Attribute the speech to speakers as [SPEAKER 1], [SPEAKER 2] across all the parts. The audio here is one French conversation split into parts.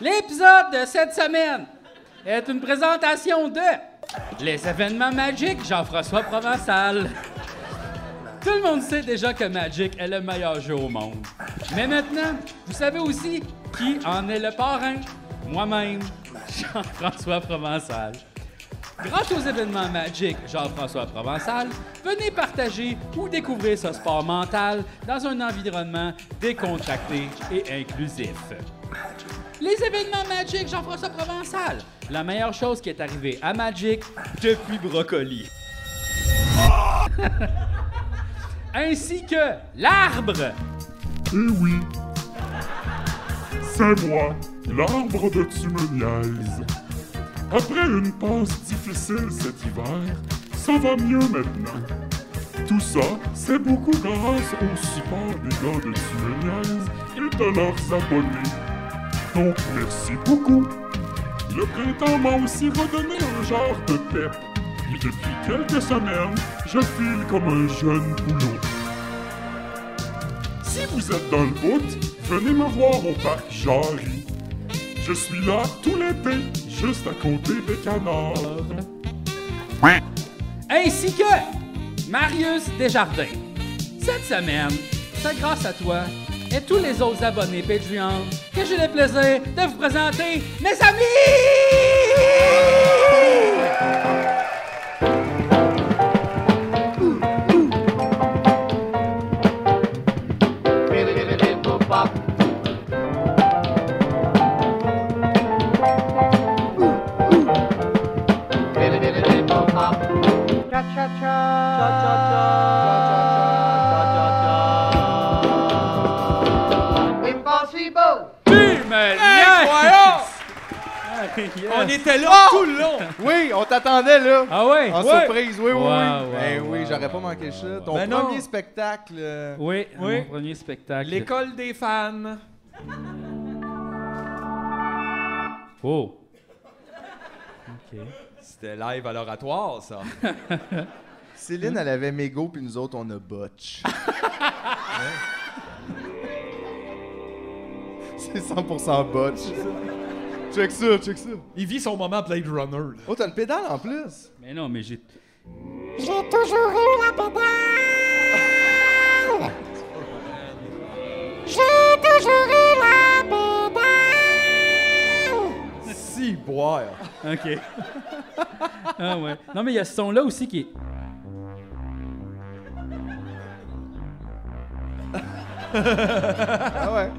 [SPEAKER 1] L'épisode de cette semaine est une présentation de Les événements magiques Jean-François Provençal. Tout le monde sait déjà que Magic est le meilleur jeu au monde. Mais maintenant, vous savez aussi qui en est le parrain. Moi-même, Jean-François Provençal. Grâce aux événements Magic Jean-François Provençal, venez partager ou découvrir ce sport mental dans un environnement décontracté et inclusif. Les événements Magic Jean-François Provençal, la meilleure chose qui est arrivée à Magic depuis Brocoli. Ainsi que l'arbre
[SPEAKER 2] Eh oui, c'est moi, l'arbre de Tumeliaise. Après une passe difficile cet hiver, ça va mieux maintenant. Tout ça, c'est beaucoup grâce au support des gars de Tumeliaise et de leurs abonnés. Donc merci beaucoup. Le printemps m'a aussi redonné un genre de pep. Et depuis quelques semaines, je file comme un jeune poulot. Si vous êtes dans le bout, venez me voir au parc Jarry. Je suis là tout l'été, juste à côté des canards.
[SPEAKER 1] ainsi que Marius Desjardins. Cette semaine, c'est grâce à toi et tous les autres abonnés Patreon que j'ai le plaisir de vous présenter mes amis!
[SPEAKER 3] Impossible!
[SPEAKER 1] Boom!
[SPEAKER 4] Incroyable!
[SPEAKER 1] Yes!
[SPEAKER 4] On était là tout le long.
[SPEAKER 5] Oui, on t'attendait là.
[SPEAKER 1] Ah ouais?
[SPEAKER 5] En
[SPEAKER 1] ouais.
[SPEAKER 5] surprise, oui, oui,
[SPEAKER 1] Ouais, ouais,
[SPEAKER 5] oui. Ben
[SPEAKER 1] ouais,
[SPEAKER 5] oui, j'aurais
[SPEAKER 1] ouais,
[SPEAKER 5] pas manqué le shit. Ton
[SPEAKER 4] Ben non.
[SPEAKER 5] premier spectacle. euh,
[SPEAKER 1] Oui,
[SPEAKER 4] Oui.
[SPEAKER 1] mon premier spectacle.
[SPEAKER 4] L'école des fans.
[SPEAKER 1] Oh!
[SPEAKER 4] C'était live à l'oratoire, ça.
[SPEAKER 5] Céline, elle avait mégo, puis nous autres, on a botch. C'est 100% botch. Check ça, check ça.
[SPEAKER 4] Il vit son moment Blade Runner. là.
[SPEAKER 5] Oh, t'as une pédale en plus.
[SPEAKER 1] Mais non, mais j'ai.
[SPEAKER 6] J'ai toujours eu la pédale. J'ai toujours eu la pédale.
[SPEAKER 5] Si, boire.
[SPEAKER 1] OK. ah ouais. Non, mais il y a ce son-là aussi qui est.
[SPEAKER 5] Ah ouais.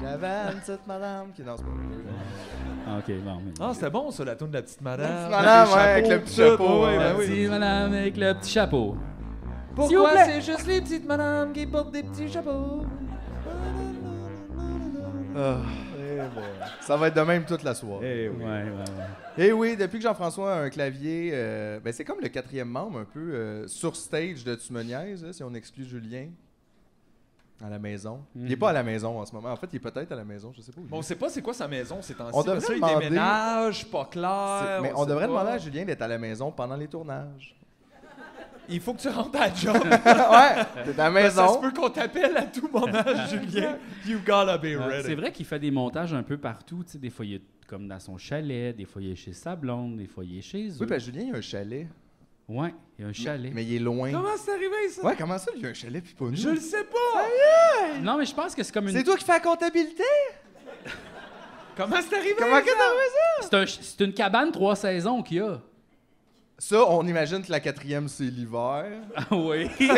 [SPEAKER 5] J'avais une petite madame qui danse pas. Une
[SPEAKER 1] Ah, OK, bon. Mais...
[SPEAKER 4] Ah, c'était bon, ça, la tourne de la petite madame.
[SPEAKER 5] petite madame, ouais, avec
[SPEAKER 4] chapeaux,
[SPEAKER 5] le petit
[SPEAKER 4] tout,
[SPEAKER 5] chapeau.
[SPEAKER 4] ouais,
[SPEAKER 5] ouais,
[SPEAKER 4] ben
[SPEAKER 5] oui.
[SPEAKER 1] Merci, madame, avec le petit chapeau. S'il vous
[SPEAKER 4] Pourquoi
[SPEAKER 1] plaît.
[SPEAKER 4] c'est juste les petites madames qui portent des petits chapeaux?
[SPEAKER 5] Ah, eh bon. Ça va être de même toute la soirée.
[SPEAKER 4] Eh
[SPEAKER 1] Ouais,
[SPEAKER 4] oui.
[SPEAKER 1] ouais, ouais.
[SPEAKER 5] Eh oui, depuis que Jean-François a un clavier, euh, ben c'est comme le quatrième membre un peu euh, sur stage de Tumoniaise, hein, si on exclut Julien. À la maison. Il n'est pas à la maison en ce moment. En fait, il est peut-être à la maison, je sais pas. où il est.
[SPEAKER 4] Mais on sait pas c'est quoi sa maison ces temps-ci.
[SPEAKER 5] On devrait
[SPEAKER 4] Parce que là, il
[SPEAKER 5] demander-
[SPEAKER 4] déménage, pas
[SPEAKER 5] C'est-
[SPEAKER 4] clair.
[SPEAKER 5] Mais on,
[SPEAKER 4] sait
[SPEAKER 5] devrait
[SPEAKER 4] pas.
[SPEAKER 5] demander à Julien d'être à la maison pendant les tournages.
[SPEAKER 4] Il faut que tu rentres à la job.
[SPEAKER 5] ouais, t'es à la
[SPEAKER 4] Ben, ça se
[SPEAKER 5] maison.
[SPEAKER 4] peut qu'on t'appelle à tout moment, Julien. You gotta be
[SPEAKER 1] Euh,
[SPEAKER 4] ready.
[SPEAKER 1] C'est vrai qu'il fait des montages un peu partout. tu sais, Des fois, il est comme dans son chalet, des fois, il est chez sa blonde, des fois, il est chez eux.
[SPEAKER 5] Oui, ben, parce que Julien, il a un chalet.
[SPEAKER 1] Ouais, il y a un chalet.
[SPEAKER 5] Mais il est loin.
[SPEAKER 4] Comment c'est arrivé, ça?
[SPEAKER 5] Ouais, comment ça, il y a un chalet puis pas nous?
[SPEAKER 4] Je le sais pas.
[SPEAKER 1] Non, mais je pense que c'est comme
[SPEAKER 5] C'est
[SPEAKER 1] une.
[SPEAKER 5] toi qui fais la comptabilité?
[SPEAKER 4] Comment c'est arrivé?
[SPEAKER 5] Comment que t'as fait ça?
[SPEAKER 1] C'est un ch- c'est une cabane trois saisons qu'il y a.
[SPEAKER 5] Ça, on imagine que la quatrième, c'est l'hiver.
[SPEAKER 1] Ah oui.
[SPEAKER 5] ouais,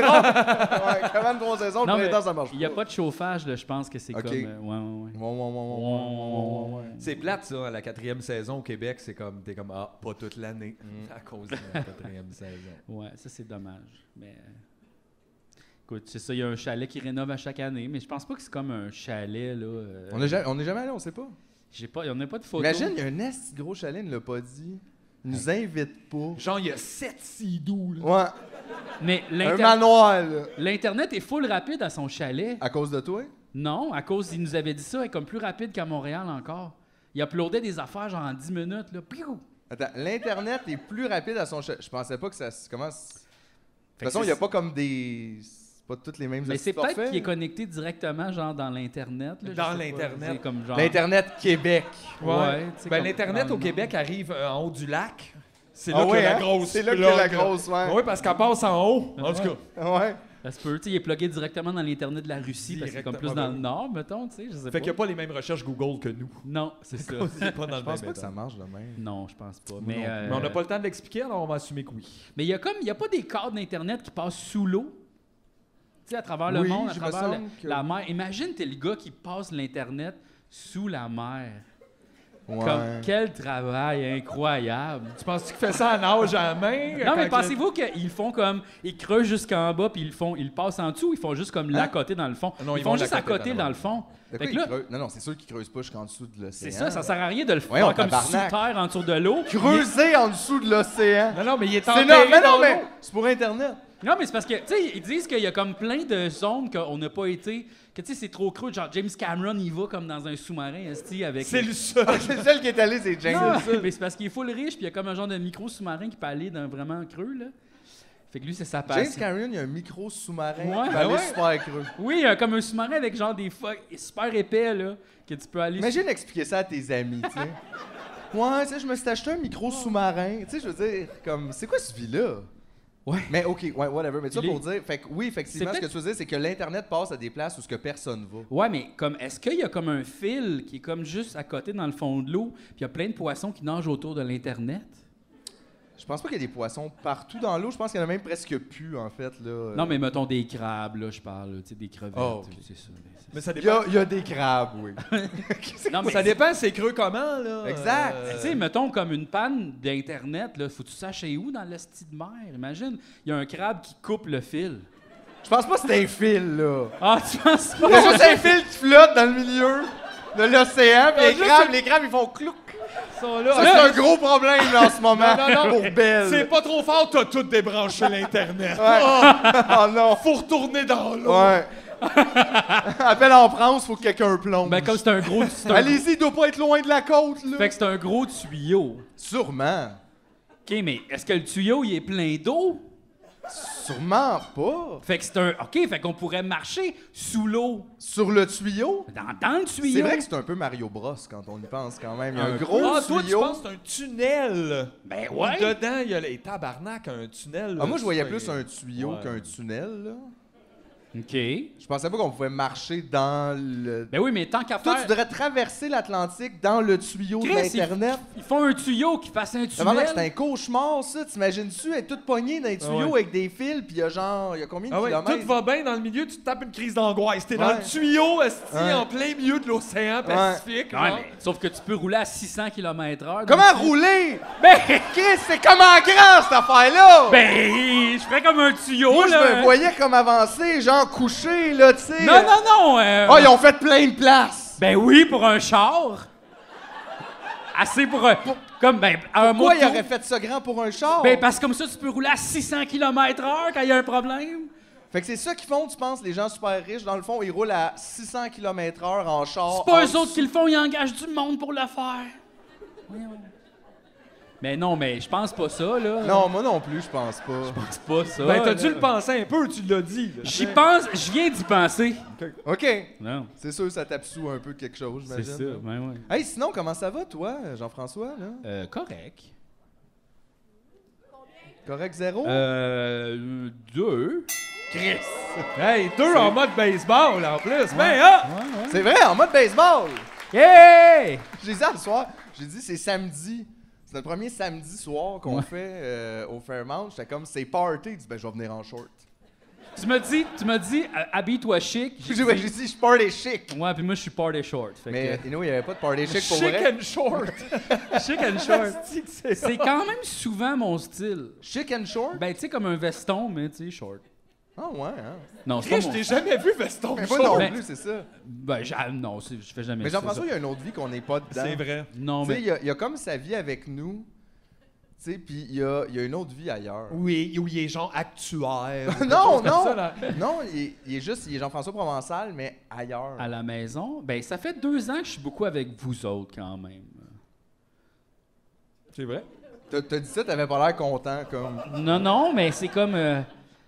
[SPEAKER 5] comment de trois saisons, le
[SPEAKER 1] Non, mais
[SPEAKER 5] printemps, ça marche
[SPEAKER 1] il n'y a pas de chauffage, là, je pense que c'est
[SPEAKER 5] Ok.
[SPEAKER 1] comme. euh, ouais, ouais, ouais.
[SPEAKER 5] Ouais, ouais, ouais, ouais, ouais.
[SPEAKER 1] Ouais, ouais, ouais.
[SPEAKER 4] C'est plate, ça. hein, La quatrième saison au Québec, c'est comme, t'es comme, ah, pas toute l'année. À cause de la quatrième saison.
[SPEAKER 1] Ouais, ça, c'est dommage. Mais. euh, Écoute, c'est ça, il y a un chalet qui rénove à chaque année, mais je pense pas que c'est comme un chalet, là. euh,
[SPEAKER 5] On n'est jamais, on est jamais allé, on sait pas.
[SPEAKER 1] J'ai pas, on n'a pas de photo.
[SPEAKER 5] Imagine, il y a un est gros chalet, il ne l'a pas dit. Il nous invite pas.
[SPEAKER 4] Genre, il y a sept sidoux, là.
[SPEAKER 5] Ouais,
[SPEAKER 1] Mais
[SPEAKER 5] un
[SPEAKER 1] l'inter-
[SPEAKER 5] manoir, là.
[SPEAKER 1] l'internet est full rapide à son chalet.
[SPEAKER 5] À cause de toi?
[SPEAKER 1] Non, à cause il nous avait dit ça, elle est comme plus rapide qu'à Montréal encore. Il uploadait des affaires genre en 10 minutes là. Piou!
[SPEAKER 5] Attends, l'Internet est plus rapide à son chalet. Je pensais pas que ça se commence.
[SPEAKER 1] Fait
[SPEAKER 5] De toute façon,
[SPEAKER 1] que
[SPEAKER 5] il n'y a
[SPEAKER 1] c'est-
[SPEAKER 5] pas comme des. C'est pas toutes les mêmes
[SPEAKER 1] Mais c'est
[SPEAKER 5] astuces
[SPEAKER 1] peut-être
[SPEAKER 5] forfaits.
[SPEAKER 1] qu'il est connecté directement, genre, dans l'Internet. là, je
[SPEAKER 4] Dans
[SPEAKER 1] sais pas.
[SPEAKER 4] l'Internet.
[SPEAKER 1] C'est comme genre...
[SPEAKER 5] L'Internet Québec.
[SPEAKER 1] Ouais, tu sais,
[SPEAKER 4] ben,
[SPEAKER 1] comme-
[SPEAKER 4] L'Internet
[SPEAKER 1] dans
[SPEAKER 4] au
[SPEAKER 1] le
[SPEAKER 4] Québec arrive euh, en haut du lac. C'est
[SPEAKER 5] Ah
[SPEAKER 4] là que
[SPEAKER 5] ouais,
[SPEAKER 4] la
[SPEAKER 5] hein?
[SPEAKER 4] grosse.
[SPEAKER 5] C'est là que la
[SPEAKER 4] plug,
[SPEAKER 5] grosse, ouais.
[SPEAKER 4] Oui, parce qu'elle passe en haut. En tout cas.
[SPEAKER 5] Ouais.
[SPEAKER 1] Ça se peut, tu sais, il est plugué directement dans l'Internet de la Russie, parce qu'il est comme plus
[SPEAKER 4] Directement.
[SPEAKER 1] dans le Nord, mettons, tu sais, je sais
[SPEAKER 4] Fait
[SPEAKER 1] pas.
[SPEAKER 4] qu'il n'y a pas les mêmes recherches Google que nous.
[SPEAKER 1] Non, c'est ça.
[SPEAKER 4] C'est pas dans le
[SPEAKER 5] Je pense
[SPEAKER 4] même
[SPEAKER 5] pas que ça
[SPEAKER 4] état.
[SPEAKER 5] marche de même.
[SPEAKER 1] Non, je pense pas. Mais euh,
[SPEAKER 4] Mais on n'a pas le temps de l'expliquer, alors on va assumer que oui.
[SPEAKER 1] mais il y a comme, il y a pas des cadres d'Internet qui passent sous l'eau, tu sais, à travers le
[SPEAKER 5] Oui,
[SPEAKER 1] monde, à
[SPEAKER 5] je me
[SPEAKER 1] travers la,
[SPEAKER 5] semble que-
[SPEAKER 1] la mer. Imagine, t'es le gars qui passe l'Internet sous la mer.
[SPEAKER 5] Ouais.
[SPEAKER 1] Comme quel travail incroyable.
[SPEAKER 4] Tu penses-tu qu'il fait ça à nage à la main?
[SPEAKER 1] Non,
[SPEAKER 4] quand
[SPEAKER 1] mais
[SPEAKER 4] que-
[SPEAKER 1] pensez-vous qu'ils font comme. Ils creusent jusqu'en bas, puis ils font, ils passent en dessous, ils font juste
[SPEAKER 5] Hein?
[SPEAKER 1] comme la côté dans le fond.
[SPEAKER 4] Non,
[SPEAKER 1] ils,
[SPEAKER 4] ils
[SPEAKER 1] font
[SPEAKER 4] vont de
[SPEAKER 1] juste
[SPEAKER 4] la
[SPEAKER 1] à
[SPEAKER 4] côté
[SPEAKER 1] côté
[SPEAKER 4] dans le
[SPEAKER 1] dans le fond. Fait
[SPEAKER 5] De quoi
[SPEAKER 1] que
[SPEAKER 5] ils
[SPEAKER 1] là,
[SPEAKER 5] creusent? Non, non, c'est sûr qu'ils creusent pas jusqu'en dessous de
[SPEAKER 1] c'est
[SPEAKER 5] l'océan.
[SPEAKER 1] ça, ça sert à rien de le
[SPEAKER 5] Voyons,
[SPEAKER 1] faire comme sous
[SPEAKER 5] tabarnak.
[SPEAKER 1] terre, en dessous de l'eau.
[SPEAKER 5] Creuser en dessous de l'océan.
[SPEAKER 4] Non, non, mais il est
[SPEAKER 5] C'est
[SPEAKER 4] enterré
[SPEAKER 5] normal,
[SPEAKER 4] dans
[SPEAKER 5] non,
[SPEAKER 4] l'eau.
[SPEAKER 5] mais c'est pour Internet.
[SPEAKER 1] Non, mais c'est parce que, tu sais, ils disent qu'il y a comme plein de zones qu'on n'a pas été. Que, tu sais, c'est trop creux. Genre, James Cameron, il va comme dans un sous-marin, esti, avec.
[SPEAKER 4] C'est le seul.
[SPEAKER 5] Ah, C'est celle qui est allée, c'est
[SPEAKER 1] Non,
[SPEAKER 5] James.
[SPEAKER 1] mais c'est parce qu'il est full riche, puis il y a comme un genre de micro sous-marin qui peut aller dans vraiment creux, là. Fait que lui, c'est sa passion.
[SPEAKER 5] James Cameron, il y a un micro sous-marin.
[SPEAKER 1] Ouais.
[SPEAKER 5] qui
[SPEAKER 1] Ah
[SPEAKER 5] va aller
[SPEAKER 1] ouais?
[SPEAKER 5] super creux.
[SPEAKER 1] Oui, euh, comme un sous-marin avec genre des fuck super épais, là, que tu peux aller.
[SPEAKER 5] Imagine expliquer ça à tes amis, tu sais. Ouais, tu sais, je me suis acheté un micro sous-marin. Tu sais, je veux dire, comme, c'est quoi ce vie-là?
[SPEAKER 1] Ouais.
[SPEAKER 5] Mais OK, ouais, whatever. Mais tu
[SPEAKER 1] Il
[SPEAKER 5] vois, pour
[SPEAKER 1] est-
[SPEAKER 5] dire, fait que oui, effectivement,
[SPEAKER 1] C'est
[SPEAKER 5] ce que
[SPEAKER 1] peut-être-
[SPEAKER 5] tu veux dire, c'est que l'Internet passe à des places où ce que personne va.
[SPEAKER 1] Ouais, mais comme est-ce qu'il y a comme un fil qui est comme juste à côté dans le fond de l'eau, puis il y a plein de poissons qui nagent autour de l'internet
[SPEAKER 5] Je pense pas qu'il y a des poissons partout dans l'eau. Je pense qu'il y en a même presque plus, en fait,
[SPEAKER 4] Euh.
[SPEAKER 5] là.
[SPEAKER 1] Non, mais mettons des crabes là, je parle, là, tu sais des crevettes,
[SPEAKER 4] Ah,
[SPEAKER 5] Oh, ok.
[SPEAKER 1] là, c'est ça. mais c'est-
[SPEAKER 4] Mais ça
[SPEAKER 5] Il y, a,
[SPEAKER 4] dépend.
[SPEAKER 5] il y a des crabes, oui.
[SPEAKER 1] Non, mais
[SPEAKER 4] Ça dépend, c'est creux comment, là.
[SPEAKER 5] Exact.
[SPEAKER 1] Tu sais, mettons comme une panne d'internet là, faut que tu saches c'est où dans le style de mer. Imagine, il y a un crabe qui coupe le fil.
[SPEAKER 5] Je pense pas que c'est un fil, là.
[SPEAKER 1] Ah, tu penses
[SPEAKER 5] Il y a
[SPEAKER 1] pas
[SPEAKER 5] juste un fil qui flotte dans le milieu de l'océan, puis les crabes, les crabes, ils font clouc.
[SPEAKER 4] Ils sont
[SPEAKER 5] Ça,
[SPEAKER 4] là.
[SPEAKER 5] c'est un gros problème, là, en ce moment,
[SPEAKER 4] Non, non, non.
[SPEAKER 5] pour Belle.
[SPEAKER 4] C'est pas trop fort, t'as tout débranché l'Internet.
[SPEAKER 5] Oh non!
[SPEAKER 4] Faut retourner dans l'eau.
[SPEAKER 5] Ouais. Appel en France, faut que quelqu'un plombe.
[SPEAKER 1] Ben comme c'est un gros c'est un-
[SPEAKER 5] Allez-y, il doit pas être loin de la côte, là.
[SPEAKER 1] fait que c'est un gros tuyau.
[SPEAKER 5] Sûrement.
[SPEAKER 1] OK, mais est-ce que le tuyau il est plein d'eau
[SPEAKER 5] Sûrement pas.
[SPEAKER 1] Fait que c'est un OK, fait qu'on pourrait marcher sous l'eau
[SPEAKER 5] Sur le tuyau?
[SPEAKER 1] dans, dans le tuyau.
[SPEAKER 5] C'est vrai que c'est un peu Mario Bros quand on y pense quand même. Il y a un
[SPEAKER 1] Un
[SPEAKER 5] gros
[SPEAKER 4] ah, toi, tu
[SPEAKER 5] tuyau.
[SPEAKER 4] penses que c'est un tunnel.
[SPEAKER 1] Ben
[SPEAKER 4] Où
[SPEAKER 1] ouais.
[SPEAKER 4] Dedans, il y a les tabarnak, un tunnel.
[SPEAKER 5] Ah, moi, je voyais
[SPEAKER 4] c'est-
[SPEAKER 5] plus un tuyau
[SPEAKER 4] Ouais.
[SPEAKER 5] qu'un tunnel. Là.
[SPEAKER 1] OK.
[SPEAKER 5] Je pensais pas qu'on pouvait marcher dans le.
[SPEAKER 1] Ben oui, mais tant qu'à
[SPEAKER 5] Toi,
[SPEAKER 1] faire.
[SPEAKER 5] tu devrais traverser l'Atlantique dans le tuyau de
[SPEAKER 1] Chris, il-
[SPEAKER 5] l'Internet.
[SPEAKER 1] Ils font un tuyau qui fasse un tunnel.
[SPEAKER 5] Tabarnak, C'est un cauchemar, ça. T'imagines-tu être toute poignée dans les tuyaux
[SPEAKER 4] Ah ouais.
[SPEAKER 5] avec des fils, puis il y a genre, il y a combien de
[SPEAKER 4] Ah ouais,
[SPEAKER 5] kilomètres?
[SPEAKER 4] tout va bien dans le milieu, tu te tapes une crise d'angoisse. T'es
[SPEAKER 5] Ouais.
[SPEAKER 4] dans le tuyau, esti,
[SPEAKER 5] Ouais.
[SPEAKER 4] en plein milieu de l'océan Pacifique.
[SPEAKER 1] Ouais,
[SPEAKER 4] genre.
[SPEAKER 1] mais sauf que tu peux rouler à 600 km/h.
[SPEAKER 5] Comment
[SPEAKER 1] rouler?
[SPEAKER 5] rouler?
[SPEAKER 1] Ben,
[SPEAKER 5] Chris, c'est comment grand cette affaire-là?
[SPEAKER 1] ben, je ferais comme un tuyau,
[SPEAKER 5] Moi, je
[SPEAKER 1] là. hein.
[SPEAKER 5] me voyais comme avancer, genre couché, là, tu sais.
[SPEAKER 1] Non, non, non. euh,
[SPEAKER 5] Oh, ils ont fait plein de places!
[SPEAKER 1] Ben oui, pour un char. Assez pour un. Comme, ben, un moto.
[SPEAKER 5] Pourquoi ils auraient fait ça grand pour un char?
[SPEAKER 1] Ben, parce que comme ça, tu peux rouler à 600 km/h quand il y a un problème.
[SPEAKER 5] Fait que c'est ça qu'ils font, tu penses, les gens super riches, dans le fond, ils roulent à 600 km/h en char.
[SPEAKER 1] C'est pas
[SPEAKER 5] en
[SPEAKER 1] eux autres qui le font, ils engagent du monde pour le faire. Voyons. Mais non, mais je pense pas ça, là.
[SPEAKER 5] Non, moi non plus, je pense pas.
[SPEAKER 1] C'est pas ça.
[SPEAKER 4] Ben, t'as
[SPEAKER 1] là.
[SPEAKER 4] dû le penser un peu, tu l'as dit. là.
[SPEAKER 1] J'y pense, je viens d'y penser.
[SPEAKER 5] OK.
[SPEAKER 1] Non,
[SPEAKER 5] C'est sûr, ça tape sous un peu de quelque chose,
[SPEAKER 1] c'est
[SPEAKER 5] j'imagine.
[SPEAKER 1] ça, ben ouais.
[SPEAKER 5] Hey, sinon, comment ça va, toi, Jean-François, là?
[SPEAKER 1] Euh, correct.
[SPEAKER 5] Correct zéro?
[SPEAKER 1] Euh, deux.
[SPEAKER 5] Chris!
[SPEAKER 4] Hey, deux en mode baseball, en plus. Ben, ah!
[SPEAKER 5] C'est vrai, en mode baseball!
[SPEAKER 1] Hey!
[SPEAKER 5] J'ai dit à le soir, j'ai dit c'est samedi. C'est notre premier samedi soir qu'on
[SPEAKER 1] Ouais.
[SPEAKER 5] fait euh, au Fairmount. J'étais comme c'est party. Il dit ben je vais venir en short.
[SPEAKER 1] Tu m'as dit, tu m'as dit, euh, habille-toi chic.
[SPEAKER 5] J'ai dit, ouais, j'ai dit je party chic.
[SPEAKER 1] Ouais, puis moi, je suis party short. Fait
[SPEAKER 5] Mais
[SPEAKER 1] que-
[SPEAKER 5] et nous, il n'y avait pas de party chic pour
[SPEAKER 4] Chick
[SPEAKER 5] vrai.
[SPEAKER 4] and short.
[SPEAKER 1] chic and short.
[SPEAKER 4] Esti que c'est ça.
[SPEAKER 1] C'est quand même souvent mon style.
[SPEAKER 5] Chic and short?
[SPEAKER 1] Ben, tu sais, comme un veston, mais tu sais, short.
[SPEAKER 5] Ah ouais, hein.
[SPEAKER 1] Non, c'est
[SPEAKER 4] Hey,
[SPEAKER 1] pas
[SPEAKER 4] Je
[SPEAKER 1] mon...
[SPEAKER 4] t'ai jamais vu veston
[SPEAKER 5] Mais moi
[SPEAKER 4] short.
[SPEAKER 5] non
[SPEAKER 1] mais-
[SPEAKER 5] plus, c'est ça.
[SPEAKER 1] Ben, j'a- non, c'est- je fais jamais
[SPEAKER 5] Mais
[SPEAKER 1] ça.
[SPEAKER 5] Jean-François, il y a une autre vie qu'on n'est pas dedans.
[SPEAKER 4] C'est vrai.
[SPEAKER 1] Non,
[SPEAKER 5] Tu sais,
[SPEAKER 1] mais...
[SPEAKER 5] il y a- il y, a comme sa vie avec nous. Tu sais, puis il y a, il y a une autre vie ailleurs.
[SPEAKER 4] Oui, où il est genre actuaire. ou quelque
[SPEAKER 5] non,
[SPEAKER 4] chose comme
[SPEAKER 5] non!
[SPEAKER 4] ça, là.
[SPEAKER 5] non, il est, il est juste, il est Jean-François Provençal, mais ailleurs.
[SPEAKER 1] à la maison, ben ça fait deux ans que je suis beaucoup avec vous autres quand même.
[SPEAKER 4] C'est vrai.
[SPEAKER 5] T'as t'as dit ça, t'avais pas l'air content, comme.
[SPEAKER 1] Non, non, mais c'est comme euh,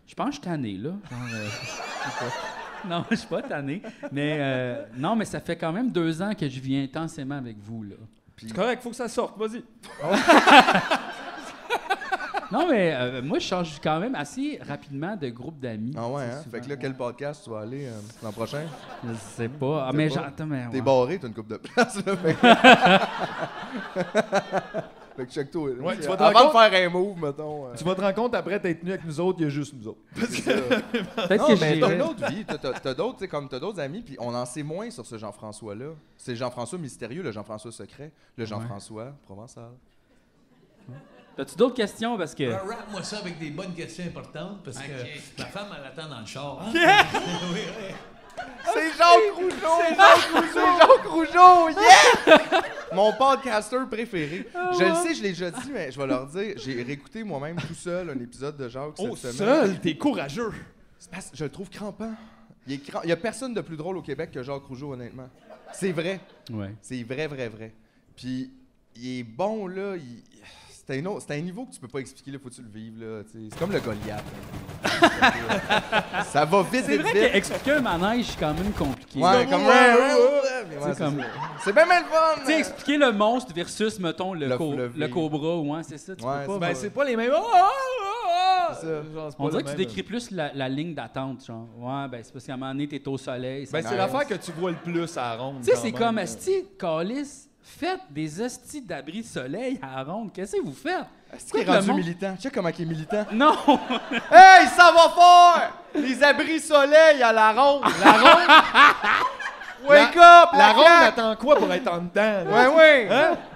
[SPEAKER 1] Je pense que je suis tanné, là. Genre, euh, non, je suis pas tanné. Mais euh, non, mais ça fait quand même deux ans que je viens intensément avec vous, là.
[SPEAKER 3] C'est correct, faut que ça sorte, vas-y.
[SPEAKER 1] Non, mais euh, moi, je change quand même assez rapidement de groupe d'amis.
[SPEAKER 5] Ah ouais,
[SPEAKER 1] tu sais,
[SPEAKER 5] hein?
[SPEAKER 1] souvent.
[SPEAKER 5] Fait que là, quel podcast tu vas aller euh, l'an prochain?
[SPEAKER 1] Je sais pas. Ah, mais
[SPEAKER 5] pas.
[SPEAKER 1] j'entends, mais.
[SPEAKER 5] T'es
[SPEAKER 1] ouais.
[SPEAKER 5] barré, t'as une coupe de place, là. Fait que, fait que check toi.
[SPEAKER 4] Ouais, tu vas te
[SPEAKER 5] Avant
[SPEAKER 4] rendre
[SPEAKER 5] de faire un move, mettons. euh,
[SPEAKER 4] Tu vas te rendre compte après t'être venu avec nous autres, il y a juste nous autres.
[SPEAKER 1] Peut-être
[SPEAKER 5] Non,
[SPEAKER 1] que euh,
[SPEAKER 5] mais t'as une
[SPEAKER 1] j'irai-
[SPEAKER 5] autre vie, t'as- t'as t'as d'autres, tu sais, comme t'as d'autres amis, puis on en sait moins sur ce Jean-François-là. C'est le Jean-François mystérieux, le Jean-François secret, le Jean-François provençal.
[SPEAKER 1] T'as-tu d'autres questions? Parce que.
[SPEAKER 7] Rappe-moi ça avec des bonnes questions importantes parce que ma femme, elle attend dans le char. Oui, oui.
[SPEAKER 5] C'est Jacques Rougeau! C'est Jacques Rougeau! Jacques Rougeau! Yeah! Ah. Mon podcaster préféré. Je le sais, je l'ai déjà dit, mais je vais leur dire, j'ai réécouté moi-même tout seul un épisode de Jacques
[SPEAKER 3] Oh,
[SPEAKER 5] cette semaine.
[SPEAKER 3] seul, t'es courageux.
[SPEAKER 5] C'est parce que je le trouve crampant. Il, est cram- Il y a personne de plus drôle au Québec que Jacques Rougeau, honnêtement. C'est vrai.
[SPEAKER 1] Ouais.
[SPEAKER 5] C'est vrai, vrai, vrai. Puis, il est bon, là. il- C'est un, autre- c'est un niveau que tu peux pas expliquer, là. Faut que tu le vives, là. tu sais. C'est comme le Goliath. là. ça va vite,
[SPEAKER 1] C'est
[SPEAKER 5] vite,
[SPEAKER 1] vrai
[SPEAKER 5] vite.
[SPEAKER 1] qu'expliquer un manège, c'est quand même compliqué.
[SPEAKER 5] Ouais, comme. ouais, ouais, ouais, mais ouais,
[SPEAKER 1] C'est
[SPEAKER 5] c'est
[SPEAKER 1] comme-
[SPEAKER 5] ça. C'est bien, bien le fun!
[SPEAKER 1] Tu sais, expliquer le monstre versus, mettons, le,
[SPEAKER 5] Le
[SPEAKER 1] co-
[SPEAKER 5] fleuri.
[SPEAKER 1] le cobra, ouais, c'est ça. Tu
[SPEAKER 5] Ouais,
[SPEAKER 1] peux pas.
[SPEAKER 5] Ben,
[SPEAKER 4] Ben,
[SPEAKER 5] c'est
[SPEAKER 4] c'est pas les mêmes. ah,
[SPEAKER 5] C'est ça.
[SPEAKER 1] On dirait que tu décris plus la, la ligne d'attente, genre. Ouais, ben, c'est parce qu'à un moment donné, t'es au soleil. ça
[SPEAKER 4] Ben,
[SPEAKER 1] marche.
[SPEAKER 4] c'est l'affaire que tu vois le plus à la ronde.
[SPEAKER 1] Tu sais,
[SPEAKER 4] quand
[SPEAKER 1] c'est
[SPEAKER 4] même, euh,
[SPEAKER 1] comme
[SPEAKER 4] là.
[SPEAKER 1] Asti, Calis, faites des hosties d'abri de soleil à la ronde. Qu'est-ce que vous faites?
[SPEAKER 5] Est-ce qu'il est
[SPEAKER 1] Écoute, le
[SPEAKER 5] rendu
[SPEAKER 1] monde-
[SPEAKER 5] militant? Check comment il est militant.
[SPEAKER 1] Non!
[SPEAKER 5] Hey, ça va fort! Les abris soleil à la ronde! La ronde! Wake up!
[SPEAKER 4] La ronde
[SPEAKER 5] claque!
[SPEAKER 4] attend quoi pour être en dedans? là?
[SPEAKER 5] Ouais, ouais!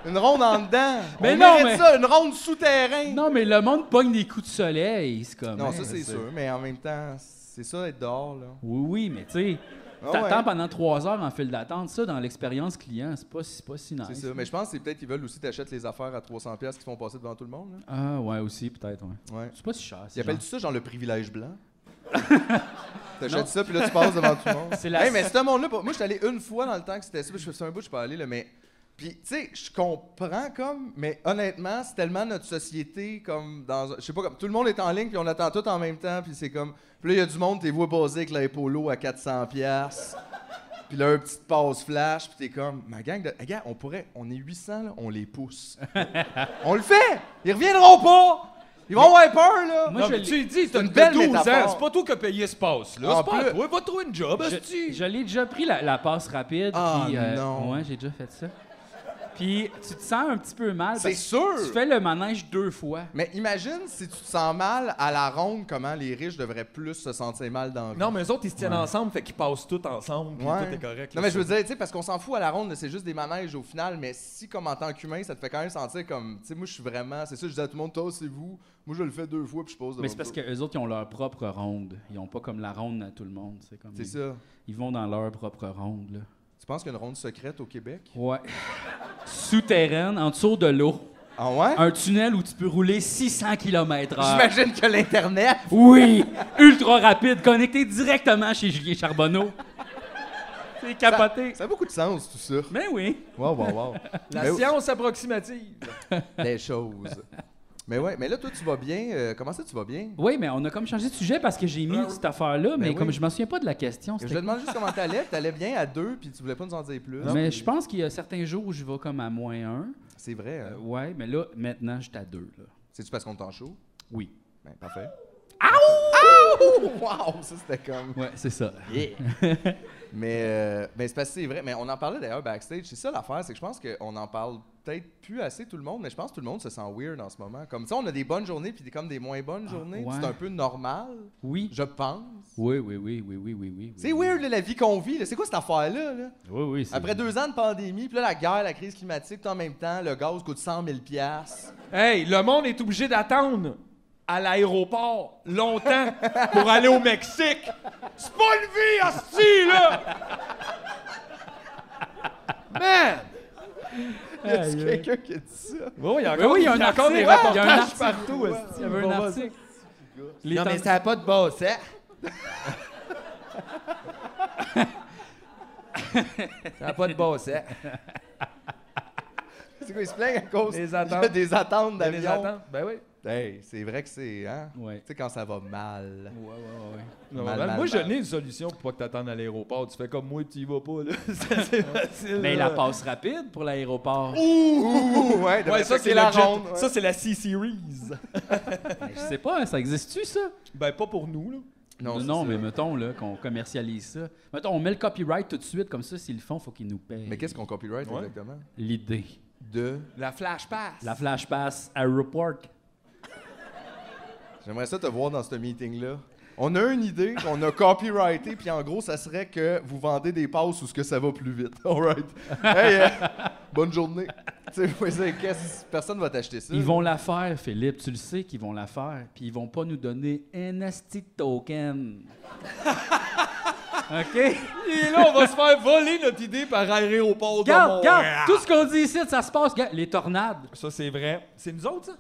[SPEAKER 5] Une ronde en dedans!
[SPEAKER 1] Mais
[SPEAKER 5] On
[SPEAKER 1] non,
[SPEAKER 5] mérite
[SPEAKER 1] mais-
[SPEAKER 5] ça, une ronde souterraine!
[SPEAKER 1] Non, mais le monde pogne des coups de soleil, c'est comme.
[SPEAKER 5] Non,
[SPEAKER 1] hein,
[SPEAKER 5] ça c'est
[SPEAKER 1] c'est-
[SPEAKER 5] sûr, mais en même temps, c'est ça être dehors là.
[SPEAKER 1] Oui, oui, mais tu sais,
[SPEAKER 5] Ah
[SPEAKER 1] t'attends
[SPEAKER 5] ouais.
[SPEAKER 1] pendant trois heures en file d'attente, ça, dans l'expérience client, c'est pas, c'est pas si nice.
[SPEAKER 5] C'est ça, mais je pense que c'est peut-être qu'ils veulent aussi t'achètes les affaires à 300 pièces qui font passer devant tout le monde là.
[SPEAKER 1] Ah, ouais, aussi, peut-être, ouais.
[SPEAKER 5] Ouais.
[SPEAKER 1] C'est pas si cher.
[SPEAKER 5] Ils
[SPEAKER 1] c'est
[SPEAKER 5] appellent
[SPEAKER 1] genre-
[SPEAKER 5] ça genre le privilège blanc. T'achètes ça puis là tu passes devant tout le monde.
[SPEAKER 1] C'est la-
[SPEAKER 5] Hey, mais ce monde là, moi je suis allé une fois dans le temps que c'était ça, puis je fais ça un bout je suis pas allé là mais puis tu sais, je comprends comme mais honnêtement, c'est tellement notre société comme dans un- je sais pas comme tout le monde est en ligne puis on attend tout en même temps puis c'est comme puis là il y a du monde t'es voué basé avec la polo à 400 pièces. Puis là, une petite pause flash, puis t'es comme, ma gang de. Regarde, on pourrait. On est 800, là, on les pousse. on le fait! Ils reviendront pas! Ils vont avoir peur, là!
[SPEAKER 1] Moi,
[SPEAKER 3] Non,
[SPEAKER 1] je
[SPEAKER 3] mais
[SPEAKER 1] l'ai-
[SPEAKER 3] tu lui dis, t'as
[SPEAKER 5] une
[SPEAKER 3] une
[SPEAKER 5] belle
[SPEAKER 3] belle Ah, 12 ans,
[SPEAKER 5] métaphore.
[SPEAKER 3] c'est pas toi qui as payé ce passe, là.
[SPEAKER 5] En
[SPEAKER 3] C'est pas à
[SPEAKER 5] plus-
[SPEAKER 3] toi, va trouver une job,
[SPEAKER 1] Je,
[SPEAKER 3] hostie.
[SPEAKER 1] je l'ai déjà pris la, la passe rapide.
[SPEAKER 5] Ah,
[SPEAKER 1] puis, euh,
[SPEAKER 5] non.
[SPEAKER 1] Ouais, j'ai déjà fait ça. Puis tu te sens un petit peu mal.
[SPEAKER 5] C'est
[SPEAKER 1] parce
[SPEAKER 5] sûr!
[SPEAKER 1] que Tu fais le manège deux fois.
[SPEAKER 5] Mais imagine si tu te sens mal à la ronde, comment les riches devraient plus se sentir mal dans le
[SPEAKER 3] Non, mais eux autres, ils se tiennent ensemble, fait qu'ils passent tout ensemble, puis
[SPEAKER 5] Ouais.
[SPEAKER 3] tout est correct.
[SPEAKER 5] Non,
[SPEAKER 3] là,
[SPEAKER 5] mais je veux
[SPEAKER 3] ça.
[SPEAKER 5] dire, tu sais, parce qu'on s'en fout à la ronde, là, c'est juste des manèges au final, mais si, comme en tant qu'humain, ça te fait quand même sentir comme, tu sais, moi, je suis vraiment, c'est ça, je disais à tout le monde, toi, c'est vous, moi, je le fais deux fois, puis je pose devant
[SPEAKER 1] Mais c'est parce
[SPEAKER 5] vous
[SPEAKER 1] qu'eux autres, ils ont leur propre ronde. Ils ont pas comme la ronde à tout le monde. C'est comme
[SPEAKER 5] autres. C'est
[SPEAKER 1] ils,
[SPEAKER 5] ça.
[SPEAKER 1] ils vont dans leur propre ronde. Là.
[SPEAKER 5] Tu penses qu'il y a une ronde secrète au Québec?
[SPEAKER 1] Ouais. Souterraine, en dessous de l'eau.
[SPEAKER 5] Ah ouais?
[SPEAKER 1] Un tunnel où tu peux rouler 600 km/h.
[SPEAKER 5] J'imagine que l'Internet.
[SPEAKER 1] Oui! Ultra rapide, connecté directement chez Julien Charbonneau. C'est capoté.
[SPEAKER 5] Ça a beaucoup de sens, tout ça.
[SPEAKER 1] Mais oui.
[SPEAKER 5] Wow, wow, wow.
[SPEAKER 3] La
[SPEAKER 5] Mais-
[SPEAKER 3] science approximative.
[SPEAKER 5] Les choses. Mais ouais, mais là, toi, tu vas bien. euh, comment ça, tu vas bien?
[SPEAKER 1] Oui, mais on a comme changé de sujet parce que j'ai mis cette affaire-là, mais
[SPEAKER 5] oui.
[SPEAKER 1] comme Ben je m'en souviens pas de la question,
[SPEAKER 5] Je
[SPEAKER 1] c'était
[SPEAKER 5] te demande juste comment t'allais. T'allais bien à deux, puis tu voulais pas nous en dire plus.
[SPEAKER 1] Mais je pense qu'il y a certains jours où je vais comme à moins un.
[SPEAKER 5] C'est vrai.
[SPEAKER 1] Euh,
[SPEAKER 5] hein.
[SPEAKER 1] ouais, mais là, maintenant, je suis à deux. Là.
[SPEAKER 5] C'est-tu parce qu'on t'en chaud?
[SPEAKER 1] Oui.
[SPEAKER 5] Ben, parfait. Aouh! Wow! Ça, c'était comme.
[SPEAKER 1] Ouais, c'est ça.
[SPEAKER 5] Mais, euh, mais c'est parce que c'est vrai. Mais on en parlait d'ailleurs backstage. C'est ça l'affaire, c'est que je pense qu'on en parle peut-être plus assez tout le monde, mais je pense que tout le monde se sent weird en ce moment. Comme ça, on a des bonnes journées puis des- comme des moins bonnes journées.
[SPEAKER 1] Ah, ouais.
[SPEAKER 5] C'est un peu normal,
[SPEAKER 1] Oui.
[SPEAKER 5] je pense.
[SPEAKER 1] Oui, oui, oui, oui, oui, oui, oui.
[SPEAKER 5] C'est weird là, la vie qu'on vit. là. C'est quoi cette affaire-là? là?
[SPEAKER 1] Oui, oui. c'est-
[SPEAKER 5] Après deux ans de pandémie, puis là, la guerre, la crise climatique, tout en même temps, le gaz coûte 100 000 piastres.
[SPEAKER 3] Hey, le monde est obligé d'attendre à l'aéroport longtemps pour aller au Mexique. C'est pas une vie, hostie, là! Man!
[SPEAKER 5] Y a-tu quelqu'un qui a dit ça?
[SPEAKER 3] Oui, il y a
[SPEAKER 1] Oui,
[SPEAKER 3] encore,
[SPEAKER 1] oui, il y a un
[SPEAKER 3] il y a encore des
[SPEAKER 1] article. Il y a un
[SPEAKER 3] reportages
[SPEAKER 1] article.
[SPEAKER 3] partout.
[SPEAKER 1] Ouais,
[SPEAKER 3] hostie.
[SPEAKER 1] Il y avait un article. Les temps-
[SPEAKER 5] ça n'a pas de boss, hein?
[SPEAKER 3] Ça n'a pas de bon sens.
[SPEAKER 5] C'est quoi, ils se plaignent à cause
[SPEAKER 3] Des
[SPEAKER 5] des
[SPEAKER 3] attentes.
[SPEAKER 5] attentes, des attentes
[SPEAKER 3] Ben, les
[SPEAKER 5] d'avion.
[SPEAKER 3] attentes. Ben oui.
[SPEAKER 5] Hey, c'est vrai que c'est, hein?
[SPEAKER 1] Ouais.
[SPEAKER 5] Tu sais, quand ça va mal.
[SPEAKER 1] Ouais, ouais, ouais.
[SPEAKER 5] Mal,
[SPEAKER 4] Normal.
[SPEAKER 5] mal,
[SPEAKER 4] ben, moi, je
[SPEAKER 5] mal.
[SPEAKER 4] n'ai une solution pour pas que t'attendes à l'aéroport. Tu fais comme moi, tu y vas pas, là. C'est- c'est facile.
[SPEAKER 1] Mais
[SPEAKER 4] là.
[SPEAKER 1] la passe rapide pour l'aéroport.
[SPEAKER 5] Ouh, ouais,
[SPEAKER 4] Ouais, ça, c'est la
[SPEAKER 5] la
[SPEAKER 4] jet-
[SPEAKER 5] ronde. ouais.
[SPEAKER 4] Ça, c'est la C-Series.
[SPEAKER 1] Ben, je sais pas, ça existe-tu, ça?
[SPEAKER 4] ben, pas pour nous, là.
[SPEAKER 1] Non,
[SPEAKER 5] c'est
[SPEAKER 1] non
[SPEAKER 5] ça.
[SPEAKER 1] mais mettons là, qu'on commercialise ça. Mettons, on met le copyright tout de suite, comme ça, s'ils le font, faut qu'ils nous payent.
[SPEAKER 5] Mais qu'est-ce qu'on copyright exactement?
[SPEAKER 1] L'idée.
[SPEAKER 5] De.
[SPEAKER 3] La flash pass.
[SPEAKER 1] La flash pass aéroport.
[SPEAKER 5] J'aimerais ça te voir dans ce meeting-là. On a une idée qu'on a copyrighté, puis en gros, ça serait que vous vendez des passes ou ce que ça va plus vite. All right. Hey, euh, bonne journée. Tu sais, ouais, c'est- qu'est-ce- personne va t'acheter ça.
[SPEAKER 1] Ils vont la faire, Philippe, tu le sais qu'ils vont la faire, puis ils vont pas nous donner un asti de token. OK?
[SPEAKER 4] Et là, on va se faire voler notre idée par aéroport de
[SPEAKER 1] Garde,
[SPEAKER 4] Montréal.
[SPEAKER 1] garde, tout ce qu'on dit ici, ça se passe. Regarde, les tornades.
[SPEAKER 4] Ça, c'est vrai. C'est nous autres, ça?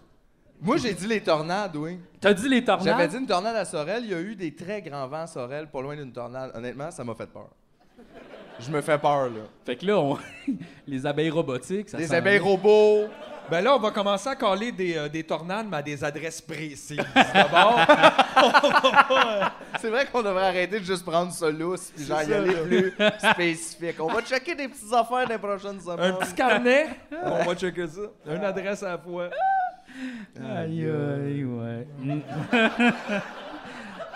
[SPEAKER 5] Moi, j'ai dit les tornades, oui.
[SPEAKER 1] T'as dit les tornades?
[SPEAKER 5] J'avais dit une tornade à Sorel. Il y a eu des très grands vents à Sorel, pas loin d'une tornade. Honnêtement, ça m'a fait peur. Je me fais peur, là.
[SPEAKER 1] Fait que là, on... les abeilles robotiques, ça
[SPEAKER 5] Des
[SPEAKER 1] s'en
[SPEAKER 5] abeilles
[SPEAKER 1] vient.
[SPEAKER 5] robots.
[SPEAKER 4] Ben là, on va commencer à coller des, euh, des tornades, mais à des adresses précises. D'abord,
[SPEAKER 5] C'est vrai qu'on devrait arrêter de juste prendre ça lousse, puis genre y aller plus spécifique. On va checker des petites affaires des prochaines
[SPEAKER 4] un
[SPEAKER 5] semaines.
[SPEAKER 4] petit carnet. on va checker ça. Une adresse à la fois.
[SPEAKER 1] Aïe, aïe, ouais. Mm.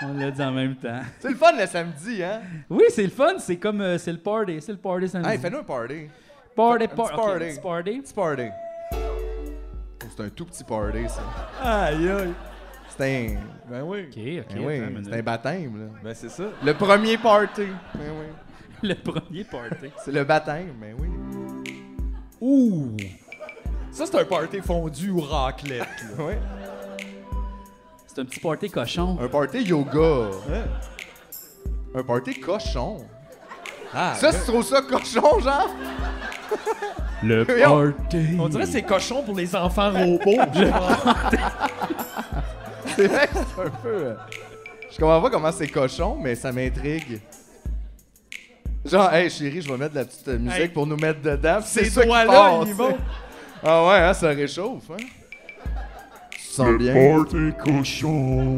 [SPEAKER 1] on l'a dit en même temps.
[SPEAKER 5] C'est le fun le samedi, hein?
[SPEAKER 1] Oui, c'est le fun, c'est comme. euh, c'est le party, c'est le party samedi.
[SPEAKER 5] Hey, fais-nous un party.
[SPEAKER 1] party,
[SPEAKER 5] un
[SPEAKER 1] par-
[SPEAKER 5] petit
[SPEAKER 1] ok,
[SPEAKER 5] party.
[SPEAKER 1] petit party.
[SPEAKER 5] Petit party. Oh, c'est un tout petit party, ça.
[SPEAKER 4] Aïe, aïe.
[SPEAKER 5] C'est un.
[SPEAKER 4] Ben oui.
[SPEAKER 1] Ok, ok.
[SPEAKER 5] Ben oui,
[SPEAKER 1] attends une minute.
[SPEAKER 5] c'est un baptême, là.
[SPEAKER 4] Ben c'est ça.
[SPEAKER 5] Le premier party. Ben oui.
[SPEAKER 1] Le premier party.
[SPEAKER 5] C'est le baptême, ben oui.
[SPEAKER 1] Ouh!
[SPEAKER 4] Ça, c'est un party fondu ou raclette. là.
[SPEAKER 5] Ouais.
[SPEAKER 1] C'est un petit party cochon.
[SPEAKER 5] Un party yoga. Un party cochon.
[SPEAKER 4] Ah,
[SPEAKER 5] Ça, tu trouves ça cochon, genre?
[SPEAKER 1] Le
[SPEAKER 5] Voyons.
[SPEAKER 1] party.
[SPEAKER 4] on dirait que c'est cochon pour les enfants robots.
[SPEAKER 5] C'est vrai que c'est un peu. euh, Je comprends pas comment c'est cochon, mais ça m'intrigue. Genre, hey chérie, je vais mettre de la petite euh, musique
[SPEAKER 4] Hey.
[SPEAKER 5] pour nous mettre dedans. puis C'est
[SPEAKER 4] Ces
[SPEAKER 5] ça qui
[SPEAKER 4] doigts-là,
[SPEAKER 5] passe,
[SPEAKER 4] ils vont.
[SPEAKER 5] Ah ouais, hein, ça réchauffe, hein? Tu sens
[SPEAKER 2] Le
[SPEAKER 5] bien.
[SPEAKER 2] party cochon.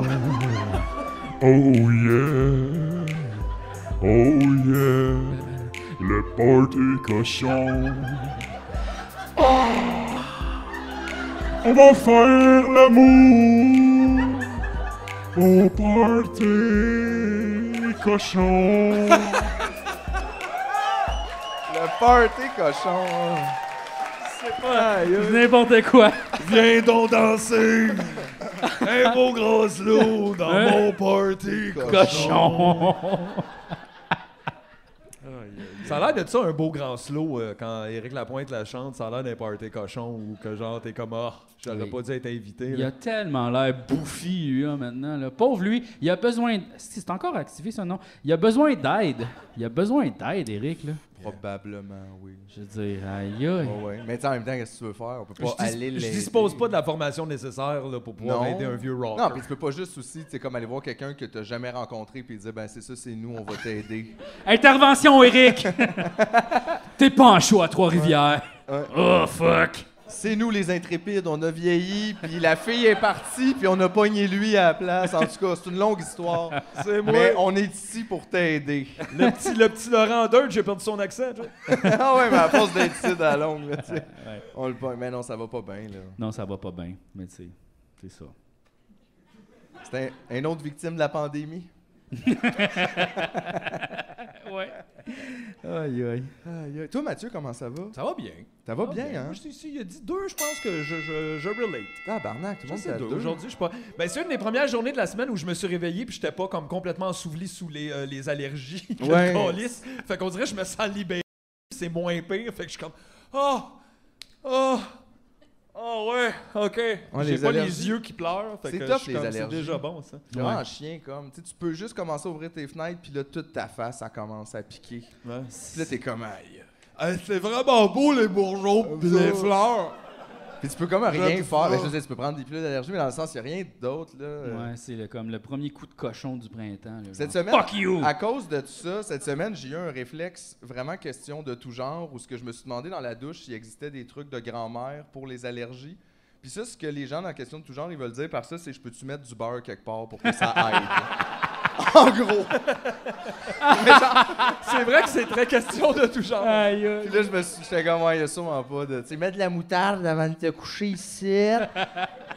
[SPEAKER 2] Oh yeah. Oh yeah. Le party cochon. Ah. On va faire l'amour au party cochon.
[SPEAKER 5] Le party cochon. C'est pas.
[SPEAKER 1] N'importe quoi.
[SPEAKER 4] Viens donc danser. Un beau gros loup dans mon party.
[SPEAKER 1] Ah, Cochon.
[SPEAKER 4] Ça a l'air de ça un beau grand slow euh, quand Éric Lapointe la chante, ça a l'air d'un party cochon ou que genre t'es comme ah, j'aurais
[SPEAKER 1] Oui.
[SPEAKER 4] pas dû être invité.
[SPEAKER 1] Il
[SPEAKER 4] là.
[SPEAKER 1] a tellement l'air bouffi, lui, hein, maintenant. Là. Pauvre lui, il a besoin. d- Si, C'est encore activé, ce nom. Il a besoin d'aide. Il a besoin d'aide, Eric. Là.
[SPEAKER 5] Probablement, oui. Ah
[SPEAKER 1] Je veux dire, aïe, aïe.
[SPEAKER 5] Ouais, ouais. Mais tu sais, en même temps, qu'est-ce que tu veux faire? On peut pas
[SPEAKER 4] Je, dis-
[SPEAKER 5] aller
[SPEAKER 4] je
[SPEAKER 5] l'aider.
[SPEAKER 4] dispose pas de la formation nécessaire là, pour pouvoir aider un vieux rocker.
[SPEAKER 5] Non, puis tu peux pas juste aussi, tu sais, comme aller voir quelqu'un que t'as jamais rencontré puis dire, ben c'est ça, c'est nous, on va t'aider.
[SPEAKER 1] Intervention, Eric. T'es pas en show à Trois-Rivières. Oh, fuck.
[SPEAKER 5] C'est nous les intrépides, on a vieilli, puis la fille est partie, puis on a pogné lui à la place. En tout cas, c'est une longue histoire.
[SPEAKER 4] C'est moi.
[SPEAKER 5] Mais on est ici pour t'aider.
[SPEAKER 4] Le petit, le petit Laurent Deutsch, j'ai perdu son accent. tu vois.
[SPEAKER 5] ah ouais, mais à force d'être ici dans la longue, là, tu sais, on le pogne. Mais non, ça va pas bien, là.
[SPEAKER 1] Non, ça va pas bien, mais tu sais, c'est ça.
[SPEAKER 5] C'est un, un autre victime de la pandémie.
[SPEAKER 1] Ouais.
[SPEAKER 5] Aïe, aïe. aïe. Toi, Mathieu, comment ça va?
[SPEAKER 4] Ça va bien.
[SPEAKER 5] Ça va bien, hein?
[SPEAKER 4] Moi, je suis ici, il a dit deux, je pense que je, je, je relate.
[SPEAKER 5] Ah, barnac, tout le
[SPEAKER 4] Je
[SPEAKER 5] monde
[SPEAKER 4] sais
[SPEAKER 5] fait
[SPEAKER 4] deux.
[SPEAKER 5] deux.
[SPEAKER 4] Aujourd'hui, je suis pas. Ben, c'est une des premières journées de la semaine où je me suis réveillé puis j'étais pas comme complètement ensouveli sous les, euh, les allergies que je
[SPEAKER 5] Ouais.
[SPEAKER 4] calisse. Fait qu'on dirait que je me sens libéré. C'est moins pire. Fait que je suis comme. Oh! Oh! Oh ouais, ok. J'ai
[SPEAKER 5] les
[SPEAKER 4] pas les
[SPEAKER 5] allergies.
[SPEAKER 4] yeux qui pleurent. Fait
[SPEAKER 5] C'est
[SPEAKER 4] que
[SPEAKER 5] top,
[SPEAKER 4] je suis
[SPEAKER 5] les
[SPEAKER 4] comme, C'est
[SPEAKER 5] allergies.
[SPEAKER 4] déjà bon, ça.
[SPEAKER 5] C'est vraiment chien, comme. Tu sais, tu peux juste commencer à ouvrir tes fenêtres, puis là, toute ta face, ça commence à piquer.
[SPEAKER 4] Ouais.
[SPEAKER 5] Puis là, t'es comme, aïe.
[SPEAKER 4] c'est vraiment beau, les bourgeons
[SPEAKER 5] pis les
[SPEAKER 4] fleurs.
[SPEAKER 5] Puis tu peux comme rien faire. Ben, je veux dire, tu peux prendre des pilules d'allergie, mais dans le sens, il n'y a rien d'autre. Là. Euh,
[SPEAKER 1] Ouais, c'est le- comme le premier coup de cochon du printemps. là,
[SPEAKER 5] Cette
[SPEAKER 1] genre.
[SPEAKER 5] semaine,
[SPEAKER 1] Fuck you!
[SPEAKER 3] Ah,
[SPEAKER 5] à cause de tout ça, cette semaine, j'ai eu un réflexe vraiment question de tout genre où ce que je me suis demandé dans la douche s'il existait des trucs de grand-mère pour les allergies. Puis ça, ce que les gens dans la question de tout genre, ils veulent dire par ça, c'est je peux-tu mettre du beurre quelque part pour que ça aide? en gros. Mais genre,
[SPEAKER 3] C'est vrai que c'est très question de tout genre.
[SPEAKER 1] Aïe, aïe.
[SPEAKER 5] puis là, je me suis j'étais comme, ouais, il y a sûrement pas de. Tu sais, mettre de la moutarde avant de te coucher ici,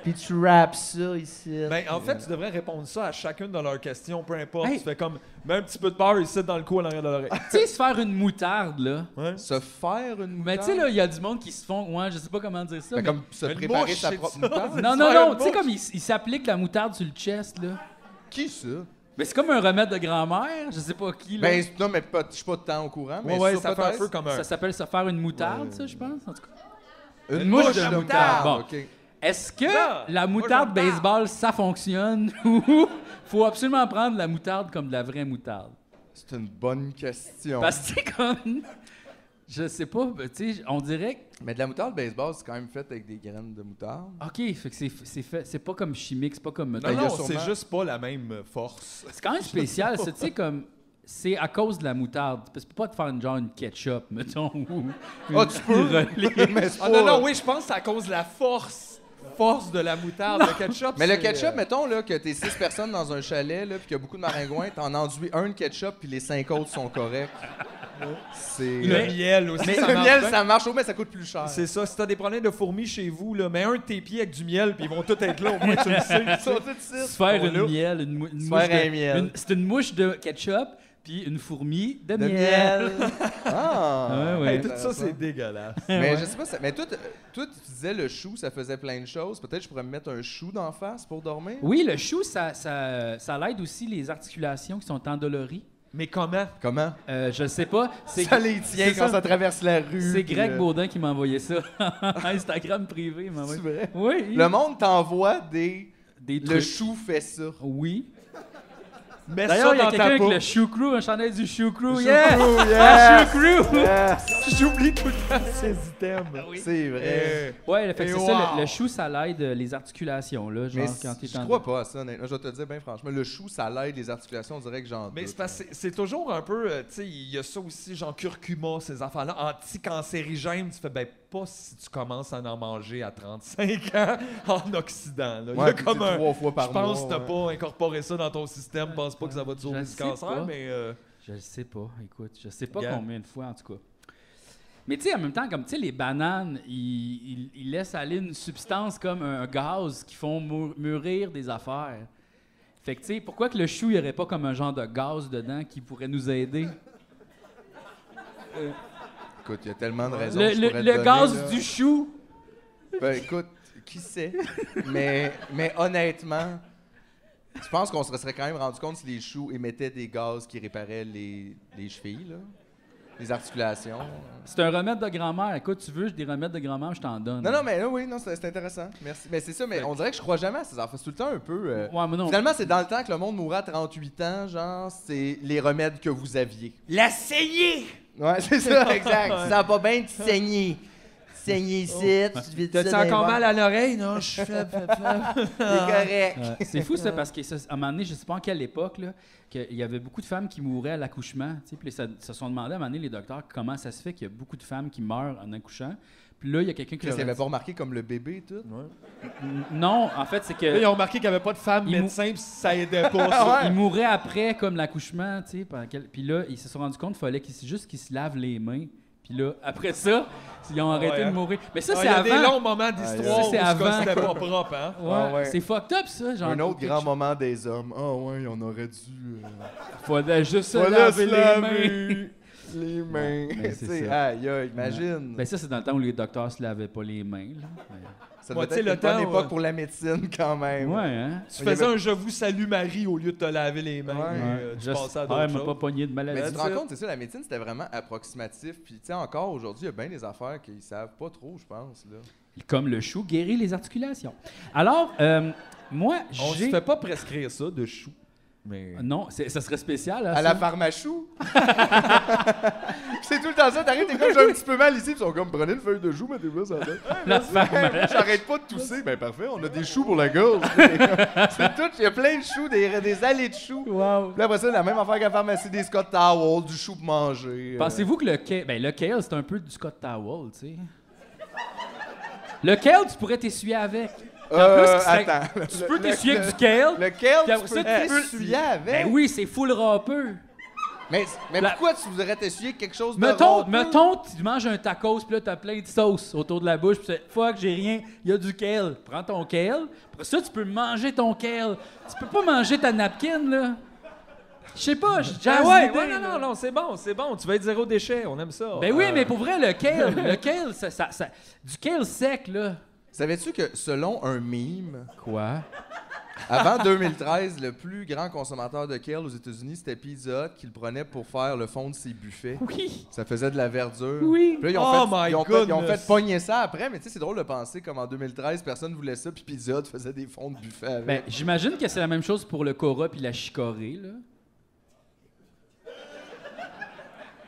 [SPEAKER 5] puis tu wraps ça ici.
[SPEAKER 4] Ben, en
[SPEAKER 5] euh,
[SPEAKER 4] fait, tu devrais répondre ça à chacune de leurs questions, peu importe.
[SPEAKER 1] Hey.
[SPEAKER 4] Tu fais comme, mets un petit peu de beurre ici dans le cou à l'arrière de l'oreille.
[SPEAKER 5] Ah!
[SPEAKER 1] Tu sais, se faire une moutarde, là.
[SPEAKER 4] Ouais.
[SPEAKER 5] se faire une moutarde.
[SPEAKER 1] Mais tu sais, là, il y a du monde qui se font. Ouais, je sais pas comment dire ça.
[SPEAKER 5] Ben,
[SPEAKER 1] mais-
[SPEAKER 5] comme se
[SPEAKER 4] Une
[SPEAKER 5] préparer
[SPEAKER 4] mouche,
[SPEAKER 5] sa
[SPEAKER 4] c'est
[SPEAKER 5] propre
[SPEAKER 4] ça.
[SPEAKER 5] moutarde.
[SPEAKER 1] Non,
[SPEAKER 4] se
[SPEAKER 1] non,
[SPEAKER 4] faire
[SPEAKER 1] non.
[SPEAKER 4] une
[SPEAKER 1] Tu sais,
[SPEAKER 4] mouche.
[SPEAKER 1] comme il, s- il s'applique la moutarde sur le chest, là.
[SPEAKER 5] Qui ça?
[SPEAKER 1] Mais c'est comme un remède de grand-mère. Je sais pas qui, là.
[SPEAKER 5] Ben, non, mais pas- je suis pas de temps au courant, mais
[SPEAKER 4] Ouais, ouais,
[SPEAKER 5] ça,
[SPEAKER 4] ça fait un
[SPEAKER 5] peut-être.
[SPEAKER 4] peu comme un.
[SPEAKER 1] ça s'appelle se faire une moutarde, ça, je pense. En tout cas.
[SPEAKER 5] Une,
[SPEAKER 1] mouche de moutarde. Bon.
[SPEAKER 5] ok.
[SPEAKER 1] Est-ce que
[SPEAKER 4] Non,
[SPEAKER 1] la
[SPEAKER 4] moi,
[SPEAKER 1] moutarde
[SPEAKER 4] j'en parle.
[SPEAKER 1] baseball, ça fonctionne ou faut absolument prendre la moutarde comme de la vraie moutarde?
[SPEAKER 5] C'est une bonne question.
[SPEAKER 1] Parce que tu sais, comme. Je sais pas, ben, tu sais, on dirait que.
[SPEAKER 5] Mais de la moutarde baseball, c'est quand même fait avec des graines de moutarde.
[SPEAKER 1] OK, fait que c'est c'est fait- c'est pas comme chimique, c'est pas comme.
[SPEAKER 4] Non,
[SPEAKER 1] mettons,
[SPEAKER 5] Ben, il y a
[SPEAKER 4] non,
[SPEAKER 5] sûrement-
[SPEAKER 4] c'est juste pas la même force.
[SPEAKER 1] C'est quand même spécial, ça, tu sais, comme. C'est à cause de la moutarde. Parce que tu peux pas te faire une genre une ketchup, mettons, ou.
[SPEAKER 5] Ah, tu peux! mais c'est
[SPEAKER 4] Ah
[SPEAKER 5] pas-
[SPEAKER 4] non, non, oui, je pense que c'est à cause de la force. Force de la moutarde, le ketchup.
[SPEAKER 5] Mais le
[SPEAKER 4] c'est,
[SPEAKER 5] ketchup,
[SPEAKER 4] euh,
[SPEAKER 5] mettons là, que t'es six personnes dans un chalet, là, puis qu'il y a beaucoup de maringouins, t'en enduis un de ketchup, puis les cinq autres sont corrects. C'est.
[SPEAKER 4] Le miel aussi.
[SPEAKER 5] Mais
[SPEAKER 4] ça
[SPEAKER 5] le
[SPEAKER 4] marche
[SPEAKER 5] miel,
[SPEAKER 4] bien.
[SPEAKER 5] ça marche au mais ça coûte plus cher.
[SPEAKER 4] C'est ça, si t'as des problèmes de fourmis chez vous, là, mets un de tes pieds avec du miel, puis ils vont tous être là, au moins tu le sais.
[SPEAKER 5] Ils sont tous six.
[SPEAKER 1] Se faire
[SPEAKER 4] On
[SPEAKER 1] une
[SPEAKER 4] l'a.
[SPEAKER 1] miel, une, mou- une
[SPEAKER 5] Se
[SPEAKER 1] mouche.
[SPEAKER 5] faire
[SPEAKER 1] de-
[SPEAKER 5] un miel.
[SPEAKER 1] une- C'est une mouche de ketchup, puis une fourmi de,
[SPEAKER 5] De
[SPEAKER 1] miel.
[SPEAKER 5] miel. Ah!
[SPEAKER 1] Ouais, ouais.
[SPEAKER 4] Hey, tout ça, c'est
[SPEAKER 5] Intéressant.
[SPEAKER 4] dégueulasse.
[SPEAKER 5] Mais je sais pas, ça- mais toi, t- toi, tu disais le chou, ça faisait plein de choses. Peut-être que je pourrais me mettre un chou d'en face pour dormir.
[SPEAKER 1] Oui, le chou, ça, ça, ça l'aide aussi les articulations qui sont endolories.
[SPEAKER 4] Mais comment?
[SPEAKER 5] Comment?
[SPEAKER 1] Euh, je sais pas. C'est
[SPEAKER 5] Ça les tient
[SPEAKER 1] c'est
[SPEAKER 5] quand
[SPEAKER 1] ça.
[SPEAKER 5] ça traverse la rue.
[SPEAKER 1] C'est
[SPEAKER 5] puis,
[SPEAKER 1] Greg
[SPEAKER 5] euh,
[SPEAKER 1] Baudin qui m'a envoyé ça. Instagram privé, il m'a
[SPEAKER 5] C'est
[SPEAKER 1] envoyé.
[SPEAKER 5] vrai.
[SPEAKER 1] Oui.
[SPEAKER 5] Le monde t'envoie des.
[SPEAKER 1] Des
[SPEAKER 5] Le
[SPEAKER 1] trucs.
[SPEAKER 5] chou fait ça.
[SPEAKER 1] Oui.
[SPEAKER 4] Mets
[SPEAKER 1] D'ailleurs,
[SPEAKER 4] ça
[SPEAKER 1] il y a
[SPEAKER 4] dans
[SPEAKER 1] quelqu'un
[SPEAKER 4] ta
[SPEAKER 1] avec
[SPEAKER 4] peau.
[SPEAKER 1] le chou crew, un chandail du chou crew.
[SPEAKER 5] Chou
[SPEAKER 1] Oh, Yeah!
[SPEAKER 5] crew,
[SPEAKER 1] Ah,
[SPEAKER 5] yes!
[SPEAKER 1] chou crew!
[SPEAKER 4] J'oublie tout le temps ces
[SPEAKER 5] Ah
[SPEAKER 4] items.
[SPEAKER 5] C'est vrai.
[SPEAKER 4] Eh,
[SPEAKER 1] Ouais, fait que
[SPEAKER 4] Et
[SPEAKER 1] c'est ça,
[SPEAKER 4] wow!
[SPEAKER 1] le, le chou, ça l'aide euh, les articulations, là, genre
[SPEAKER 5] Mais
[SPEAKER 1] quand t'es
[SPEAKER 5] je
[SPEAKER 1] en-
[SPEAKER 5] crois pas à ça, honnêtement. Je vais te le dire bien franchement. Le chou, ça l'aide les articulations, on dirait que j'en
[SPEAKER 4] Mais
[SPEAKER 5] doute.
[SPEAKER 4] c'est parce que c'est- c'est toujours un peu, euh, tu sais, il y a ça aussi, genre curcuma, ces affaires-là, anticancérigènes. Tu fais, ben, pas si tu commences à en manger à 35 ans en Occident. Là. il y
[SPEAKER 5] Ouais,
[SPEAKER 4] a
[SPEAKER 5] puis
[SPEAKER 4] comme
[SPEAKER 5] c'est
[SPEAKER 4] un.
[SPEAKER 5] trois fois par
[SPEAKER 4] Je pense que
[SPEAKER 5] mois,
[SPEAKER 4] t'as
[SPEAKER 5] ouais.
[SPEAKER 4] pas incorporé ça dans ton système, pense pas que ça va te
[SPEAKER 1] Je
[SPEAKER 4] sauver du
[SPEAKER 1] sais
[SPEAKER 4] cancer,
[SPEAKER 1] pas.
[SPEAKER 4] mais. euh,
[SPEAKER 1] Je le sais pas, écoute, je sais pas
[SPEAKER 4] Yeah.
[SPEAKER 1] combien de fois en tout cas. Mais tu sais, en même temps, comme tu sais, les bananes, ils, ils- ils laissent aller une substance comme un gaz qui font mûr- mûrir des affaires. Fait que tu sais, pourquoi que le chou, il n'y aurait pas comme un genre de gaz dedans qui pourrait nous aider?
[SPEAKER 5] Écoute, il y a tellement de raisons.
[SPEAKER 1] Le,
[SPEAKER 5] que je
[SPEAKER 1] le-
[SPEAKER 5] pourrais te
[SPEAKER 1] le
[SPEAKER 5] donner,
[SPEAKER 1] gaz
[SPEAKER 5] là.
[SPEAKER 1] du chou!
[SPEAKER 5] Ben écoute, qui sait? mais, mais honnêtement, je pense qu'on se serait quand même rendu compte si les choux émettaient des gaz qui réparaient les, les chevilles, là. Les articulations.
[SPEAKER 1] C'est un remède de grand-mère. Écoute, tu veux des remèdes de grand-mère, je t'en donne.
[SPEAKER 5] Non, non, mais là, oui, non, c'est c'est intéressant. Merci. Mais c'est ça, mais on dirait que je crois jamais à ces affaires. C'est tout le temps un peu. euh,
[SPEAKER 1] Ouais, mais non.
[SPEAKER 5] Finalement, c'est dans le temps que le monde mourra à 38 ans, genre, c'est les remèdes que vous aviez.
[SPEAKER 3] La saignée!
[SPEAKER 5] Ouais, c'est ça, exact. Ça va pas bien de saigner. Saigner ici,
[SPEAKER 1] Oh.
[SPEAKER 5] tu vis
[SPEAKER 3] T'as-tu encore mal à l'oreille? Non, je suis faible, faible, faible.
[SPEAKER 5] correct.
[SPEAKER 1] Ouais, c'est fou ça parce que ça, à un moment donné, je sais pas en quelle époque, là, qu'il y avait beaucoup de femmes qui mouraient à l'accouchement. tu sais, Puis ça- se sont demandé à un moment donné les docteurs comment ça se fait qu'il y a beaucoup de femmes qui meurent en accouchant. Puis là, il y a quelqu'un qui
[SPEAKER 5] Chris, il
[SPEAKER 1] leur a
[SPEAKER 5] avait
[SPEAKER 1] dit-
[SPEAKER 5] pas remarqué comme le bébé et tout.
[SPEAKER 1] Non, en fait, c'est que
[SPEAKER 4] Là, ils ont remarqué qu'il n'y avait pas de femme
[SPEAKER 1] Ils mou-
[SPEAKER 4] médecin, puis ça aidait pas. ça.
[SPEAKER 1] ils mouraient après comme l'accouchement, tu sais, par quel- puis là, ils se sont rendus compte qu'il fallait qu'ils juste qu'ils se lavent les mains. Puis là, après ça, ils ont arrêté de
[SPEAKER 4] Ouais, hein.
[SPEAKER 1] mourir. Mais ça,
[SPEAKER 4] Ah,
[SPEAKER 1] c'est
[SPEAKER 4] il y a des
[SPEAKER 1] avant.
[SPEAKER 4] longs moments d'histoire
[SPEAKER 1] Ça,
[SPEAKER 4] où
[SPEAKER 1] c'est
[SPEAKER 4] ce gars,
[SPEAKER 1] avant.
[SPEAKER 4] c'était pas propre, hein?
[SPEAKER 1] Ouais,
[SPEAKER 5] Ah, ouais.
[SPEAKER 1] C'est fucked up ça, genre.
[SPEAKER 5] Un autre
[SPEAKER 1] quelque
[SPEAKER 5] grand
[SPEAKER 1] chose-
[SPEAKER 5] moment des hommes. Ah ouais, on aurait dû. euh,
[SPEAKER 1] Faudrait juste se
[SPEAKER 5] Voilà, se
[SPEAKER 1] laver les mains.
[SPEAKER 5] laver les mains.
[SPEAKER 1] mais c'est
[SPEAKER 5] Tu sais,
[SPEAKER 1] ça.
[SPEAKER 5] aïe, aïe, imagine.
[SPEAKER 1] Ben ça, c'est dans le temps où les docteurs se lavaient pas les mains. Là. Ben, Mais-
[SPEAKER 5] ça
[SPEAKER 4] moi,
[SPEAKER 5] devait
[SPEAKER 4] tu sais,
[SPEAKER 5] être
[SPEAKER 4] le
[SPEAKER 5] une bonne
[SPEAKER 4] temps où-
[SPEAKER 5] époque pour la médecine quand même.
[SPEAKER 1] Ouais, hein?
[SPEAKER 4] Tu
[SPEAKER 5] Il y
[SPEAKER 4] faisais
[SPEAKER 5] avait-
[SPEAKER 4] un je vous salue Marie au lieu de te laver les mains.
[SPEAKER 5] Ouais.
[SPEAKER 4] puis, euh, tu
[SPEAKER 1] Juste-
[SPEAKER 4] passais à
[SPEAKER 1] Ah,
[SPEAKER 4] d'autres
[SPEAKER 1] elle m'a pas
[SPEAKER 4] choses.
[SPEAKER 1] pogné de maladie.
[SPEAKER 5] Mais tu te rends
[SPEAKER 1] Ça.
[SPEAKER 5] compte, c'est ça, la médecine, c'était vraiment approximatif. Puis, tu sais, encore aujourd'hui, il y a bien des affaires qu'ils savent pas trop, je pense. Là.
[SPEAKER 1] Comme le chou guérit les articulations. Alors, euh, moi,
[SPEAKER 4] On se
[SPEAKER 1] j'ai...
[SPEAKER 4] fait pas prescrire ça de chou. Mais...
[SPEAKER 1] Non, c'est- ça serait spécial. hein,
[SPEAKER 5] À
[SPEAKER 1] ça.
[SPEAKER 5] la pharmachou. c'est tout le dans ça, t'arrives, t'es comme, j'ai un petit peu mal ici, puis ils sont comme, prenez une feuille de joue, mettez-moi ça
[SPEAKER 1] La femme.
[SPEAKER 5] J'arrête pas de tousser, ben parfait, on a des choux pour la gorge. C'est tout, il y a plein de choux, des, des allées de choux.
[SPEAKER 1] Wow.
[SPEAKER 5] Puis après ça, la même affaire qu'à la pharmacie, des Scott Towels, du chou pour manger. euh.
[SPEAKER 1] Pensez-vous que le kale, ben, le kale, c'est un peu du Scott Towel, tu sais. Le kale, tu pourrais t'essuyer avec. En
[SPEAKER 5] Euh,
[SPEAKER 1] plus, ça-
[SPEAKER 5] attends.
[SPEAKER 1] tu
[SPEAKER 5] Le-
[SPEAKER 1] peux
[SPEAKER 5] le-
[SPEAKER 1] t'essuyer
[SPEAKER 5] le-
[SPEAKER 1] avec du kale.
[SPEAKER 5] Lequel
[SPEAKER 1] Puis après
[SPEAKER 5] tu
[SPEAKER 1] ça,
[SPEAKER 5] peux
[SPEAKER 1] tu peux-
[SPEAKER 5] t'essuyer avec?
[SPEAKER 1] Ben oui, c'est full râpeux.
[SPEAKER 5] Mais, mais
[SPEAKER 1] La-
[SPEAKER 5] pourquoi tu voudrais t'essuyer quelque chose de
[SPEAKER 1] Mettons,
[SPEAKER 5] râpeux?
[SPEAKER 1] mettons, tu manges un tacos, puis là, t'as plein de sauce autour de la bouche, puis tu fais, fuck, j'ai rien, il y a du kale. Prends ton kale. Après ça, tu peux manger ton kale. Tu peux pas manger ta napkin, là. Je sais pas, j'ai
[SPEAKER 4] Ah
[SPEAKER 1] jazz
[SPEAKER 4] ouais,
[SPEAKER 1] l'idée,
[SPEAKER 4] ouais, non,
[SPEAKER 1] là.
[SPEAKER 4] non, non, c'est bon, c'est bon. Tu vas être zéro déchet, on aime ça.
[SPEAKER 1] Ben oui,
[SPEAKER 4] Euh,
[SPEAKER 1] mais pour vrai, le kale, le kale, ça, ça- ça- du kale sec, là.
[SPEAKER 5] Savais-tu que selon un mime,
[SPEAKER 1] Quoi?
[SPEAKER 5] avant 2013, le plus grand consommateur de kale aux États-Unis, c'était Pizza Hut qui le prenait pour faire le fond de ses buffets.
[SPEAKER 1] Oui.
[SPEAKER 5] Ça faisait de la verdure.
[SPEAKER 1] Oui.
[SPEAKER 5] Puis là, ils ont,
[SPEAKER 4] Oh
[SPEAKER 5] fait,
[SPEAKER 4] my
[SPEAKER 5] ils ont fait- ils ont
[SPEAKER 4] goodness.
[SPEAKER 5] fait pogner ça après, mais tu sais, c'est drôle de penser comme en 2013, personne voulait ça, puis Pizza Hut faisait des fonds de buffet avec.
[SPEAKER 1] Ben, j'imagine que c'est la même chose pour le cora puis la chicorée, là.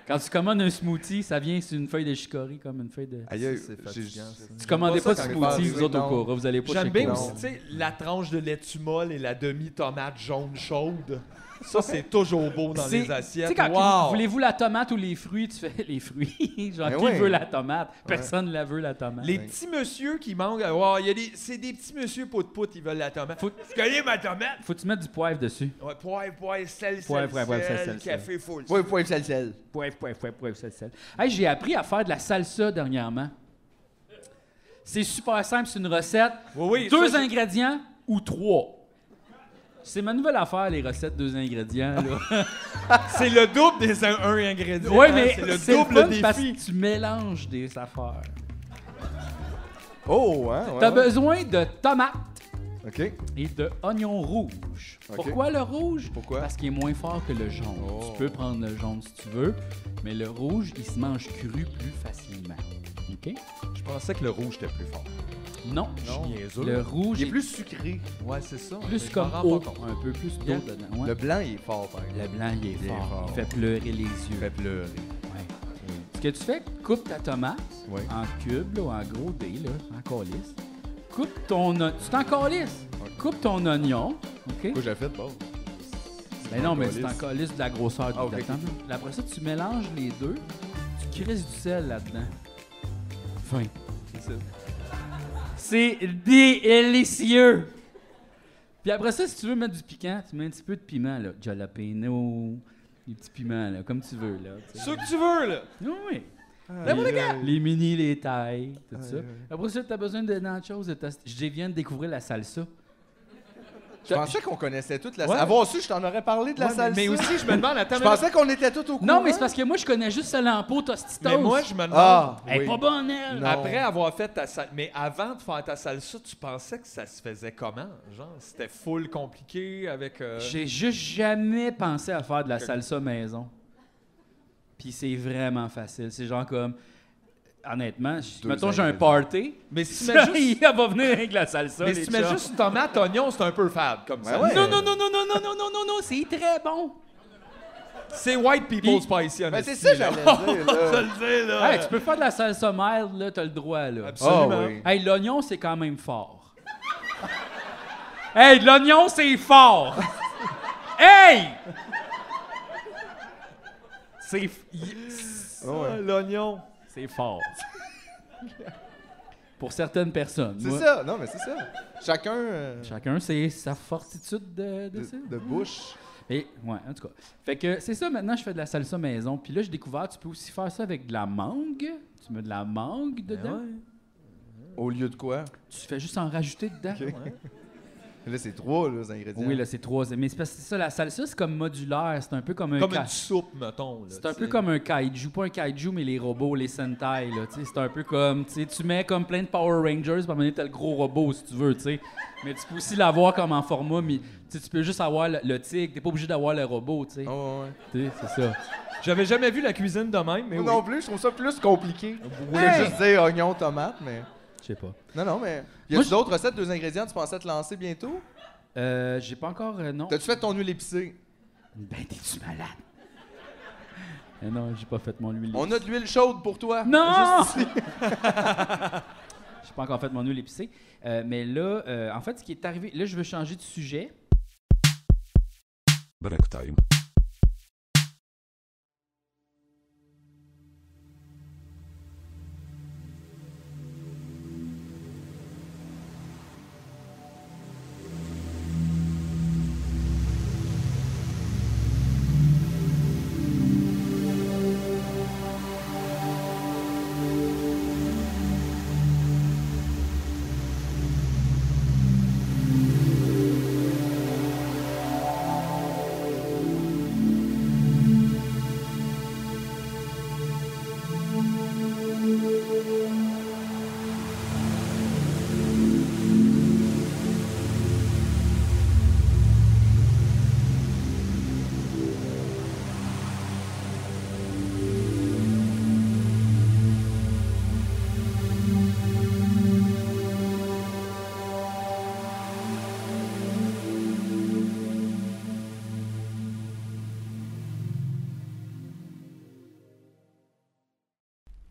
[SPEAKER 1] Quand tu commandes un smoothie, ça vient sur une feuille de chicorée, comme une feuille de...
[SPEAKER 5] Aïe, aïe,
[SPEAKER 4] c'est
[SPEAKER 5] j'ai-
[SPEAKER 4] fatigant, ça.
[SPEAKER 1] Tu commandez pas,
[SPEAKER 5] pas ça
[SPEAKER 1] de
[SPEAKER 5] quand on
[SPEAKER 1] smoothie,
[SPEAKER 5] est
[SPEAKER 1] vous autres, au
[SPEAKER 5] parti, non.
[SPEAKER 1] Cora. Vous allez pas
[SPEAKER 4] J'aime
[SPEAKER 1] chez
[SPEAKER 4] bien
[SPEAKER 1] Cora.
[SPEAKER 4] aussi, tu sais, la tranche de laitue molle et la demi-tomate jaune chaude. Ça, c'est toujours beau dans
[SPEAKER 1] C'est-
[SPEAKER 4] les assiettes.
[SPEAKER 1] Tu sais, quand
[SPEAKER 4] Wow!
[SPEAKER 1] vous- voulez-vous la tomate ou les fruits, tu fais les fruits. Genre,
[SPEAKER 5] Ben
[SPEAKER 1] qui
[SPEAKER 5] ouais.
[SPEAKER 1] veut la tomate? Personne ne la veut, la tomate.
[SPEAKER 4] Les petits messieurs qui manquent, wow, il y a des- c'est des petits messieurs pout-pout, ils veulent la tomate. Faut...
[SPEAKER 1] Faut-
[SPEAKER 4] Tu connais ma tomate?
[SPEAKER 1] Faut-tu mettre du poivre dessus?
[SPEAKER 4] Ouais, poivre, poivre, sel, sel,
[SPEAKER 1] Poivre,
[SPEAKER 4] sel,
[SPEAKER 1] poivre, poivre, sel, sel, sel.
[SPEAKER 4] café full.
[SPEAKER 5] Oui, poivre sel sel.
[SPEAKER 1] Poivre, poivre, poivre, poivre, sel, sel. Hey, j'ai appris à faire de la salsa dernièrement. C'est super simple, c'est une recette.
[SPEAKER 4] Oui, oui,
[SPEAKER 1] deux
[SPEAKER 4] ça, j'ai-
[SPEAKER 1] ingrédients ou trois. C'est ma nouvelle affaire, les recettes, deux ingrédients. là.
[SPEAKER 4] C'est le double des un, un ingrédient.
[SPEAKER 1] ouais,
[SPEAKER 4] hein,
[SPEAKER 1] mais
[SPEAKER 4] c'est le
[SPEAKER 1] c'est le
[SPEAKER 4] double
[SPEAKER 1] fun parce
[SPEAKER 4] défi.
[SPEAKER 1] que tu mélanges des affaires.
[SPEAKER 5] Oh, hein? ouais,
[SPEAKER 1] T'as
[SPEAKER 5] ouais.
[SPEAKER 1] besoin de tomates.
[SPEAKER 5] OK.
[SPEAKER 1] et de oignon rouge.
[SPEAKER 5] Ok.
[SPEAKER 1] Pourquoi le rouge?
[SPEAKER 5] Pourquoi?
[SPEAKER 1] Parce qu'il est moins fort que le jaune. Tu peux prendre le jaune si tu veux, mais le rouge, il se mange cru plus facilement. OK?
[SPEAKER 4] Je pensais que le rouge était plus fort.
[SPEAKER 1] Non.
[SPEAKER 4] Non.
[SPEAKER 1] Le rouge
[SPEAKER 5] Il est
[SPEAKER 1] est
[SPEAKER 5] plus sucré.
[SPEAKER 4] Ouais, c'est ça. mais
[SPEAKER 1] plus
[SPEAKER 4] je m'en
[SPEAKER 1] comme
[SPEAKER 4] rends
[SPEAKER 1] eau,
[SPEAKER 4] pas compte.
[SPEAKER 1] un peu plus d'eau
[SPEAKER 4] Yeah.
[SPEAKER 1] dedans. ouais.
[SPEAKER 5] Le blanc, il est fort, par exemple.
[SPEAKER 1] Le blanc, il est,
[SPEAKER 5] Il est
[SPEAKER 1] fort.
[SPEAKER 5] fort.
[SPEAKER 1] Il fait pleurer les yeux.
[SPEAKER 5] fait pleurer.
[SPEAKER 1] Ce que tu fais, coupe ta tomate
[SPEAKER 5] Oui.
[SPEAKER 1] en cubes, là, ou en gros dés, là, en calice. Coupe ton... o- Tu t'en calices. Coupe ton oignon, OK?
[SPEAKER 5] Pourquoi j'ai fait, bon?
[SPEAKER 1] Mais non, mais c'est
[SPEAKER 5] Calice.
[SPEAKER 1] encore liste de la grosseur du
[SPEAKER 5] Ah, ok,
[SPEAKER 1] datant. Là, Après ça, tu mélanges les deux, tu crisses du sel là-dedans. Fin. C'est ça. C'est délicieux! Puis après ça, si tu veux mettre du piquant, tu mets un petit peu de piment, là. Jalapeno, des petits piments, là, comme tu veux, là. tu sais.
[SPEAKER 4] Ce que tu veux, là.
[SPEAKER 1] Oui, oui. les, les mini, les tailles, tout ça. Après ça, t'as besoin de nachos. de toast- Je viens de découvrir la salsa. Ben,
[SPEAKER 5] Je pensais qu'on connaissait toute la
[SPEAKER 4] Ouais.
[SPEAKER 5] salsa. Avoir su, je t'en aurais parlé de la
[SPEAKER 4] Ouais, mais-
[SPEAKER 5] salsa.
[SPEAKER 4] mais aussi, je me demande, attends,
[SPEAKER 5] Je
[SPEAKER 4] mais-
[SPEAKER 5] pensais qu'on était tous au courant.
[SPEAKER 1] Non, mais c'est parce que moi, je connais juste celle en pot, tostitos.
[SPEAKER 4] mais moi, je me demande.
[SPEAKER 5] Ah,
[SPEAKER 1] Elle est
[SPEAKER 5] oui.
[SPEAKER 1] pas bonne, elle!
[SPEAKER 5] Non.
[SPEAKER 4] Après avoir fait ta salle, mais avant de faire ta salsa, tu pensais que ça se faisait comment? Genre, c'était full compliqué avec. euh,
[SPEAKER 1] J'ai juste jamais pensé à faire de la salsa maison. Puis c'est vraiment facile. C'est genre comme. Honnêtement, je-
[SPEAKER 5] Deux
[SPEAKER 1] mettons, j'ai un
[SPEAKER 5] ingrédients.
[SPEAKER 1] party.
[SPEAKER 4] Mais si tu mets
[SPEAKER 1] Ça,
[SPEAKER 4] juste,
[SPEAKER 1] il va venir avec la salsa.
[SPEAKER 4] mais
[SPEAKER 1] les
[SPEAKER 4] si tu mets
[SPEAKER 1] chums.
[SPEAKER 4] juste tomate, oignon, c'est un peu fade comme ça.
[SPEAKER 5] Ben ouais.
[SPEAKER 1] Non, non, non, non, non, non, non, non, non, non, c'est très bon.
[SPEAKER 4] C'est white people
[SPEAKER 1] Il-
[SPEAKER 4] spicy,
[SPEAKER 5] Mais
[SPEAKER 4] honnêtement.
[SPEAKER 5] Ben, c'est ça, j'allais
[SPEAKER 1] Ah,
[SPEAKER 5] dire. là.
[SPEAKER 1] Hey, tu peux faire de la salsa mild, là, t'as le droit, là.
[SPEAKER 5] Ah
[SPEAKER 4] Absolument.
[SPEAKER 5] oui.
[SPEAKER 1] Hey, l'oignon, c'est quand même fort. hey, l'oignon, c'est fort. hey! C'est. f-
[SPEAKER 5] Ah ouais.
[SPEAKER 4] L'oignon.
[SPEAKER 1] C'est fort. Pour certaines personnes.
[SPEAKER 5] C'est
[SPEAKER 1] Moi,
[SPEAKER 5] ça. Non, mais c'est ça. Chacun euh,
[SPEAKER 1] Chacun, c'est sa fortitude de, de ça.
[SPEAKER 5] de, de bouche.
[SPEAKER 1] Et, ouais, en tout cas. Fait que c'est ça, maintenant, je fais de la salsa maison. Puis là, j'ai découvert, tu peux aussi faire ça avec de la mangue. Tu mets de la mangue dedans.
[SPEAKER 5] Au lieu de quoi?
[SPEAKER 1] Tu fais juste en rajouter dedans. Ouais.
[SPEAKER 5] Là, c'est trois, là, les ingrédients. Ah,
[SPEAKER 1] Oui, là, c'est trois. Mais c'est parce que c'est ça, la salsa, c'est comme modulaire. C'est un peu comme un...
[SPEAKER 4] Comme
[SPEAKER 1] ca-
[SPEAKER 4] une soupe, mettons. là,
[SPEAKER 1] C'est un
[SPEAKER 4] tu
[SPEAKER 1] peu
[SPEAKER 4] sais.
[SPEAKER 1] comme un kaiju, pas un kaiju, mais les robots, les Sentai, là, tu sais, c'est un peu comme, tu sais, tu mets comme plein de Power Rangers, puis à un moment donné, t'as le gros robot, si tu veux, tu sais. Mais tu peux aussi l'avoir comme en format, mais tu sais, tu peux juste avoir le, le tigre, t'es pas obligé d'avoir le robot, tu sais.
[SPEAKER 5] Ah, ouais, ouais.
[SPEAKER 1] Tu sais, c'est ça.
[SPEAKER 4] J'avais jamais vu la cuisine de même, mais
[SPEAKER 1] Eh
[SPEAKER 5] Moi
[SPEAKER 4] oui. Euh,
[SPEAKER 5] non plus, je trouve ça plus compliqué. Je
[SPEAKER 1] Ah, Hey!
[SPEAKER 5] juste dire oignon, tomate, mais.
[SPEAKER 1] Je sais pas.
[SPEAKER 5] Non, non, mais. Y
[SPEAKER 1] Moi,
[SPEAKER 5] a
[SPEAKER 1] je-
[SPEAKER 5] d'autres recettes, deux ingrédients, tu pensais te lancer bientôt?
[SPEAKER 1] Euh, j'ai pas encore, euh, non.
[SPEAKER 5] T'as-tu fait ton huile épicée?
[SPEAKER 1] Ben, t'es-tu malade? Mais non, j'ai pas fait mon huile.
[SPEAKER 5] On a de l'huile chaude pour toi.
[SPEAKER 1] Non!
[SPEAKER 5] Juste ici.
[SPEAKER 1] J'ai pas encore fait mon huile épicée. Euh, mais là, euh, en fait, ce qui est arrivé, là, je veux changer de sujet.
[SPEAKER 8] Break time.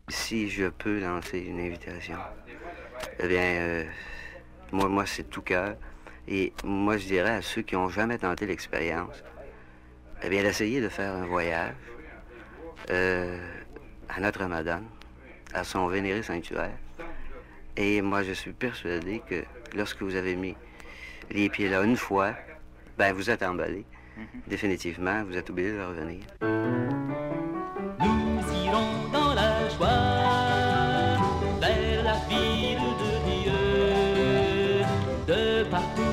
[SPEAKER 9] Si je peux lancer une invitation, eh bien, euh, moi, moi c'est de tout cœur. Et moi, je dirais à ceux qui n'ont jamais tenté l'expérience, eh bien, d'essayer de faire un voyage euh, à Notre-Madame, à son vénéré sanctuaire. Et moi, je suis persuadé que lorsque vous avez mis les pieds là une fois, ben, vous êtes emballé. Définitivement, vous êtes obligé de revenir.
[SPEAKER 10] Nous irons dans la joie vers la ville de Dieu, de partout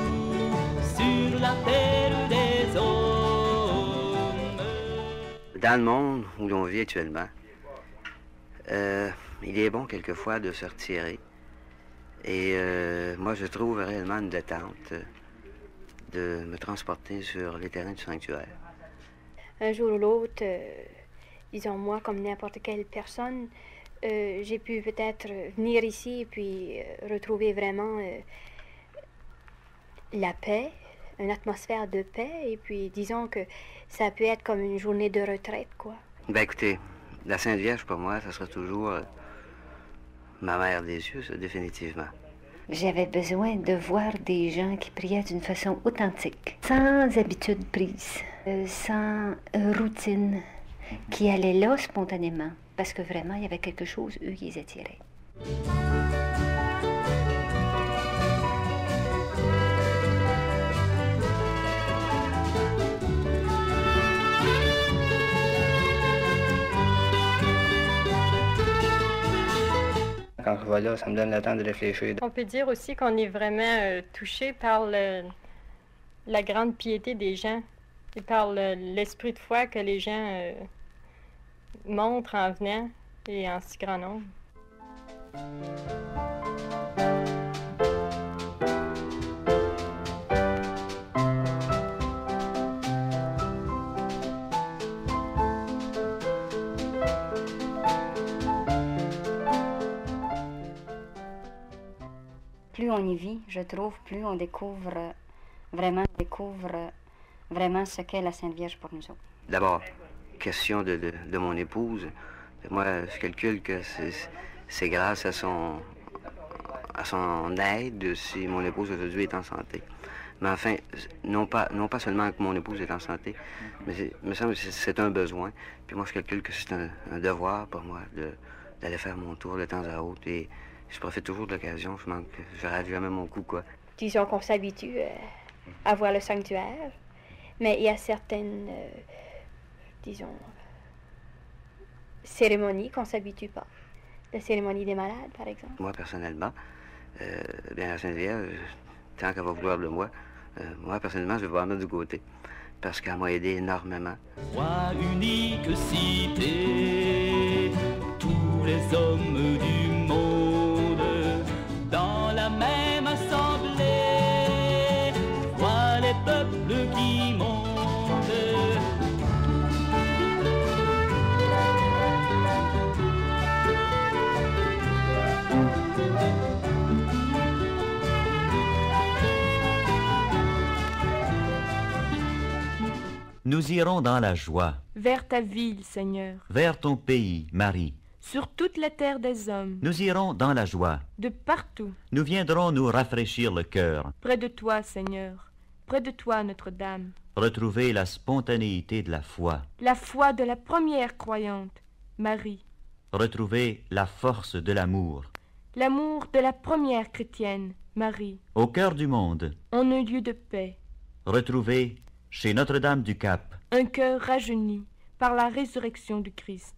[SPEAKER 10] sur la terre des hommes.
[SPEAKER 9] Dans le monde où l'on vit actuellement, euh, il est bon quelquefois de se retirer. Et euh, moi, je trouve réellement une détente euh, de me transporter sur les terrains du sanctuaire.
[SPEAKER 11] un jour ou l'autre, euh, disons moi comme n'importe quelle personne, euh, j'ai pu peut-être venir ici et puis euh, retrouver vraiment euh, la paix, une atmosphère de paix et puis disons que ça peut être comme une journée de retraite quoi.
[SPEAKER 9] Ben écoutez, la Sainte Vierge pour moi, ça sera toujours euh, ma mère des yeux, ça, définitivement.
[SPEAKER 12] J'avais besoin de voir des gens qui priaient d'une façon authentique, sans habitude prise, euh, sans euh, routine, qui allaient là spontanément, parce que vraiment, il y avait quelque chose, eux, qui les attirait.
[SPEAKER 9] Quand je vois là, ça me donne le temps de réfléchir.
[SPEAKER 13] On peut dire aussi qu'on est vraiment euh, touché par le- la grande piété des gens et par le- l'esprit de foi que les gens euh, montrent en venant et en si grand nombre.
[SPEAKER 12] Plus on y vit, je trouve, plus on découvre euh, vraiment, on découvre euh, vraiment ce qu'est la Sainte Vierge pour nous autres.
[SPEAKER 9] D'abord, question de, de- de mon épouse. Moi, je calcule que c'est- c'est grâce à son, à son aide si mon épouse aujourd'hui est en santé. Mais enfin, non pas, non pas seulement que mon épouse est en santé, mais c'est- il me semble que c'est- c'est un besoin. Puis moi, je calcule que c'est un, un devoir pour moi de- d'aller faire mon tour de temps à autre. Et je profite toujours de l'occasion. Je manque, je rate jamais mon coup, quoi.
[SPEAKER 11] disons qu'on s'habitue euh, à voir le sanctuaire, mais il y a certaines, euh, disons, cérémonies qu'on s'habitue pas. La cérémonie des malades, par exemple.
[SPEAKER 9] Moi, personnellement, euh, bien, la Sainte Vierge, tant qu'elle va vouloir de moi, euh, moi, personnellement, je vais la mettre du côté. Parce qu'elle m'a aidé énormément.
[SPEAKER 10] Roi unique cité, tous les hommes du monde, dans la même assemblée, vois les peuples qui montent.
[SPEAKER 8] Nous irons dans la joie,
[SPEAKER 14] vers ta ville, Seigneur,
[SPEAKER 8] vers ton pays, Marie.
[SPEAKER 14] sur toute la terre des hommes,
[SPEAKER 8] Nous irons dans la joie.
[SPEAKER 14] de partout,
[SPEAKER 8] Nous viendrons nous rafraîchir le cœur,
[SPEAKER 14] près de toi, Seigneur, près de toi, Notre-Dame,
[SPEAKER 8] retrouver la spontanéité de la foi,
[SPEAKER 14] la foi de la première croyante, Marie,
[SPEAKER 8] retrouver la force de l'amour.
[SPEAKER 14] l'amour de la première chrétienne, Marie,
[SPEAKER 8] Au cœur du monde,
[SPEAKER 14] en un lieu de paix,
[SPEAKER 8] retrouver chez Notre-Dame du Cap
[SPEAKER 14] un cœur rajeuni par la résurrection du Christ.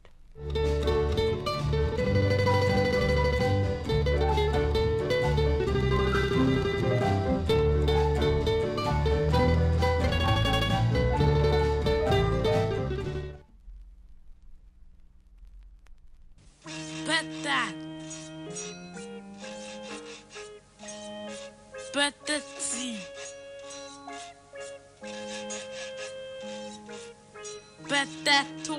[SPEAKER 15] Patate. Patati. Patato.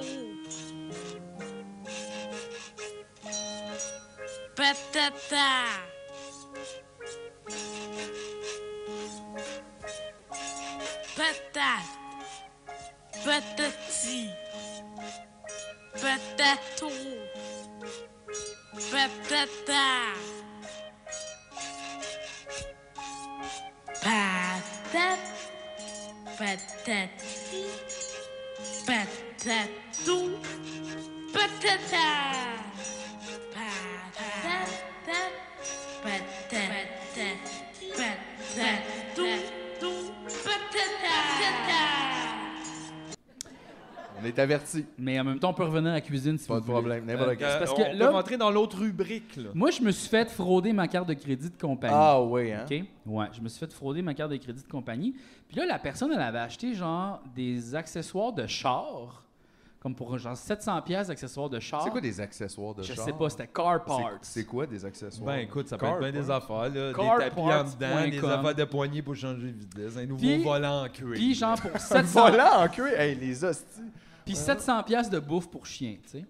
[SPEAKER 15] Patata. Patate. Patati. Patato. Patata. Patate. Patati. Patatou. Patata. Patata. Patata. Patatou. Patata.
[SPEAKER 1] On est averti. Mais en même temps, on peut revenir à la cuisine si Pas de
[SPEAKER 5] problème, n'importe
[SPEAKER 1] C'est Parce
[SPEAKER 4] on
[SPEAKER 1] que
[SPEAKER 4] peut
[SPEAKER 1] là,
[SPEAKER 4] rentrer dans l'autre rubrique. Là.
[SPEAKER 1] Moi, je me suis fait frauder ma carte de crédit de compagnie.
[SPEAKER 5] Ah oui, hein?
[SPEAKER 1] OK? Ouais, je me suis fait frauder ma carte de crédit de compagnie. Puis là, la personne, elle avait acheté, genre, des accessoires de char, comme pour, genre, 700 pièces d'accessoires de char.
[SPEAKER 5] C'est quoi des accessoires de
[SPEAKER 1] Je
[SPEAKER 5] char?
[SPEAKER 1] sais pas, c'était Car Parts.
[SPEAKER 5] C'est c'est quoi des accessoires?
[SPEAKER 4] Ben écoute, ça peut être bien des affaires, là,
[SPEAKER 1] Car
[SPEAKER 4] des tapis en dedans, des
[SPEAKER 1] parts.com.
[SPEAKER 4] affaires de poignées pour changer de vitesse, un nouveau
[SPEAKER 1] Puis-
[SPEAKER 4] volant en cuir.
[SPEAKER 1] Puis, genre, pour
[SPEAKER 5] Un
[SPEAKER 1] 700...
[SPEAKER 5] volant en queue, hey, les hosties.
[SPEAKER 1] Puis 700 pièces de bouffe pour chien, tu sais.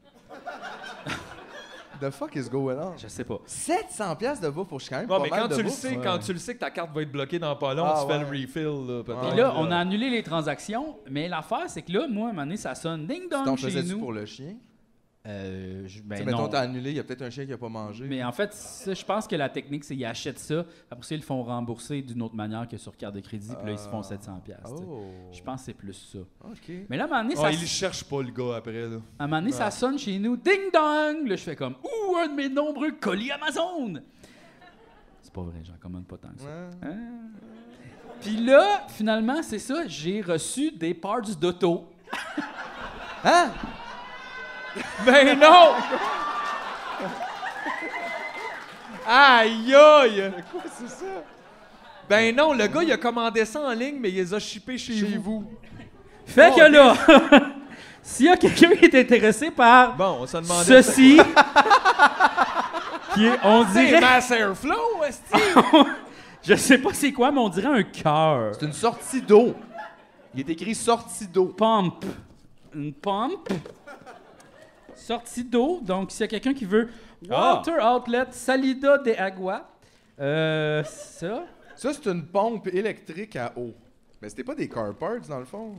[SPEAKER 5] The fuck is going on?
[SPEAKER 1] Je sais pas.
[SPEAKER 5] 700 pièces de bouffe pour je suis quand même
[SPEAKER 4] Bon,
[SPEAKER 5] pas
[SPEAKER 4] mais
[SPEAKER 5] mal
[SPEAKER 4] quand
[SPEAKER 5] de
[SPEAKER 4] tu le
[SPEAKER 5] bouffe.
[SPEAKER 4] sais,
[SPEAKER 5] Ouais.
[SPEAKER 4] quand tu le sais que ta carte va être bloquée dans pas long,
[SPEAKER 5] Ah,
[SPEAKER 4] tu fais le
[SPEAKER 5] ouais.
[SPEAKER 4] refill, là, peut-être.
[SPEAKER 5] Ah,
[SPEAKER 1] Puis là, on a annulé les transactions, mais l'affaire, c'est que là, moi, à un moment donné, ça sonne
[SPEAKER 5] T'en
[SPEAKER 1] ding-dong chez
[SPEAKER 5] faisais-tu
[SPEAKER 1] nous.
[SPEAKER 5] pour le chien?
[SPEAKER 1] Euh, je- ben
[SPEAKER 5] Tu sais,
[SPEAKER 1] non.
[SPEAKER 5] mettons, t'as annulé, il y a peut-être un chien qui a pas mangé.
[SPEAKER 1] Mais en fait, ça, je pense que la technique, c'est qu'ils achètent ça, après ça, ils le font rembourser d'une autre manière que sur carte de crédit, puis là, ils se
[SPEAKER 4] Ah.
[SPEAKER 1] font 700$. piastres, tu sais. Je pense que c'est plus ça.
[SPEAKER 5] OK.
[SPEAKER 1] Mais là, à un moment donné, ça,
[SPEAKER 4] Oh. Ah, il cherche pas le gars après, là.
[SPEAKER 1] à un moment donné, ça
[SPEAKER 4] Ah.
[SPEAKER 1] sonne chez nous, ding-dong! Là, je fais comme, ouh, un de mes nombreux colis Amazon! C'est pas vrai, j'en commande pas tant que ça. Hein? Puis là, finalement, c'est ça, j'ai reçu des parts d'auto.
[SPEAKER 5] hein?
[SPEAKER 1] Ben non!
[SPEAKER 4] Aïe aïe!
[SPEAKER 5] Quoi, c'est ça?
[SPEAKER 4] Ben non, le gars, il a commandé ça en ligne, mais il les a shippés chez, vous.
[SPEAKER 1] Fait
[SPEAKER 4] Oh,
[SPEAKER 1] que là, s'il y a quelqu'un qui est intéressé par
[SPEAKER 4] Bon, on se demandait
[SPEAKER 1] ceci, qui est, on
[SPEAKER 4] C'est
[SPEAKER 1] dirait,
[SPEAKER 4] Mass Airflow, est-ce
[SPEAKER 1] je sais pas c'est quoi, mais on dirait un cœur.
[SPEAKER 5] C'est une sortie d'eau. Il est écrit sortie d'eau.
[SPEAKER 1] Pump. Une pump. Sortie d'eau. Donc, s'il y a quelqu'un qui veut
[SPEAKER 4] Ah!
[SPEAKER 1] Water Outlet Salida de Agua, euh, ça.
[SPEAKER 5] Ça, c'est une pompe électrique à eau. Mais c'était pas des car parts, dans le fond.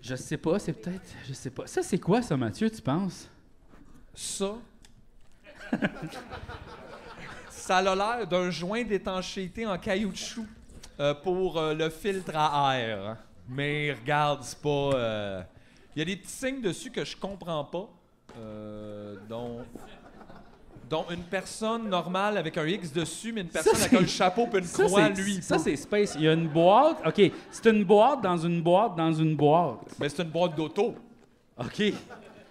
[SPEAKER 1] Je sais pas, c'est peut-être. Je sais pas. Ça, c'est quoi ça, Mathieu, tu penses?
[SPEAKER 4] Ça. ça a l'air d'un joint d'étanchéité en caoutchouc euh, pour euh, le filtre à air. Mais regarde, c'est pas. euh, Il y a des petits signes dessus que je comprends pas. euh, dont, dont une personne normale avec un X dessus, mais une personne avec
[SPEAKER 1] c'est-
[SPEAKER 4] un chapeau puis une
[SPEAKER 1] Ça,
[SPEAKER 4] croix,
[SPEAKER 1] c'est-
[SPEAKER 4] lui. il
[SPEAKER 1] Ça,
[SPEAKER 4] peut.
[SPEAKER 1] c'est Space. Il y a une boîte. OK. C'est une boîte dans une boîte dans une boîte.
[SPEAKER 4] Mais c'est une boîte d'auto.
[SPEAKER 1] OK.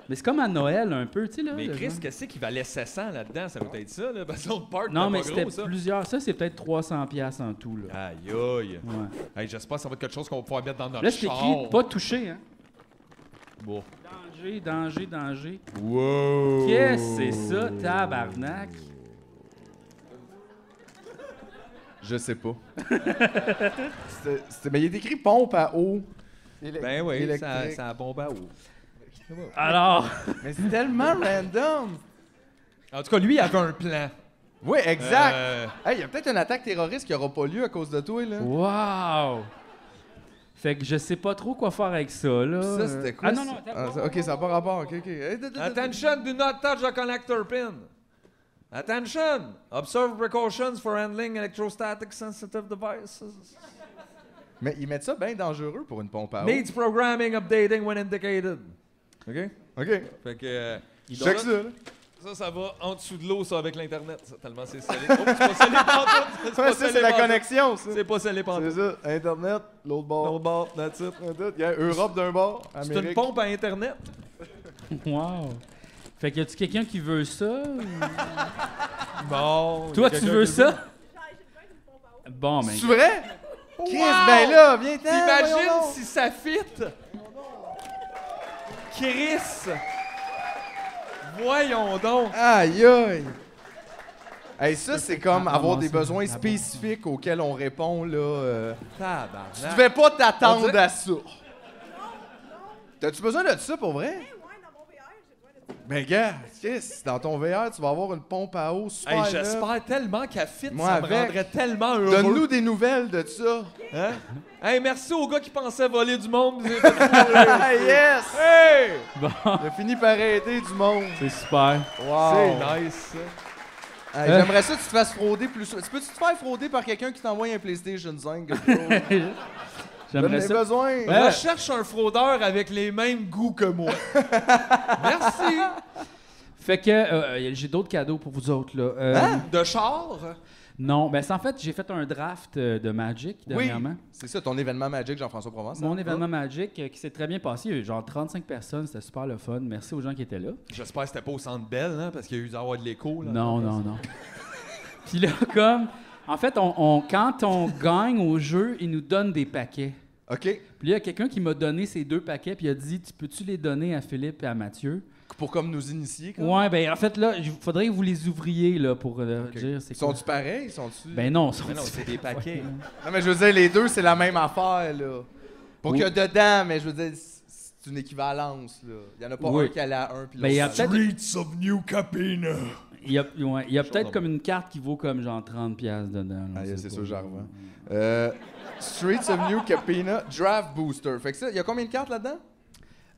[SPEAKER 1] Mais c'est comme à Noël, un peu, tu sais, là.
[SPEAKER 4] Mais
[SPEAKER 1] Ah, le
[SPEAKER 4] Chris,
[SPEAKER 1] genre.
[SPEAKER 4] qu'est-ce qui valait 700 là-dedans? Ça doit être ça, là. Parce que l'autre part,
[SPEAKER 1] Non,
[SPEAKER 4] t'as
[SPEAKER 1] mais
[SPEAKER 4] pas
[SPEAKER 1] c'était
[SPEAKER 4] gros, ça.
[SPEAKER 1] plusieurs. Ça, c'est peut-être 300$ piastres en tout, là.
[SPEAKER 4] Aïe, aïe.
[SPEAKER 1] Ouais.
[SPEAKER 4] Hey, J'espère que ça va être quelque chose qu'on va pouvoir mettre dans notre
[SPEAKER 1] Là, c'est
[SPEAKER 4] char.
[SPEAKER 1] écrit pas touché, hein.
[SPEAKER 4] Bon.
[SPEAKER 1] Danger, danger, danger.
[SPEAKER 4] Wow!
[SPEAKER 1] Qu'est-ce que c'est ça, tabarnak?
[SPEAKER 5] Je sais pas. C'était- c'était- mais il est écrit pompe à eau.
[SPEAKER 4] Ben oui, ça,
[SPEAKER 5] Électrique.
[SPEAKER 4] ça a bombe à eau.
[SPEAKER 1] Alors,
[SPEAKER 5] Mais c'est tellement random.
[SPEAKER 4] En tout cas, lui, il avait un plan.
[SPEAKER 5] Oui, exact.
[SPEAKER 4] Euh,
[SPEAKER 5] Hey, il y a peut-être une attaque terroriste qui aura pas lieu à cause de toi, là.
[SPEAKER 1] wow! Fait que je sais pas trop quoi faire avec ça, là.
[SPEAKER 5] Ça, c'était quoi?
[SPEAKER 1] Ah non, non,
[SPEAKER 5] ça?
[SPEAKER 1] attends.
[SPEAKER 5] Ah, ça- Ok, ça n'a pas rapport. Ok, ok. Eh, d- d- d-
[SPEAKER 4] Attention, do not touch the connector pin. Attention, observe precautions for handling electrostatic sensitive devices.
[SPEAKER 5] Mais ils mettent ça bien dangereux pour une pompe à eau.
[SPEAKER 4] Needs programming updating when indicated. OK?
[SPEAKER 5] OK.
[SPEAKER 4] Fait que. euh,
[SPEAKER 5] Check
[SPEAKER 4] donc
[SPEAKER 5] ça, là.
[SPEAKER 4] Ça, ça va en dessous de l'eau, ça, avec l'Internet. ça, tellement c'est salé. Oh, c'est pas salé pantoute, c'est pas
[SPEAKER 5] Ouais, ça,
[SPEAKER 4] salé
[SPEAKER 5] c'est la
[SPEAKER 4] pantoute.
[SPEAKER 5] connexion, ça.
[SPEAKER 4] C'est pas salé
[SPEAKER 5] C'est
[SPEAKER 4] pantoute.
[SPEAKER 5] ça. Internet, l'autre bord. L'autre
[SPEAKER 4] bord, that's it.
[SPEAKER 5] Il y a Europe d'un bord,
[SPEAKER 4] C'est une
[SPEAKER 5] Amérique.
[SPEAKER 4] pompe à Internet.
[SPEAKER 1] Wow. Fait que y a-tu quelqu'un qui veut ça? ou-
[SPEAKER 4] Bon.
[SPEAKER 1] Toi,
[SPEAKER 4] y a
[SPEAKER 1] tu
[SPEAKER 4] quelqu'un
[SPEAKER 1] veux
[SPEAKER 4] qui
[SPEAKER 1] ça? Bon, mais.
[SPEAKER 5] C'est vrai? Chris, ben là, viens-t'en, voyons
[SPEAKER 4] Imagine
[SPEAKER 5] donc.
[SPEAKER 4] si ça fit! Chris! Voyons donc!
[SPEAKER 5] Aïe, aïe. Hey, ça, c'est comme
[SPEAKER 4] Ah,
[SPEAKER 5] avoir
[SPEAKER 4] non,
[SPEAKER 5] des
[SPEAKER 4] c'est-
[SPEAKER 5] besoins
[SPEAKER 4] ah, bon.
[SPEAKER 5] spécifiques auxquels on répond, là. euh,
[SPEAKER 4] Tabarnak.
[SPEAKER 5] Tu devais pas
[SPEAKER 4] On
[SPEAKER 5] t'attendre
[SPEAKER 4] dirait-
[SPEAKER 5] à ça. T'as-tu besoin de ça pour vrai? Ben, gars, Chris, dans ton VR, tu vas avoir une pompe à eau super.
[SPEAKER 4] Hey,
[SPEAKER 5] neuve.
[SPEAKER 4] J'espère tellement qu'elle fit,
[SPEAKER 5] Moi,
[SPEAKER 4] ça me
[SPEAKER 5] avec.
[SPEAKER 4] rendrait tellement heureux.
[SPEAKER 5] Donne-nous des nouvelles de ça.
[SPEAKER 4] Hein? Hey, merci au gars qui pensait voler du monde.
[SPEAKER 5] Ah, yes!
[SPEAKER 4] Hey!
[SPEAKER 5] Il a fini par aider du monde.
[SPEAKER 1] C'est super.
[SPEAKER 5] Wow.
[SPEAKER 4] C'est nice, ça.
[SPEAKER 5] Hey,
[SPEAKER 1] Euh.
[SPEAKER 5] J'aimerais ça que tu te fasses frauder plus souvent. Tu peux-tu te faire frauder par quelqu'un qui t'envoie un PlayStation 5? J'aimerais
[SPEAKER 1] ça.
[SPEAKER 5] besoin.
[SPEAKER 4] Je cherche un fraudeur avec les mêmes goûts que moi. Merci.
[SPEAKER 1] Fait que euh, euh, j'ai d'autres cadeaux pour vous autres, là. Euh,
[SPEAKER 5] Hein?
[SPEAKER 4] De char?
[SPEAKER 1] Non, ben c'est en fait, j'ai fait un draft euh, de Magic
[SPEAKER 5] Oui,
[SPEAKER 1] dernièrement.
[SPEAKER 5] c'est ça, ton événement Magic, Jean-François Provence.
[SPEAKER 1] Mon
[SPEAKER 5] hein?
[SPEAKER 1] événement Magic euh, qui s'est très bien passé. Il y a eu genre 35 personnes, c'était super le fun. Merci aux gens qui étaient là.
[SPEAKER 4] J'espère que c'était pas au centre belle, hein, parce qu'il y a eu d'avoir de l'écho. là.
[SPEAKER 1] Non, non, non. Puis là, comme. En fait, on, on- quand on gagne au jeu, ils nous donnent des paquets.
[SPEAKER 5] OK.
[SPEAKER 1] Puis là, il y a quelqu'un qui m'a donné ces deux paquets, puis il a dit Tu peux-tu les donner à Philippe et à Mathieu
[SPEAKER 5] Pour comme nous initier. Comme.
[SPEAKER 1] Ouais, ben en fait, là, il faudrait que vous les ouvriez, là, pour euh, dire c'est quoi.
[SPEAKER 5] Sont-tu pareils? Sont-tu...
[SPEAKER 1] Ben non, sont
[SPEAKER 5] Mais non,
[SPEAKER 4] c'est des paquets.
[SPEAKER 5] Non, mais je veux dire, les deux, c'est la même affaire, là. Pour
[SPEAKER 1] Oui.
[SPEAKER 5] qu'il y a dedans, mais je veux dire, c- c'est une équivalence, là. Il y en a pas
[SPEAKER 1] Oui.
[SPEAKER 5] un qui a la 1 puis
[SPEAKER 1] Ben, il y a
[SPEAKER 5] l'autre. qui a la
[SPEAKER 1] peut-être-
[SPEAKER 5] Streets of New Capena.
[SPEAKER 1] Il y a, ouais, il y a peut-être
[SPEAKER 5] dans
[SPEAKER 1] comme une carte qui vaut comme genre 30$ piastres dedans. là,
[SPEAKER 5] Ah,
[SPEAKER 1] on
[SPEAKER 5] yeah,
[SPEAKER 1] sait
[SPEAKER 5] c'est
[SPEAKER 1] pas.
[SPEAKER 5] sûr, j'en revends. Euh, Streets of New Capena, Draft Booster. Fait que ça, il y a combien de cartes là-dedans?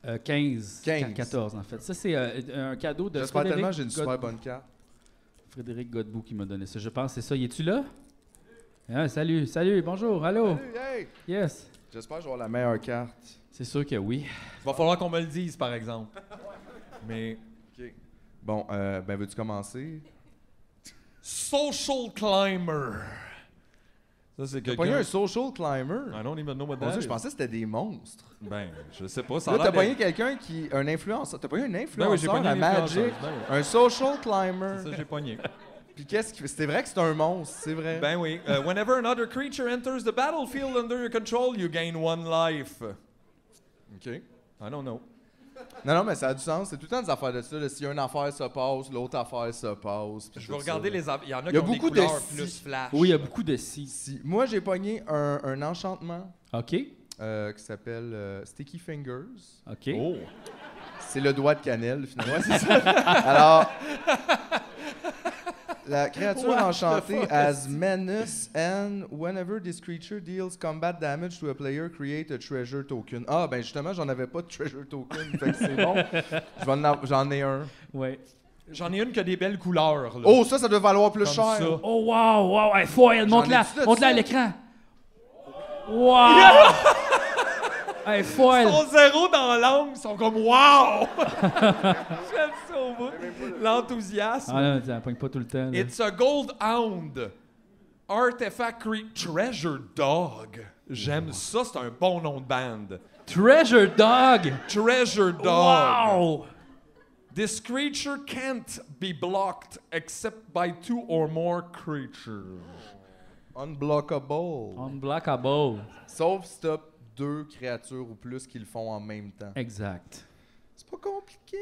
[SPEAKER 1] Euh, 15.
[SPEAKER 5] 15.
[SPEAKER 1] 14, en fait. Ça, c'est euh, un cadeau de
[SPEAKER 5] J'espère
[SPEAKER 1] Frédéric
[SPEAKER 5] tellement que j'ai une
[SPEAKER 1] God-
[SPEAKER 5] super bonne carte.
[SPEAKER 1] Frédéric Godbout qui m'a donné ça. Je pense que c'est ça. Y es-tu là? Ah, salut, salut, bonjour, allô.
[SPEAKER 5] Hey!
[SPEAKER 1] Yes.
[SPEAKER 5] J'espère que je vais avoir la meilleure carte.
[SPEAKER 1] C'est sûr que oui.
[SPEAKER 4] Il va falloir qu'on me le dise, par exemple. Mais.
[SPEAKER 5] Bon, euh, ben veux-tu commencer?
[SPEAKER 4] Social Climber. Ça, c'est
[SPEAKER 5] T'as
[SPEAKER 4] quelqu'un.
[SPEAKER 5] pas eu un social climber?
[SPEAKER 4] I don't even know what
[SPEAKER 5] Mon
[SPEAKER 4] that
[SPEAKER 5] Dieu,
[SPEAKER 4] is.
[SPEAKER 5] je pensais que c'était des monstres.
[SPEAKER 4] Ben, je sais pas. Ça a
[SPEAKER 5] Là, t'as
[SPEAKER 4] l'air
[SPEAKER 5] pogné
[SPEAKER 4] d'être-
[SPEAKER 5] quelqu'un qui. Un influenceur. T'as pogné un
[SPEAKER 4] Ben oui, j'ai
[SPEAKER 5] influenceur
[SPEAKER 4] pogné
[SPEAKER 5] à
[SPEAKER 4] un influenceur,
[SPEAKER 5] Magic.
[SPEAKER 4] ben oui.
[SPEAKER 5] Un social climber.
[SPEAKER 4] Ça, j'ai pogné.
[SPEAKER 5] Puis qu'est-ce qui. C'était vrai que c'est un monstre, c'est vrai.
[SPEAKER 4] Ben oui. Euh, whenever another creature enters the battlefield under your control, you gain one life.
[SPEAKER 5] OK.
[SPEAKER 4] I don't know.
[SPEAKER 5] Non, non, mais ça a du sens. C'est tout le temps des affaires de ça. là. Si une affaire se passe, l'autre affaire se passe. puis
[SPEAKER 4] Je
[SPEAKER 5] tout
[SPEAKER 4] vais regarder
[SPEAKER 5] ça, là.
[SPEAKER 4] les. ab- Il y en a,
[SPEAKER 5] Il y a
[SPEAKER 4] qui ont des
[SPEAKER 5] beaucoup de
[SPEAKER 4] couleurs
[SPEAKER 5] si.
[SPEAKER 4] plus flash.
[SPEAKER 1] Oui, il y a beaucoup de si.
[SPEAKER 5] Si- Moi, j'ai pogné un, un enchantement
[SPEAKER 1] OK.
[SPEAKER 5] euh, qui s'appelle euh, Sticky Fingers.
[SPEAKER 1] OK.
[SPEAKER 4] Oh.
[SPEAKER 5] C'est le doigt de cannelle, finalement. Ouais, c'est ça. Alors, la créature
[SPEAKER 4] What the
[SPEAKER 5] enchantée
[SPEAKER 4] fuck?
[SPEAKER 5] as menace and whenever this creature deals combat damage to a player, create a treasure token. Ah, ben justement, j'en avais pas de treasure token, fait que c'est bon. Je vais en av- J'en ai un.
[SPEAKER 1] Ouais.
[SPEAKER 4] J'en ai une qui a des belles couleurs. Là.
[SPEAKER 5] Oh, ça, ça doit valoir plus
[SPEAKER 4] Comme
[SPEAKER 5] cher.
[SPEAKER 4] ça.
[SPEAKER 1] Oh, wow, wow, hey, foil, monte-la,
[SPEAKER 5] ai-tu de
[SPEAKER 1] monte-la
[SPEAKER 5] ça?
[SPEAKER 1] à l'écran. Wow! hey, foil.
[SPEAKER 4] Ils sont Oh, zéro dans l'âme, ils sont comme wow! J'aime ça au bout. L'enthousiasme.
[SPEAKER 1] Ah non, ça pogne pas tout le temps. là.
[SPEAKER 4] It's a gold hound. Artifact Creek Treasure Dog. J'aime ça, c'est un bon nom de band.
[SPEAKER 1] Treasure Dog!
[SPEAKER 4] Treasure Dog.
[SPEAKER 5] Oh.
[SPEAKER 1] Wow!
[SPEAKER 4] This creature can't be blocked except by two or more creatures.
[SPEAKER 5] Unblockable.
[SPEAKER 1] Oh. Unblockable.
[SPEAKER 5] Sauf si t'as deux créatures ou plus qui le font en même temps.
[SPEAKER 1] Exact.
[SPEAKER 5] C'est pas compliqué.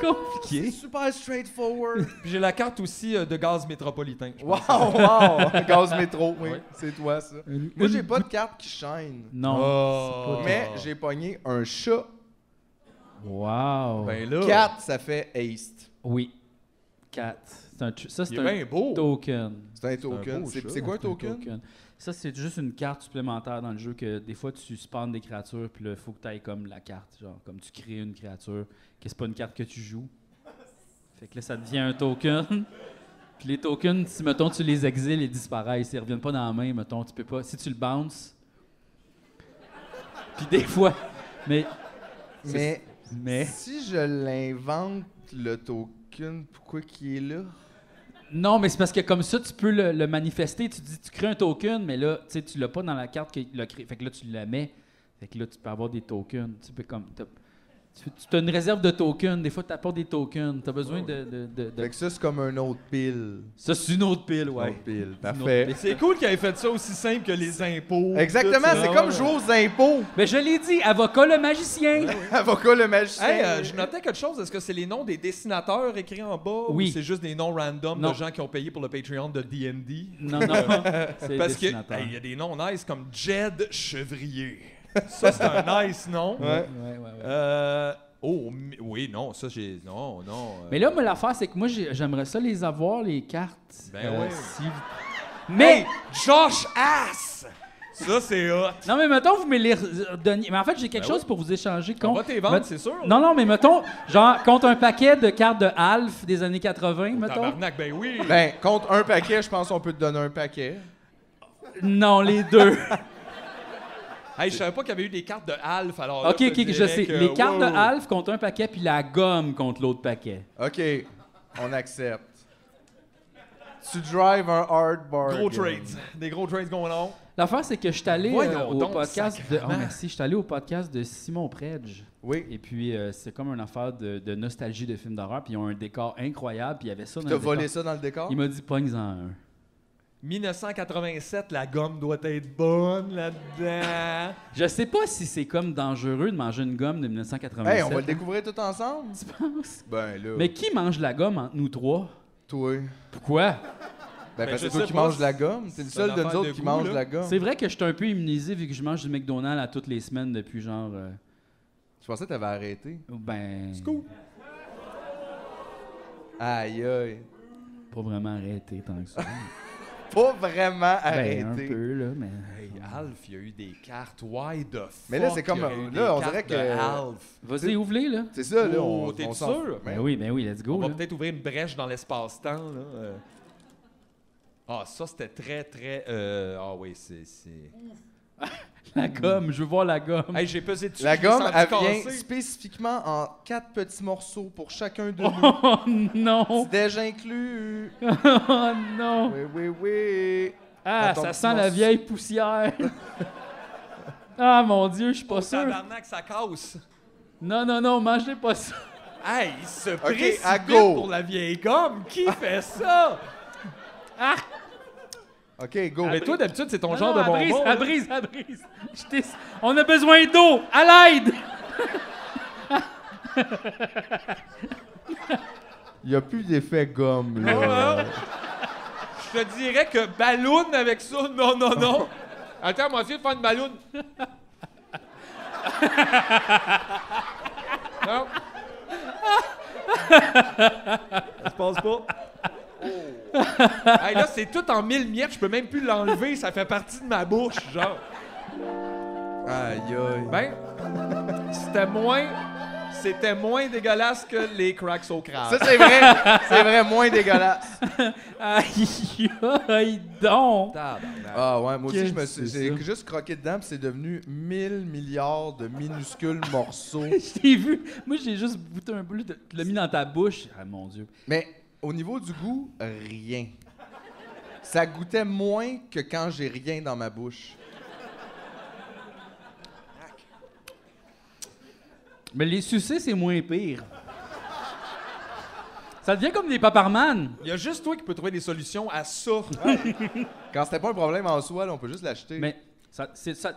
[SPEAKER 1] Compliqué.
[SPEAKER 5] C'est super straightforward.
[SPEAKER 4] Puis j'ai la carte aussi euh, de gaz métropolitain. je
[SPEAKER 5] Wow,
[SPEAKER 4] pense.
[SPEAKER 5] wow! Gaz métro, oui.
[SPEAKER 4] Oui.
[SPEAKER 5] C'est toi, ça.
[SPEAKER 1] Une-
[SPEAKER 5] Moi,
[SPEAKER 1] une-
[SPEAKER 5] j'ai pas de carte qui shine.
[SPEAKER 1] Non.
[SPEAKER 4] Oh.
[SPEAKER 5] Mais j'ai pogné un chat.
[SPEAKER 1] Wow.
[SPEAKER 4] Ben là,
[SPEAKER 5] 4, ça fait haste.
[SPEAKER 1] Oui. 4. C'est un, tr- ça, c'est
[SPEAKER 4] il est
[SPEAKER 1] un
[SPEAKER 4] bien beau.
[SPEAKER 1] token.
[SPEAKER 5] C'est un
[SPEAKER 4] un
[SPEAKER 5] token.
[SPEAKER 4] beau
[SPEAKER 5] C'est
[SPEAKER 4] chat.
[SPEAKER 5] c'est quoi un
[SPEAKER 1] C'est un
[SPEAKER 5] token?
[SPEAKER 1] token. Ça, c'est juste une carte supplémentaire dans le jeu que des fois, tu spawns des créatures, puis là, il faut que tu ailles comme la carte. Genre, comme tu crées une créature, que c'est pas une carte que tu joues. Fait que là, ça devient un token. puis les tokens, si, mettons, tu les exiles, ils disparaissent. Ils reviennent pas dans la main, mettons, tu peux pas. Si tu le bounces. Puis des fois. Mais.
[SPEAKER 5] Mais,
[SPEAKER 1] Mais.
[SPEAKER 5] si je l'invente, le token, pourquoi qu'il est là?
[SPEAKER 1] Non, mais c'est parce que comme ça, tu peux le, le manifester. Tu dis, tu crées un token, mais là, tu sais, tu l'as pas dans la carte qu'il a créé. Fait que là, tu la mets. Fait que là, tu peux avoir des tokens. Tu peux comme. t'as- Tu tu as une réserve de tokens. Des fois, tu apportes des tokens. Tu as besoin de. de, de- de-
[SPEAKER 5] Fait que ça, c'est comme un autre pile.
[SPEAKER 1] Ça, c'est une autre pile,
[SPEAKER 5] ouais. pile, parfait.
[SPEAKER 4] Mais c'est cool qu'il ait fait ça aussi simple que les impôts.
[SPEAKER 5] Exactement,
[SPEAKER 4] tout ça.
[SPEAKER 5] c'est comme jouer aux impôts.
[SPEAKER 1] Mais je l'ai dit, avocat le magicien.
[SPEAKER 5] avocat le magicien.
[SPEAKER 4] Hey, euh, je notais quelque chose. Est-ce que c'est les noms des dessinateurs écrits en bas
[SPEAKER 1] Oui.
[SPEAKER 4] ou c'est juste des noms random
[SPEAKER 1] Non.
[SPEAKER 4] de gens qui ont payé pour le Patreon de D&D?
[SPEAKER 1] Non, non, c'est
[SPEAKER 4] Parce que hey,
[SPEAKER 1] dessinateur.
[SPEAKER 5] euh,
[SPEAKER 4] il y a des noms nice comme Jed Chevrier. Ça, c'est un nice nom.
[SPEAKER 1] Ouais. Ouais, ouais, ouais.
[SPEAKER 4] Euh, oh, mi- oui, non, ça, j'ai... Non, non. euh,
[SPEAKER 1] Mais là, moi, l'affaire, c'est que moi, j'ai- j'aimerais ça les avoir, les cartes. euh,
[SPEAKER 4] Ben ouais.
[SPEAKER 1] si vous- Mais.
[SPEAKER 4] Josh Ass! Ça, c'est hot.
[SPEAKER 1] Non, mais mettons, vous me les redonniez. Mais en fait, j'ai quelque chose pour vous échanger. contre-
[SPEAKER 4] Ben va t'y vendre,
[SPEAKER 1] Met-
[SPEAKER 4] c'est sûr, là.
[SPEAKER 1] Non, non, mais mettons, genre, contre un paquet de cartes de Alf des années 80, mettons.
[SPEAKER 4] Tabarnak, ben oui.
[SPEAKER 5] Ben, contre un paquet, je pense qu'on peut te donner un paquet.
[SPEAKER 1] Non, les deux.
[SPEAKER 4] Hey, je savais pas qu'il y avait eu des cartes de Alf, alors... là,
[SPEAKER 1] ok,
[SPEAKER 4] te
[SPEAKER 1] ok, je
[SPEAKER 4] dirais
[SPEAKER 1] sais.
[SPEAKER 4] que-
[SPEAKER 1] Les cartes de
[SPEAKER 4] wow.
[SPEAKER 1] Alf contre un paquet, puis la gomme contre l'autre paquet.
[SPEAKER 5] OK, on accepte. Tu drives un hard bar.
[SPEAKER 4] Gros trades. Des gros trades going on.
[SPEAKER 1] L'affaire, c'est que je suis allé euh,
[SPEAKER 4] Voyons
[SPEAKER 1] au
[SPEAKER 4] donc,
[SPEAKER 1] podcast de. Oh,
[SPEAKER 4] sacrément.
[SPEAKER 1] merci. Je suis allé au podcast de Simon Predge.
[SPEAKER 5] Oui.
[SPEAKER 1] Et puis, euh, c'est comme une affaire de, de nostalgie de films d'horreur. Puis, ils ont un décor incroyable. Puis, il y avait ça dans
[SPEAKER 5] T'as
[SPEAKER 1] le décor.
[SPEAKER 5] volé ça dans le décor?
[SPEAKER 1] Il m'a dit, pogne-en un.
[SPEAKER 4] 1987, la gomme doit être bonne là-dedans.
[SPEAKER 1] Je sais pas si c'est comme dangereux de manger une gomme de 1987.
[SPEAKER 5] Hey, on va le découvrir tout ensemble?
[SPEAKER 1] hein, Tu penses?
[SPEAKER 5] Ben là.
[SPEAKER 1] Mais qui mange la gomme entre nous trois?
[SPEAKER 5] Toi.
[SPEAKER 1] Pourquoi?
[SPEAKER 5] Ben, parce
[SPEAKER 4] Ben, je
[SPEAKER 5] que c'est toi
[SPEAKER 4] sais
[SPEAKER 5] qui
[SPEAKER 4] pas,
[SPEAKER 5] manges de la gomme. T'es le
[SPEAKER 4] c'est
[SPEAKER 5] seul
[SPEAKER 4] une
[SPEAKER 5] de nous
[SPEAKER 4] affaire
[SPEAKER 5] autres
[SPEAKER 4] de
[SPEAKER 5] qui
[SPEAKER 4] goût,
[SPEAKER 5] mange
[SPEAKER 4] là.
[SPEAKER 5] de la gomme.
[SPEAKER 1] C'est vrai que je suis un peu immunisé vu que je mange du McDonald's à toutes les semaines depuis genre. euh,
[SPEAKER 5] Je pensais que t'avais arrêté.
[SPEAKER 1] ben.
[SPEAKER 4] cool.
[SPEAKER 5] Aïe, aïe.
[SPEAKER 1] Pas vraiment arrêté tant que ça.
[SPEAKER 5] Pas vraiment
[SPEAKER 1] ben, un
[SPEAKER 5] arrêté.
[SPEAKER 1] peu, là, mais.
[SPEAKER 4] Hey, Alf, il y a eu des cartes. Why the fuck?
[SPEAKER 5] Mais là, c'est comme-
[SPEAKER 4] il y a
[SPEAKER 5] là,
[SPEAKER 4] eu des
[SPEAKER 5] on
[SPEAKER 4] cartes
[SPEAKER 5] dirait
[SPEAKER 4] de
[SPEAKER 5] que-
[SPEAKER 4] Alf.
[SPEAKER 1] Vas-y, ouvrez, là.
[SPEAKER 5] C'est ça, là.
[SPEAKER 4] Oh,
[SPEAKER 5] on-
[SPEAKER 4] t'es
[SPEAKER 5] on s'en
[SPEAKER 4] sûr?
[SPEAKER 5] fout.
[SPEAKER 1] Ben oui, ben oui, let's
[SPEAKER 4] On
[SPEAKER 1] go.
[SPEAKER 4] va
[SPEAKER 1] là.
[SPEAKER 4] peut-être ouvrir une brèche dans l'espace-temps. là. euh. Ah, ça, c'était très, très. euh, Ah oui, c'est. c'est-
[SPEAKER 5] Hmm.
[SPEAKER 1] La gomme, je veux voir la gomme.
[SPEAKER 4] Hey, j'ai pesé dessus.
[SPEAKER 5] La
[SPEAKER 4] je l'ai
[SPEAKER 5] gomme,
[SPEAKER 4] senti
[SPEAKER 5] elle
[SPEAKER 4] casser.
[SPEAKER 5] vient spécifiquement en quatre petits morceaux pour chacun de nous.
[SPEAKER 1] Oh non!
[SPEAKER 5] Déjà inclus.
[SPEAKER 1] Oh non!
[SPEAKER 5] Oui, oui, oui.
[SPEAKER 1] Ah,
[SPEAKER 5] Attends,
[SPEAKER 1] ça
[SPEAKER 5] tu
[SPEAKER 1] sent la
[SPEAKER 5] manges-
[SPEAKER 1] vieille poussière! ah mon dieu, je suis pas
[SPEAKER 4] Oh,
[SPEAKER 1] sûr!
[SPEAKER 4] Tabarnak, ça casse.
[SPEAKER 1] Non, non, non, mangez pas ça!
[SPEAKER 4] Hey, il se
[SPEAKER 5] à
[SPEAKER 4] précipite
[SPEAKER 5] go.
[SPEAKER 4] pour la vieille gomme. Qui fait ça?
[SPEAKER 5] OK, go.
[SPEAKER 4] Mais toi, d'habitude, c'est ton
[SPEAKER 1] Non,
[SPEAKER 4] genre
[SPEAKER 1] non,
[SPEAKER 4] de
[SPEAKER 1] elle
[SPEAKER 4] bonbon. hein? là.
[SPEAKER 1] brise, elle brise, elle brise. Je t'ai- On a besoin d'eau, à l'aide!
[SPEAKER 5] Il n'y a plus d'effet gomme, là.
[SPEAKER 4] Ah, Je te dirais que ballon avec ça, non, non, non. Attends, moi, je de faire une ballon. non. Ça se passe pas. Oh. Hey, là, c'est tout en mille miettes. Je peux même plus l'enlever. Ça fait partie de ma bouche, genre.
[SPEAKER 5] Aïe, aïe.
[SPEAKER 4] Ben, c'était moins... C'était moins dégueulasse que les cracks au crabe.
[SPEAKER 5] Ça, c'est vrai. c'est vrai, moins dégueulasse.
[SPEAKER 1] Aïe, aïe, donc!
[SPEAKER 4] Tabarnak.
[SPEAKER 5] Ah ouais, moi aussi,
[SPEAKER 1] Qu'est-ce
[SPEAKER 5] je me
[SPEAKER 1] que
[SPEAKER 5] suis...
[SPEAKER 1] c'est
[SPEAKER 5] J'ai
[SPEAKER 1] ça?
[SPEAKER 5] juste croqué dedans, puis c'est devenu 1000 milliards de minuscules morceaux.
[SPEAKER 1] Je t'ai vu, moi j'ai juste bouté un bout, de- tu l'as mis dans ta bouche. Ah mon dieu.
[SPEAKER 5] Mais au niveau du goût, rien. Ça goûtait moins que quand j'ai rien dans ma bouche.
[SPEAKER 1] Mais les sucés, c'est moins pire. Ça devient comme des paparman.
[SPEAKER 4] Il y a juste toi qui peux trouver des solutions à ça.
[SPEAKER 5] Quand c'était pas un problème en soi, là, on peut juste l'acheter.
[SPEAKER 1] Mais ça, c'est ça.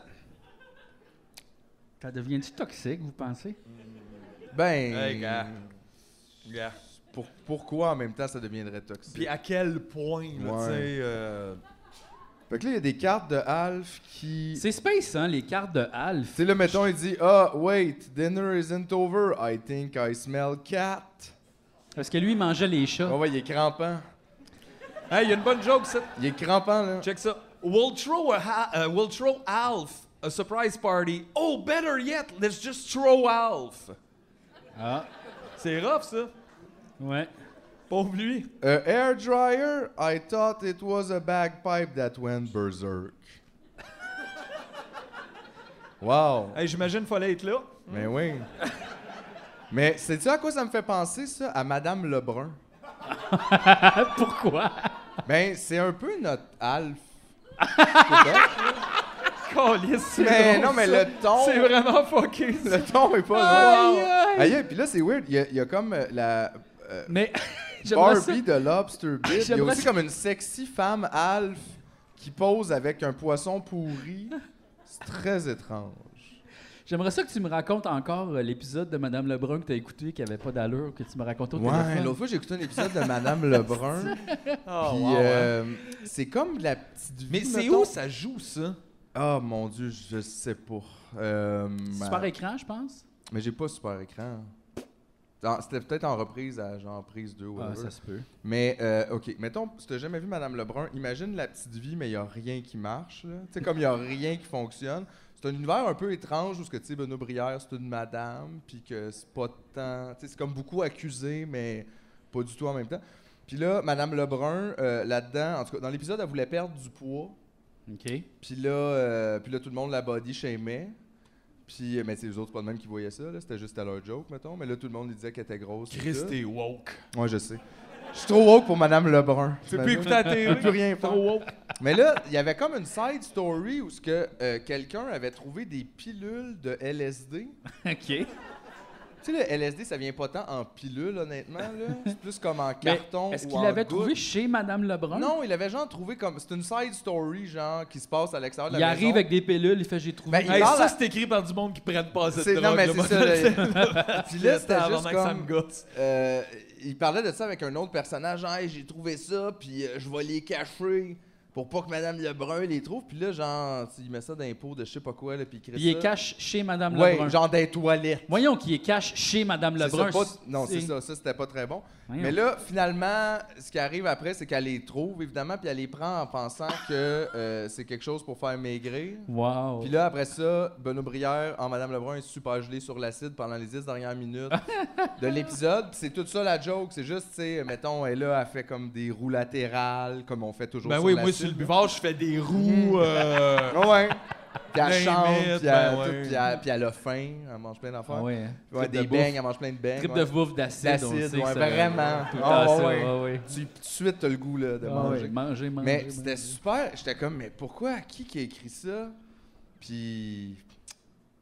[SPEAKER 1] Ça devient-tu toxique, vous pensez?
[SPEAKER 5] Ben,
[SPEAKER 4] Hey, gars. Gars.
[SPEAKER 5] pour- pourquoi en même temps ça deviendrait toxique?
[SPEAKER 4] Puis à quel point, là,
[SPEAKER 5] Ouais.
[SPEAKER 4] tu sais. euh,
[SPEAKER 5] Fait que là, il y a des cartes de Alf qui...
[SPEAKER 1] C'est space, hein, les cartes de Alf.
[SPEAKER 5] Tu sais, là, mettons, il dit « Ah, wait, dinner isn't over. I think I smell cat.
[SPEAKER 1] Parce que lui, il mangeait les » chats.
[SPEAKER 5] Ouais, ouais, il est crampant.
[SPEAKER 4] Hey, il y a une bonne joke, ça.
[SPEAKER 5] Il est crampant, là.
[SPEAKER 4] Check ça. we'll throw a ha- uh, we'll throw Alf a surprise party. Oh, better yet, let's just throw Alf.
[SPEAKER 1] Ah.
[SPEAKER 4] C'est rough, ça.
[SPEAKER 1] Ouais.
[SPEAKER 4] Pauvre lui.
[SPEAKER 5] A hair Euh, dryer, I thought it was a bagpipe that went berserk. Wow!
[SPEAKER 4] Hey, j'imagine fallait être là.
[SPEAKER 5] Mais oui. Mais sais-tu à quoi ça me fait penser, ça? À Madame Lebrun.
[SPEAKER 1] Pourquoi?
[SPEAKER 5] Ben, c'est un peu notre Alf.
[SPEAKER 4] Calisse, c'est
[SPEAKER 5] Mais
[SPEAKER 4] drôle,
[SPEAKER 5] non, mais
[SPEAKER 4] ça.
[SPEAKER 5] le ton.
[SPEAKER 4] C'est vraiment fucké. ça.
[SPEAKER 5] Le ton est pas
[SPEAKER 4] Aïe,
[SPEAKER 5] drôle.
[SPEAKER 4] aïe.
[SPEAKER 5] Aïe, aïe, puis là, c'est weird. Il y, a- il y a comme euh, la. euh,
[SPEAKER 1] Mais j'aimerais ça-
[SPEAKER 5] Barbie de Lobster Bit. Il y a
[SPEAKER 1] J'aimerais
[SPEAKER 5] aussi
[SPEAKER 1] ça-
[SPEAKER 5] comme une sexy femme Alf qui pose avec un poisson pourri. C'est très étrange.
[SPEAKER 1] J'aimerais ça que tu me racontes encore euh, l'épisode de Madame Lebrun que t'as écouté qui avait pas d'allure, que tu me racontes au
[SPEAKER 5] Ouais,
[SPEAKER 1] téléphone.
[SPEAKER 5] l'autre fois, j'ai écouté un épisode de Madame Lebrun.
[SPEAKER 4] Oh,
[SPEAKER 5] Puis
[SPEAKER 4] wow,
[SPEAKER 5] euh, c'est comme de la petite vie.
[SPEAKER 4] Mais c'est
[SPEAKER 5] mettons.
[SPEAKER 4] où ça joue, ça?
[SPEAKER 5] Ah mon dieu, je sais pas. Euh,
[SPEAKER 1] Super
[SPEAKER 5] ma-
[SPEAKER 1] écran, je pense.
[SPEAKER 5] Mais j'ai pas super écran. Ah, C'était peut-être en reprise à genre prise 2 ou
[SPEAKER 1] Ah, ça se peut.
[SPEAKER 5] Mais euh, ok, mettons, si t'as jamais vu Madame Lebrun, imagine la petite vie, mais il a rien qui marche. là. Tu sais, comme il a rien qui fonctionne. C'est un univers un peu étrange où ce que tu sais, Benoît Brière, c'est une madame, puis que c'est pas tant. Tu sais, c'est comme beaucoup accusé, mais pas du tout en même temps. Puis là, Madame Lebrun, euh, là-dedans, en tout cas, dans l'épisode, elle voulait perdre du poids.
[SPEAKER 1] OK.
[SPEAKER 5] Puis là, euh, puis là, tout le monde la body shamait. Puis, euh, mais c'est les autres, c'est pas de même qui voyaient ça, là. c'était juste à leur joke, mettons. Mais là, tout le monde lui disait qu'elle était grosse. et
[SPEAKER 4] Chris,
[SPEAKER 5] tout.
[SPEAKER 4] t'es woke.
[SPEAKER 5] Ouais, je sais. Je suis trop woke pour Madame Lebrun.
[SPEAKER 4] Tu peux
[SPEAKER 5] t'imagines?
[SPEAKER 4] plus écouter la
[SPEAKER 5] Je
[SPEAKER 4] télé.
[SPEAKER 5] peux plus rien faire.
[SPEAKER 4] Trop woke.
[SPEAKER 5] Mais là, il y avait comme une side story où ce que, euh, quelqu'un avait trouvé des pilules de LSD.
[SPEAKER 1] OK.
[SPEAKER 5] Tu sais, le LSD, ça vient pas tant en pilule, honnêtement. là. C'est plus comme en
[SPEAKER 1] Mais
[SPEAKER 5] carton.
[SPEAKER 1] Est-ce
[SPEAKER 5] ou
[SPEAKER 1] qu'il
[SPEAKER 5] en
[SPEAKER 1] l'avait
[SPEAKER 5] goutte.
[SPEAKER 1] trouvé chez Madame Lebrun?
[SPEAKER 5] Non, il avait genre trouvé comme. C'est une side story, genre, qui se passe à l'extérieur de
[SPEAKER 1] Il
[SPEAKER 5] la
[SPEAKER 1] arrive
[SPEAKER 5] maison.
[SPEAKER 1] avec des pilules, il fait j'ai trouvé.
[SPEAKER 5] Ben, il
[SPEAKER 4] Hey,
[SPEAKER 5] parle
[SPEAKER 4] ça,
[SPEAKER 5] à-
[SPEAKER 4] c'est écrit par du monde qui prennent pas cette
[SPEAKER 5] C'est-
[SPEAKER 4] drogue.
[SPEAKER 5] non, mais c'est ça,
[SPEAKER 4] là.
[SPEAKER 5] Puis là, c'était
[SPEAKER 4] Tabarnak,
[SPEAKER 5] juste
[SPEAKER 4] ça me
[SPEAKER 5] comme...
[SPEAKER 4] gosse.
[SPEAKER 5] euh, il parlait de ça avec un autre personnage. Genre, Hey, j'ai trouvé ça, puis euh, je vais les cacher pour pas que Madame Lebrun les trouve. Puis là, genre, il met ça dans les pots de je sais pas quoi, là, puis il crée
[SPEAKER 1] Puis il est
[SPEAKER 5] ça.
[SPEAKER 1] cache chez Madame
[SPEAKER 5] Ouais,
[SPEAKER 1] Lebrun.
[SPEAKER 5] genre des toilettes.
[SPEAKER 1] Voyons qu'il est cache chez Madame
[SPEAKER 5] C'est
[SPEAKER 1] Lebrun.
[SPEAKER 5] ça, pas- non, c'est ça. Ça, c'était pas très bon.
[SPEAKER 1] Voyons.
[SPEAKER 5] Mais là, finalement, ce qui arrive après, c'est qu'elle les trouve, évidemment, puis elle les prend en pensant que euh, c'est quelque chose pour faire maigrir.
[SPEAKER 1] Wow.
[SPEAKER 5] Puis là, après ça, Benoît Brière en Madame Lebrun est super gelé sur l'acide pendant les 10 dernières minutes de l'épisode. Puis c'est tout ça la joke. C'est juste, tu sais, mettons, elle là, elle fait comme des roues latérales, comme on fait toujours
[SPEAKER 4] Ben
[SPEAKER 5] sur
[SPEAKER 4] oui, moi,
[SPEAKER 5] l'acide.
[SPEAKER 4] sur le buvard, je fais des roues. euh,
[SPEAKER 5] Ah ouais. Puis elle
[SPEAKER 4] Limite,
[SPEAKER 5] chante, puis elle,
[SPEAKER 4] ben
[SPEAKER 5] tout,
[SPEAKER 4] ouais.
[SPEAKER 5] puis elle- puis elle a faim, elle mange plein d'affaires.
[SPEAKER 1] Ah ouais, hein.
[SPEAKER 5] Ouais,
[SPEAKER 1] Trip de
[SPEAKER 5] des
[SPEAKER 1] bouffe.
[SPEAKER 5] beignes, elle mange plein de beignes.
[SPEAKER 1] Trip
[SPEAKER 5] ouais.
[SPEAKER 1] de bouffe d'acide. on sait
[SPEAKER 5] D'acide,
[SPEAKER 1] que ça-
[SPEAKER 5] ouais, vraiment.
[SPEAKER 1] Tout le
[SPEAKER 5] Ah,
[SPEAKER 1] temps
[SPEAKER 5] ouais,
[SPEAKER 1] ça,
[SPEAKER 5] ouais.
[SPEAKER 1] ouais, ouais.
[SPEAKER 5] Tu, tout de suite, t'as le goût là, de
[SPEAKER 1] Ah
[SPEAKER 5] manger.
[SPEAKER 1] ouais, manger, manger,
[SPEAKER 5] Mais
[SPEAKER 1] manger.
[SPEAKER 5] c'était super. J'étais comme, mais pourquoi? Qui qui a écrit ça? Puis,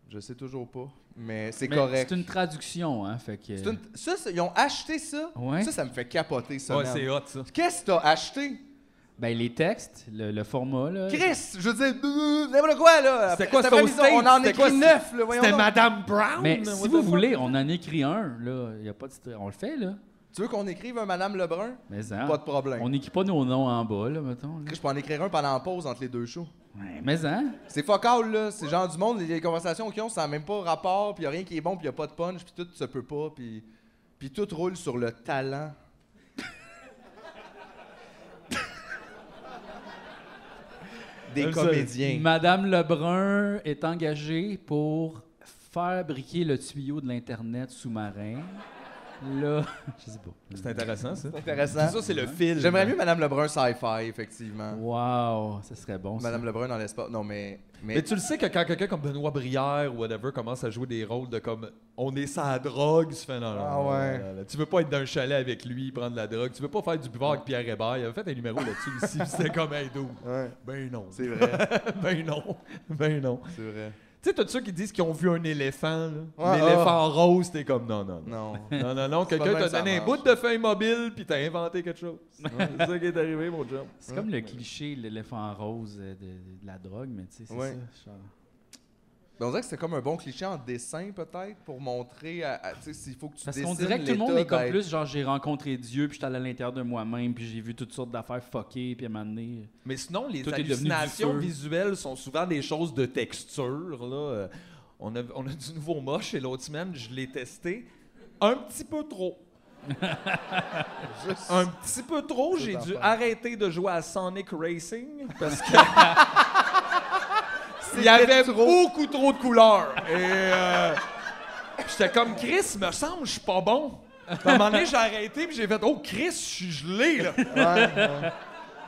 [SPEAKER 5] je sais toujours pas. Mais c'est
[SPEAKER 1] Mais
[SPEAKER 5] correct.
[SPEAKER 1] C'est une traduction, hein, fait que.
[SPEAKER 5] C'est une- Ça, ça, ils ont acheté ça.
[SPEAKER 1] Ouais.
[SPEAKER 5] Ça, ça me fait capoter, ça.
[SPEAKER 4] Ouais,
[SPEAKER 5] man.
[SPEAKER 4] c'est hot, ça.
[SPEAKER 5] Qu'est-ce que t'as acheté?
[SPEAKER 1] Ben les textes, le, le format là.
[SPEAKER 5] Chris, je veux dire, euh, n'importe quoi, là.
[SPEAKER 4] C'était
[SPEAKER 5] Après-
[SPEAKER 4] quoi,
[SPEAKER 5] cet
[SPEAKER 4] c'était au
[SPEAKER 5] après-midi, On
[SPEAKER 4] States?
[SPEAKER 5] en
[SPEAKER 4] C'était
[SPEAKER 5] écrit
[SPEAKER 4] quoi, c'est-
[SPEAKER 5] neuf, là, voyons
[SPEAKER 4] C'était
[SPEAKER 5] donc.
[SPEAKER 4] Madame Brown.
[SPEAKER 1] Mais
[SPEAKER 4] what
[SPEAKER 1] si
[SPEAKER 4] the
[SPEAKER 1] vous
[SPEAKER 4] fuck?
[SPEAKER 1] voulez, on en écrit un là. Y a pas de... stra- On le fait là.
[SPEAKER 5] Tu veux qu'on écrive un Madame Lebrun?
[SPEAKER 1] Mais hein,
[SPEAKER 5] Pas de problème.
[SPEAKER 1] On n'écrit pas nos noms en bas là, mettons. là.
[SPEAKER 5] Je peux en écrire un pendant la pause entre les deux shows.
[SPEAKER 1] Ouais, mais hein.
[SPEAKER 5] C'est focal, là. C'est genre du monde, les, les conversations qu'ils ont, ça n'a même pas rapport, puis y a rien qui est bon, puis y a pas de punch, puis tout se peut pas, puis puis tout roule sur le talent. Des
[SPEAKER 4] euh,
[SPEAKER 1] Comme ça,
[SPEAKER 5] comédiens.
[SPEAKER 1] Madame Lebrun est engagée pour fabriquer le tuyau de l'internet sous-marin. Là, je sais pas.
[SPEAKER 4] C'est intéressant, ça.
[SPEAKER 5] Intéressant.
[SPEAKER 4] Ça, c'est le fil.
[SPEAKER 5] J'aimerais mieux Madame Lebrun sci-fi, effectivement.
[SPEAKER 1] Wow, ça serait bon. ça.
[SPEAKER 5] Madame Lebrun dans l'espace. Non, mais. mais...
[SPEAKER 4] Mais tu le sais que quand quelqu'un comme Benoît Brière ou whatever commence à jouer des rôles de comme on est sa drogue, tu fais non, non,
[SPEAKER 5] Ah
[SPEAKER 4] non,
[SPEAKER 5] ouais.
[SPEAKER 4] non, non, non. tu veux pas être dans un chalet avec lui, prendre de la drogue, tu veux pas faire du buvard avec Pierre Hébert. Il avait fait un numéro là-dessus ici, puis c'était comme un doux.
[SPEAKER 5] Ouais,
[SPEAKER 4] Ben non.
[SPEAKER 5] c'est vrai.
[SPEAKER 4] ben non. Ben non.
[SPEAKER 5] c'est vrai.
[SPEAKER 4] Tu sais, t'as ceux qui disent qu'ils ont vu un éléphant, là.
[SPEAKER 5] Ouais,
[SPEAKER 4] L'éléphant rose, t'es comme non, non, non.
[SPEAKER 5] Non.
[SPEAKER 4] Non, non, non,
[SPEAKER 5] C'est pas
[SPEAKER 4] quelqu'un
[SPEAKER 5] même
[SPEAKER 4] t'a
[SPEAKER 5] ça
[SPEAKER 4] donné un
[SPEAKER 5] marche.
[SPEAKER 4] bout de feuille mobile, puis t'as inventé quelque chose. c'est ça qui est arrivé, mon chum.
[SPEAKER 1] C'est comme le cliché, l'éléphant rose euh, de, de- de la drogue, mais tu sais, c'est
[SPEAKER 5] Ouais.
[SPEAKER 1] ça. genre.
[SPEAKER 5] Mais on dirait que c'est comme un bon cliché en dessin, peut-être, pour montrer à. à- tu sais, s'il faut que tu
[SPEAKER 1] Parce
[SPEAKER 5] dessines
[SPEAKER 1] qu'on dirait que tout le monde
[SPEAKER 5] l'état
[SPEAKER 1] est comme
[SPEAKER 5] d'être-
[SPEAKER 1] plus, genre, j'ai rencontré Dieu, puis j'étais allé à l'intérieur de moi-même, puis j'ai vu toutes sortes d'affaires fuckées, puis à un moment donné...
[SPEAKER 4] Mais sinon, les
[SPEAKER 1] Tout est devenu du
[SPEAKER 4] hallucinations
[SPEAKER 1] feu.
[SPEAKER 4] visuelles sont souvent des choses de texture. Là. Euh, On, a, on a du nouveau moche et l'autre semaine, je l'ai testé un petit peu trop. Un petit peu trop, j'ai dû arrêter de jouer à Sonic Racing parce que. Il y avait beaucoup trop de couleurs. Et. euh, J'étais comme Chris, me semble, je suis pas bon. À un moment donné, j'ai arrêté puis j'ai fait Oh Chris, je suis gelé, là.
[SPEAKER 3] Ouais, ouais.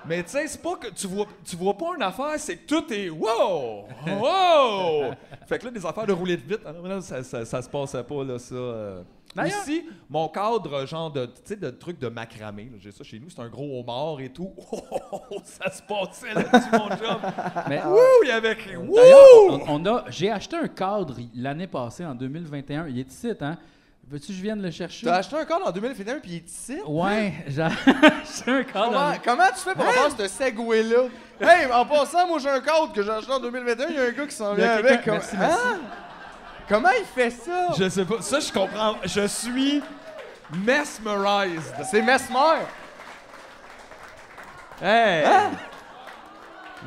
[SPEAKER 4] Mais tu sais, c'est pas que tu vois, tu vois pas une affaire, c'est que tout est wow! Wow! fait que là, des affaires de rouler de vite, hein, là, ça, ça, ça se passait pas, là, ça. euh.
[SPEAKER 3] D'ailleurs-
[SPEAKER 4] Aussi, mon cadre, genre de, tu sais, de truc de macramé, là, j'ai ça chez nous, c'est un gros homard et tout. Oh, oh, oh, oh, ça se passait là-dessus, mon job.
[SPEAKER 5] Ah
[SPEAKER 1] Mais-
[SPEAKER 4] Wouh, il y avait.
[SPEAKER 1] D'ailleurs,
[SPEAKER 4] Wouh!
[SPEAKER 1] on, on a, j'ai acheté un cadre l'année passée, en 2021. Il est ici, hein? Veux-tu que je vienne le chercher?
[SPEAKER 5] T'as acheté un cadre en 2021 puis il est ici?
[SPEAKER 1] Ouais, j'ai acheté un cadre.
[SPEAKER 5] Comment,
[SPEAKER 1] en-
[SPEAKER 5] Ah, comment tu fais
[SPEAKER 1] Hein?
[SPEAKER 5] pour avoir ce segway-là? Hey, en passant, moi j'ai un cadre que j'ai acheté en 2021, il y a un gars qui s'en
[SPEAKER 4] Il y a
[SPEAKER 5] vient
[SPEAKER 4] quelqu'un-
[SPEAKER 5] avec. comme-
[SPEAKER 4] merci,
[SPEAKER 5] Hein?
[SPEAKER 4] merci.
[SPEAKER 5] Comment il fait ça?
[SPEAKER 4] Je sais pas, ça, je comprends. Je suis mesmerized.
[SPEAKER 5] C'est mesmer! Hein?
[SPEAKER 4] Hey!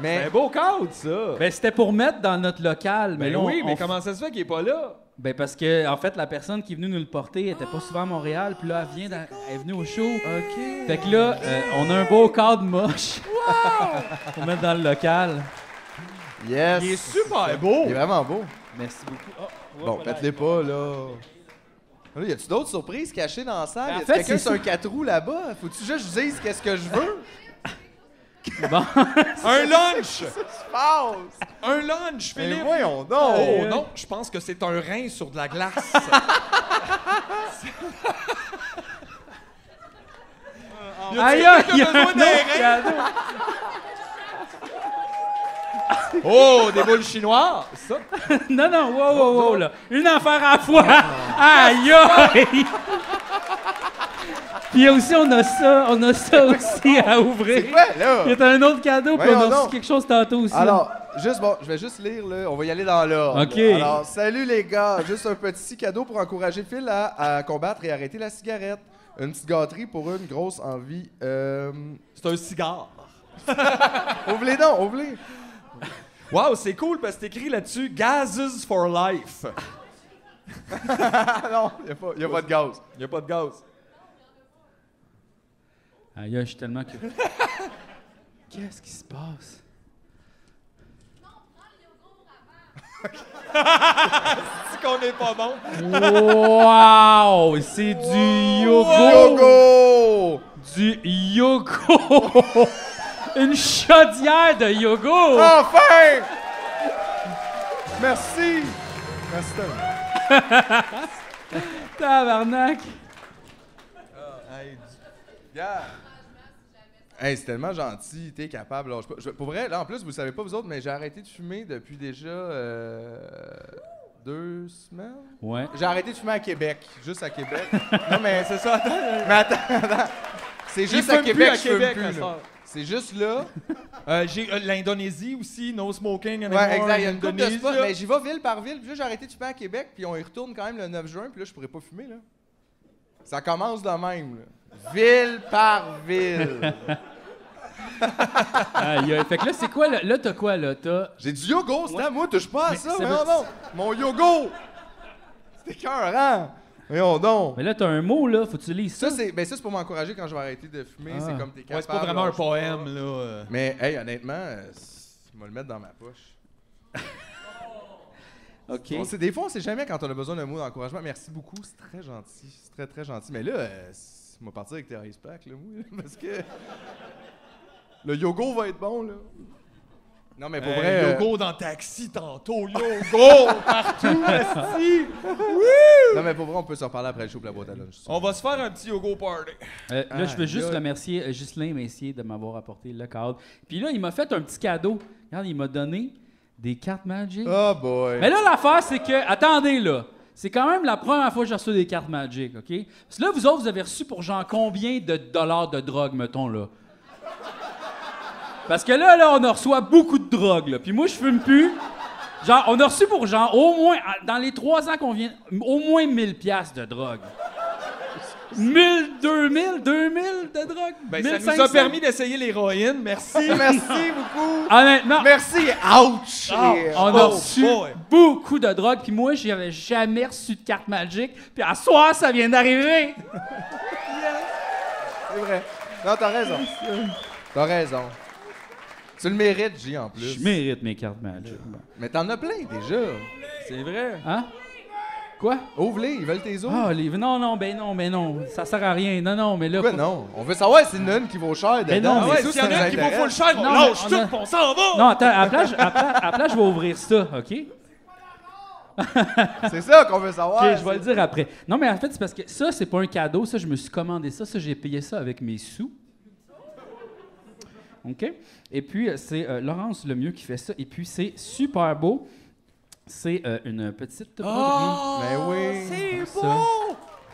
[SPEAKER 5] Mais.
[SPEAKER 4] beau cadre, ça!
[SPEAKER 1] Ben, c'était pour mettre dans notre local. Mais
[SPEAKER 4] Ben
[SPEAKER 1] là, on-
[SPEAKER 4] oui, mais
[SPEAKER 1] on-
[SPEAKER 4] comment ça se fait qu'il est pas là?
[SPEAKER 1] Ben parce que en fait la personne qui est venue nous le porter était pas souvent à Montréal, puis là elle vient dans- elle est venue au
[SPEAKER 5] Ah,
[SPEAKER 1] show. OK. Fait que là euh, on a un beau cadre moche. pour mettre dans le local.
[SPEAKER 5] Yes!
[SPEAKER 4] Il est super beau!
[SPEAKER 5] Il est vraiment beau.
[SPEAKER 1] Merci beaucoup. Ah,
[SPEAKER 5] Bon, faites-les pas, là. Là, y a-tu d'autres surprises cachées dans la salle?
[SPEAKER 1] Ben, en
[SPEAKER 5] y a
[SPEAKER 1] fait,
[SPEAKER 5] quelqu'un
[SPEAKER 1] c'est
[SPEAKER 5] sur un
[SPEAKER 1] ça.
[SPEAKER 5] 4 roues là-bas? Faut-tu juste que je dise qu'est-ce que je veux?
[SPEAKER 1] Bon.
[SPEAKER 4] Un lunch!
[SPEAKER 5] Pause!
[SPEAKER 4] Un lunch,
[SPEAKER 5] Mais
[SPEAKER 4] Philippe!
[SPEAKER 5] voyons donc!
[SPEAKER 4] Oh non, je pense que c'est un rein sur de la glace. Y a-t-il
[SPEAKER 1] Aïe,
[SPEAKER 4] quelqu'un qui
[SPEAKER 1] aïe,
[SPEAKER 4] a besoin
[SPEAKER 1] aïe,
[SPEAKER 4] d'un rein?
[SPEAKER 1] cadeau.
[SPEAKER 4] Oh, des boules chinoises, ça?
[SPEAKER 1] non non, wow wow wow là. Une affaire à la fois. Aïe aïe. Puis aussi on a ça, on a ça aussi à ouvrir.
[SPEAKER 5] C'est quoi, là?
[SPEAKER 1] Il y a un autre cadeau, puis on
[SPEAKER 5] Voyons
[SPEAKER 1] a reçu
[SPEAKER 5] donc.
[SPEAKER 1] quelque chose tantôt aussi.
[SPEAKER 5] Alors, Ah, juste bon, je vais juste lire là. On va y aller dans l'ordre.
[SPEAKER 1] OK.
[SPEAKER 5] Alors, salut les gars. Juste un petit cadeau pour encourager Phil à, à combattre et arrêter la cigarette. Une petite gâterie pour une grosse envie. Euh...
[SPEAKER 4] C'est un cigare.
[SPEAKER 5] Ouvre-les donc, ouvre-les.
[SPEAKER 4] Wow, c'est cool parce que c'est écrit là-dessus Gazes for life.
[SPEAKER 5] non, il n'y a, pas de gaz.
[SPEAKER 4] Il n'y a pas de gaz.
[SPEAKER 1] Aïe, aïe, je suis tellement curieux. Qu'est-ce qui se passe?
[SPEAKER 4] C'est qu'on n'est pas bon.
[SPEAKER 1] Wow! C'est du yogourt!
[SPEAKER 5] Yogo!
[SPEAKER 1] Du yogourt! Une chaudière de
[SPEAKER 5] Ah!
[SPEAKER 1] yogourt!
[SPEAKER 5] Enfin! Merci! Merci. Tom.
[SPEAKER 1] Tabarnak!
[SPEAKER 5] Hey, c'est tellement gentil, t'es capable. lâche pas. Je- pour vrai, là, en plus, vous savez pas vous autres, mais j'ai arrêté de fumer depuis déjà euh, deux semaines.
[SPEAKER 1] Ouais.
[SPEAKER 5] J'ai arrêté de fumer à Québec, juste à Québec. non, mais c'est ça, attends. Mais attends, attends. C'est
[SPEAKER 4] Il
[SPEAKER 5] juste à
[SPEAKER 4] fume plus
[SPEAKER 5] Québec,
[SPEAKER 4] à
[SPEAKER 5] je fume
[SPEAKER 4] Québec, à
[SPEAKER 5] plus.
[SPEAKER 4] cette
[SPEAKER 5] là.
[SPEAKER 4] heure.
[SPEAKER 5] C'est juste là.
[SPEAKER 4] Euh, j'ai euh, l'Indonésie aussi, no smoking anymore.
[SPEAKER 5] Ouais, exact. Il y a une coupe de
[SPEAKER 4] Indonésie,
[SPEAKER 5] spots,
[SPEAKER 4] là.
[SPEAKER 5] mais j'y vais ville par ville. Puis là, j'ai arrêté de fumer à Québec, puis on y retourne quand même le 9 juin, puis là, je pourrais pas fumer, là. Ça commence de même, là. Ville par ville.
[SPEAKER 1] Aïe, aïe. Fait que là, c'est quoi? Là, là t'as quoi, là? T'as...
[SPEAKER 5] J'ai du yogourt, c'est à moi, touche pas à
[SPEAKER 1] Mais
[SPEAKER 5] ça,
[SPEAKER 1] ça
[SPEAKER 5] mais
[SPEAKER 1] veut-
[SPEAKER 5] non, non. Mon yogourt! C'est écœurant! Voyons donc!
[SPEAKER 1] Mais là, t'as un mot, là. Faut que tu lises ça.
[SPEAKER 5] Ça, c'est ben, ça, c'est pour m'encourager quand je vais arrêter de fumer.
[SPEAKER 1] Ah.
[SPEAKER 5] C'est comme t'es capable.
[SPEAKER 4] Ouais, c'est pas vraiment un
[SPEAKER 5] lâche pas.
[SPEAKER 4] poème, là. euh.
[SPEAKER 5] Mais, hey, honnêtement, euh, c'est- je vais le mettre dans ma poche.
[SPEAKER 1] OK.
[SPEAKER 5] On sait- des fois, on sait jamais quand on a besoin d'un mot d'encouragement. Merci beaucoup, c'est très gentil. C'est très, très gentil. Mais là, euh, c'est- on va partir avec tes ice packs, là, moi, là, parce que. Le yogourt va être bon, là. Non, mais pour
[SPEAKER 4] Hey,
[SPEAKER 5] vrai. euh,
[SPEAKER 4] Yogo dans taxi tantôt, Yogo partout, esti.
[SPEAKER 5] Non, mais pour vrai, on peut se reparler après le show pour la boîte à lunch.
[SPEAKER 4] On va se faire un petit Yogo party.
[SPEAKER 1] Euh, là, je veux
[SPEAKER 5] Aïe,
[SPEAKER 1] juste
[SPEAKER 5] aïe.
[SPEAKER 1] remercier euh, Ghislain Messier de m'avoir apporté le cadre. Puis là, il m'a fait un petit cadeau. Regarde, il m'a donné des cartes Magic.
[SPEAKER 5] Oh boy!
[SPEAKER 1] Mais là, l'affaire, c'est que. Attendez, là. C'est quand même la première fois que j'ai reçu des cartes Magic, OK? Parce que là, vous autres, vous avez reçu pour genre combien de dollars de drogue, mettons, là? Parce que là, là, on en reçoit beaucoup de drogue, là. Puis moi, je fume plus. Genre, on a reçu pour genre au moins, à- dans les trois ans qu'on vient, au moins 1000 piastres de drogue. 1000, 2000, 2000 de drogue.
[SPEAKER 4] Ben, ça nous a
[SPEAKER 1] 1500.
[SPEAKER 4] permis d'essayer l'héroïne, merci.
[SPEAKER 5] Merci beaucoup!
[SPEAKER 1] Honnêtement,
[SPEAKER 5] Merci! Ouch! Et-
[SPEAKER 1] Ah.
[SPEAKER 5] euh,
[SPEAKER 1] on a
[SPEAKER 4] Oh,
[SPEAKER 1] reçu
[SPEAKER 4] boy.
[SPEAKER 1] beaucoup de drogue, puis moi, j'avais jamais reçu de carte magique. Puis à soir, ça vient d'arriver.
[SPEAKER 5] C'est vrai. Non, t'as raison. T'as raison. Tu le mérites, J, en plus.
[SPEAKER 1] Je mérite mes cartes Magic.
[SPEAKER 5] Mais t'en as plein déjà.
[SPEAKER 1] C'est vrai. Hein? Quoi?
[SPEAKER 5] Ouvre-les, ils veulent tes os.
[SPEAKER 1] Ah, les... non, non, ben non, ben non. Ça sert à rien. Non, non, mais là.
[SPEAKER 5] Pourquoi non? On veut savoir s'il y en a une qui vaut cher
[SPEAKER 1] Mais
[SPEAKER 5] dedans. Ah
[SPEAKER 1] non, mais
[SPEAKER 5] C'est
[SPEAKER 1] si
[SPEAKER 5] tout
[SPEAKER 1] y en
[SPEAKER 5] ça
[SPEAKER 1] a
[SPEAKER 5] nous
[SPEAKER 1] une qui vaut
[SPEAKER 5] intéresse.
[SPEAKER 1] full cher, on Non, lâche mais on tout, a- on
[SPEAKER 4] s'en va!
[SPEAKER 1] Non, attends, à la place, à la place- à la place, je vais ouvrir ça, OK?
[SPEAKER 5] C'est ça qu'on veut savoir.
[SPEAKER 1] OK, je vais le dire après. Non, mais en fait, c'est parce que ça, c'est pas un cadeau. Ça, je me suis commandé ça. Ça, j'ai payé ça avec mes sous. OK? Et puis, euh, c'est euh, Laurence Lemieux qui fait ça. Et puis, c'est super beau. C'est euh, une petite
[SPEAKER 4] Ah!
[SPEAKER 1] broderie.
[SPEAKER 5] Ben oui.
[SPEAKER 1] Comme ça.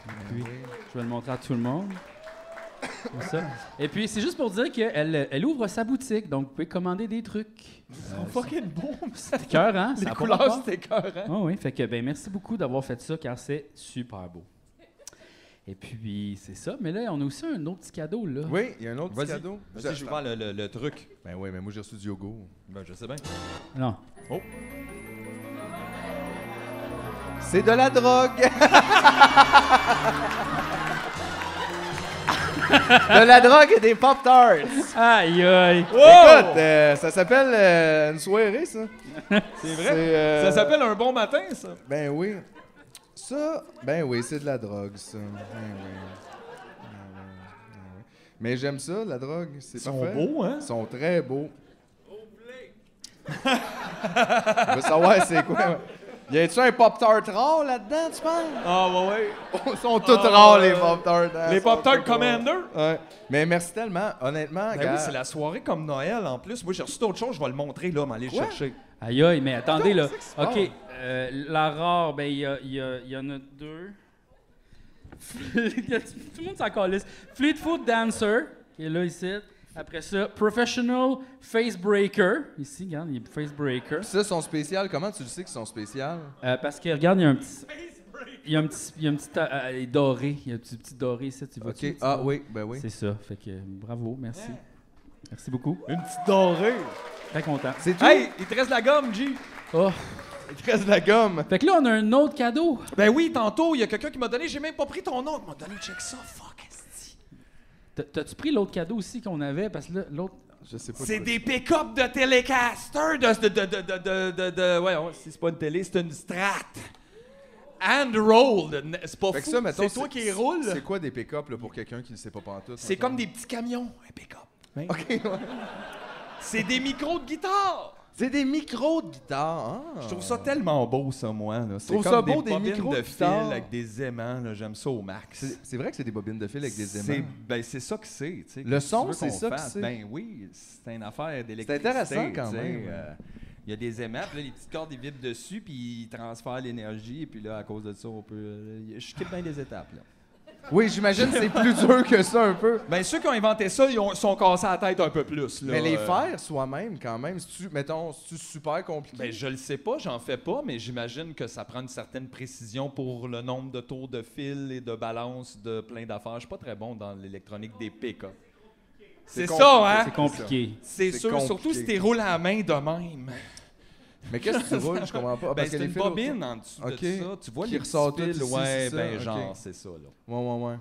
[SPEAKER 1] Et puis, je vais le montrer à tout le monde. Comme ça. Et puis, c'est juste pour dire qu'elle elle ouvre sa boutique, donc vous pouvez commander des trucs.
[SPEAKER 4] sont fucking bons.
[SPEAKER 1] C'est cœur, hein?
[SPEAKER 4] Les
[SPEAKER 1] Ça a pas
[SPEAKER 4] couleurs,
[SPEAKER 1] rapport.
[SPEAKER 4] c'était cœur, hein?
[SPEAKER 1] Ah oui, fait que, ben, merci beaucoup d'avoir fait ça, car c'est super beau. Et puis, c'est ça. Mais là, on a aussi un autre petit cadeau, là.
[SPEAKER 5] Oui, il y a un autre petit
[SPEAKER 1] Vas-y.
[SPEAKER 5] cadeau.
[SPEAKER 1] Vas-y, je
[SPEAKER 4] ouvert le, le- le truc.
[SPEAKER 5] Ben oui, mais moi j'ai reçu du yogourt.
[SPEAKER 4] Ben, je sais bien.
[SPEAKER 1] Non.
[SPEAKER 4] Oh.
[SPEAKER 5] C'est de la drogue. de la drogue et des Pop-Tarts.
[SPEAKER 1] Aïe, aïe.
[SPEAKER 5] Écoute, euh, ça s'appelle euh, une soirée, ça.
[SPEAKER 4] C'est vrai?
[SPEAKER 5] C'est, euh,
[SPEAKER 4] Ça s'appelle un bon matin, ça?
[SPEAKER 5] Ben oui. Ça, ben oui, c'est de la drogue, ça. Ben oui. Ben oui, ben oui. Mais j'aime ça, la drogue. C'est
[SPEAKER 4] Ils sont
[SPEAKER 5] parfait.
[SPEAKER 4] beaux, hein?
[SPEAKER 5] Ils sont très beaux. On veut savoir c'est quoi. Y a-tu un Pop-Tart rare là-dedans, tu penses?
[SPEAKER 4] Ah, ouais, ouais.
[SPEAKER 5] Ils sont tous
[SPEAKER 4] Ah,
[SPEAKER 5] rares,
[SPEAKER 4] ouais.
[SPEAKER 5] les Pop-Tarts. hein,
[SPEAKER 4] Les
[SPEAKER 5] ils sont
[SPEAKER 4] Pop-Tarts
[SPEAKER 5] tous rares.
[SPEAKER 4] Commander?
[SPEAKER 5] Ouais. Mais merci tellement, honnêtement,
[SPEAKER 4] Ben
[SPEAKER 5] gars.
[SPEAKER 4] oui, c'est la soirée comme Noël en plus. Moi, j'ai reçu d'autres choses, je vais le montrer là, m'aller le
[SPEAKER 5] Quoi?
[SPEAKER 4] chercher.
[SPEAKER 1] Aïe, aïe, mais attendez, là.
[SPEAKER 4] qu'est-ce qui se
[SPEAKER 1] OK,
[SPEAKER 4] passe?
[SPEAKER 1] euh, la rare, ben, il y, a- il y a- il y en a deux. Tout le monde s'en calisse. Fleetfoot Dancer, qui est là, ici. Après ça, Professional Facebreaker. Ici, regarde, il est Facebreaker.
[SPEAKER 5] Ça, sont spéciales. Comment tu le sais qu'ils sont spéciales?
[SPEAKER 1] Euh, parce que, regarde, il y a un petit... Il y a un petit... Il y a un petit euh, euh, il est doré. Il y a un petit, petit doré ici, tu vois.
[SPEAKER 5] OK. Ah oui, ben oui.
[SPEAKER 1] C'est ça. Fait que, euh, bravo, merci. Merci beaucoup.
[SPEAKER 4] Une petite dorée.
[SPEAKER 1] Très content.
[SPEAKER 5] C'est tout?
[SPEAKER 4] Hey, il te reste la gomme, G.
[SPEAKER 1] Oh.
[SPEAKER 5] Il te reste de la gomme.
[SPEAKER 1] Fait que là, on a un autre cadeau.
[SPEAKER 4] Ben oui, tantôt, il y a quelqu'un qui m'a donné, j'ai même pas pris ton nom. Il m'a donné, check ça, fuck. esti.
[SPEAKER 1] T'as- T'as-tu pris l'autre cadeau aussi qu'on avait? Parce que là, l'autre...
[SPEAKER 5] Je sais pas.
[SPEAKER 4] C'est des pick-up de Telecaster de. de. de. de. de. de. de, de- ouais, ouais, c'est pas une télé, c'est une Strat. And rolled. N- C'est pas
[SPEAKER 5] Fait que
[SPEAKER 4] fou.
[SPEAKER 5] ça, mettons,
[SPEAKER 4] c'est toi qui roule.
[SPEAKER 5] C'est quoi des pick-up là, pour quelqu'un qui ne sait pas pantoute?
[SPEAKER 4] C'est comme des petits camions, un pick-up.
[SPEAKER 5] OK, ouais.
[SPEAKER 4] C'est des micros de guitare.
[SPEAKER 5] C'est des micros de guitare. hein?
[SPEAKER 4] Je trouve ça tellement beau, ça, moi. Là. C'est
[SPEAKER 5] trouve
[SPEAKER 4] comme
[SPEAKER 5] ça beau, des
[SPEAKER 4] des, bobines
[SPEAKER 5] micros
[SPEAKER 4] de
[SPEAKER 5] plus
[SPEAKER 4] fil
[SPEAKER 5] tard.
[SPEAKER 4] avec des aimants. là. J'aime ça au max.
[SPEAKER 5] C'est- C'est vrai que c'est des bobines de fil avec des
[SPEAKER 4] C'est,
[SPEAKER 5] aimants.
[SPEAKER 4] ben, c'est ça que c'est. tu sais.
[SPEAKER 5] Le
[SPEAKER 4] Qu'est-ce que
[SPEAKER 5] son,
[SPEAKER 4] tu veux
[SPEAKER 5] c'est
[SPEAKER 4] qu'on
[SPEAKER 5] ça que
[SPEAKER 4] fasse?
[SPEAKER 5] c'est.
[SPEAKER 4] Ben oui, c'est une affaire d'électricité.
[SPEAKER 5] C'est intéressant quand
[SPEAKER 4] tu sais,
[SPEAKER 5] même, hein. ouais.
[SPEAKER 4] euh, Il y a des aimants, puis là, les petites cordes, ils vibrent dessus, puis ils transfèrent l'énergie, et puis là, à cause de ça, on peut. euh, je quitte bien des étapes, là.
[SPEAKER 5] Oui, j'imagine que c'est plus dur que ça un peu.
[SPEAKER 4] Ben, ceux qui ont inventé ça, ils ont- sont cassés la tête un peu plus, là.
[SPEAKER 5] Mais les
[SPEAKER 4] Euh,
[SPEAKER 5] faire soi-même, quand même, c'est-tu, mettons, c'est super compliqué?
[SPEAKER 4] Ben, je le sais pas, j'en fais pas, mais j'imagine que ça prend une certaine précision pour le nombre de tours de fil et de balance de plein d'affaires. Je suis pas très bon dans l'électronique des pick-up. C'est
[SPEAKER 5] compliqué,
[SPEAKER 4] ça, hein?
[SPEAKER 1] C'est compliqué.
[SPEAKER 4] C'est
[SPEAKER 5] C'est
[SPEAKER 4] sûr,
[SPEAKER 5] compliqué.
[SPEAKER 4] surtout si t'es roulé à la main de même.
[SPEAKER 5] Mais qu'est-ce que tu roules? Je comprends pas. Ah,
[SPEAKER 4] Ben,
[SPEAKER 5] parce que
[SPEAKER 4] c'est
[SPEAKER 5] les
[SPEAKER 4] une
[SPEAKER 5] fils autour-
[SPEAKER 4] bobine en dessous
[SPEAKER 5] OK.
[SPEAKER 4] de ça. Tu vois
[SPEAKER 5] Qui
[SPEAKER 4] les
[SPEAKER 5] ressort
[SPEAKER 4] petits
[SPEAKER 5] tout
[SPEAKER 4] fils,
[SPEAKER 5] ici,
[SPEAKER 4] Ouais,
[SPEAKER 5] c'est ça,
[SPEAKER 4] ben
[SPEAKER 5] OK.
[SPEAKER 4] genre, c'est ça, là.
[SPEAKER 5] Ouais, ouais, ouais.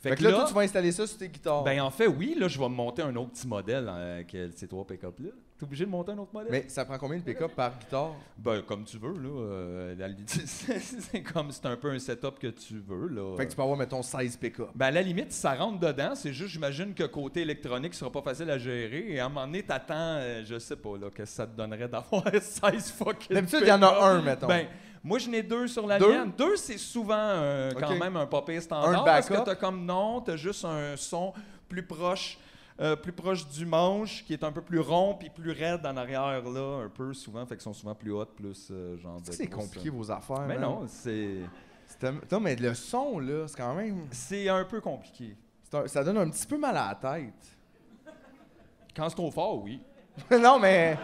[SPEAKER 4] Fait,
[SPEAKER 5] Fait que là, toi, tu vas installer ça sur tes guitares.
[SPEAKER 4] ben en fait, oui, là, je vais monter un autre petit modèle euh, avec euh, ces trois pick-up-là. T'es obligé de monter un autre modèle?
[SPEAKER 5] Mais ça prend combien de pick-up par guitare?
[SPEAKER 4] Ben, comme tu veux, là. euh, la- c'est comme, c'est un peu un setup que tu veux, là.
[SPEAKER 5] Fait que tu peux avoir, mettons, 16 pick-up.
[SPEAKER 4] Ben, à la limite, ça rentre dedans. C'est juste, j'imagine que côté électronique, ce sera pas facile à gérer. Et à un moment donné, t'attends, euh, je sais pas, là, que ça te donnerait d'avoir 16 fucking.
[SPEAKER 5] D'habitude, il y en a
[SPEAKER 4] pick-up.
[SPEAKER 5] un, mettons.
[SPEAKER 4] Ben, moi, je n'ai deux sur la
[SPEAKER 5] Deux?
[SPEAKER 4] mienne. Deux, c'est souvent euh, quand
[SPEAKER 5] Ok.
[SPEAKER 4] même un papier standard.
[SPEAKER 5] Un
[SPEAKER 4] parce que
[SPEAKER 5] backup.
[SPEAKER 4] t'as comme non, t'as juste un son plus proche. euh, plus proche du manche, qui est un peu plus rond puis plus raide en arrière, là, un peu souvent, fait qu'ils sont souvent plus hautes, plus euh, genre de.
[SPEAKER 5] Est-ce que c'est
[SPEAKER 4] grosses,
[SPEAKER 5] compliqué,
[SPEAKER 4] euh,
[SPEAKER 5] vos affaires?
[SPEAKER 4] Mais
[SPEAKER 5] man?
[SPEAKER 4] non, c'est.
[SPEAKER 5] C'est tellement- Non, mais le son, là, c'est quand même...
[SPEAKER 4] C'est un peu compliqué.
[SPEAKER 5] c'est un- Ça donne un petit peu mal à la tête.
[SPEAKER 4] Quand c'est trop fort, oui.
[SPEAKER 5] non, mais.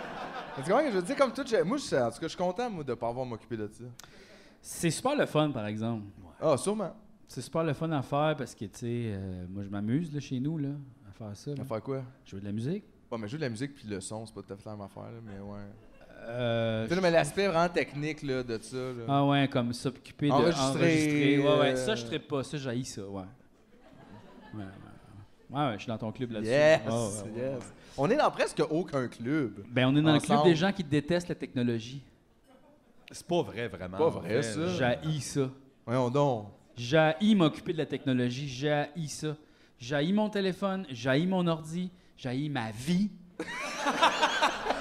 [SPEAKER 5] Tu comprends ce que je veux dire? Comme tout, je- moi, je, en tout cas, je suis content, moi, de ne pas avoir m'occuper de ça.
[SPEAKER 1] C'est super le fun, par exemple.
[SPEAKER 5] Ah, sûrement.
[SPEAKER 1] C'est super le fun à faire parce que, tu sais, euh, moi, je m'amuse là, chez nous là, à faire ça. là.
[SPEAKER 5] À faire quoi?
[SPEAKER 1] Je veux de la musique.
[SPEAKER 5] Ouais, mais jouer de la musique puis le son, c'est pas tout à fait la même affaire, là, mais ouais.
[SPEAKER 1] Euh,
[SPEAKER 5] Tu sais, là, mais l'aspect vraiment technique, là, de ça, là.
[SPEAKER 1] Ah ouais, comme s'occuper de
[SPEAKER 5] Enregistrer,
[SPEAKER 1] enregistrer. Ouais, ouais.
[SPEAKER 5] euh,
[SPEAKER 1] Ça, je ne pas. Ça, j'haïs ça, ouais. Ouais, ouais. Ouais, ouais, je suis dans ton club là-dessus.
[SPEAKER 5] Yes,
[SPEAKER 1] Ouais, ouais, ouais, ouais.
[SPEAKER 5] yes. On est dans presque aucun club.
[SPEAKER 1] Ben, on est dans le club
[SPEAKER 5] Ensemble.
[SPEAKER 1] des gens qui détestent la technologie.
[SPEAKER 4] C'est pas vrai, vraiment.
[SPEAKER 5] Pas vrai, ça.
[SPEAKER 1] J'haïs ça.
[SPEAKER 5] Voyons donc.
[SPEAKER 1] J'haïs m'occuper de la technologie. J'haïs ça. J'haïs mon téléphone. J'haïs mon ordi. J'haïs ma vie.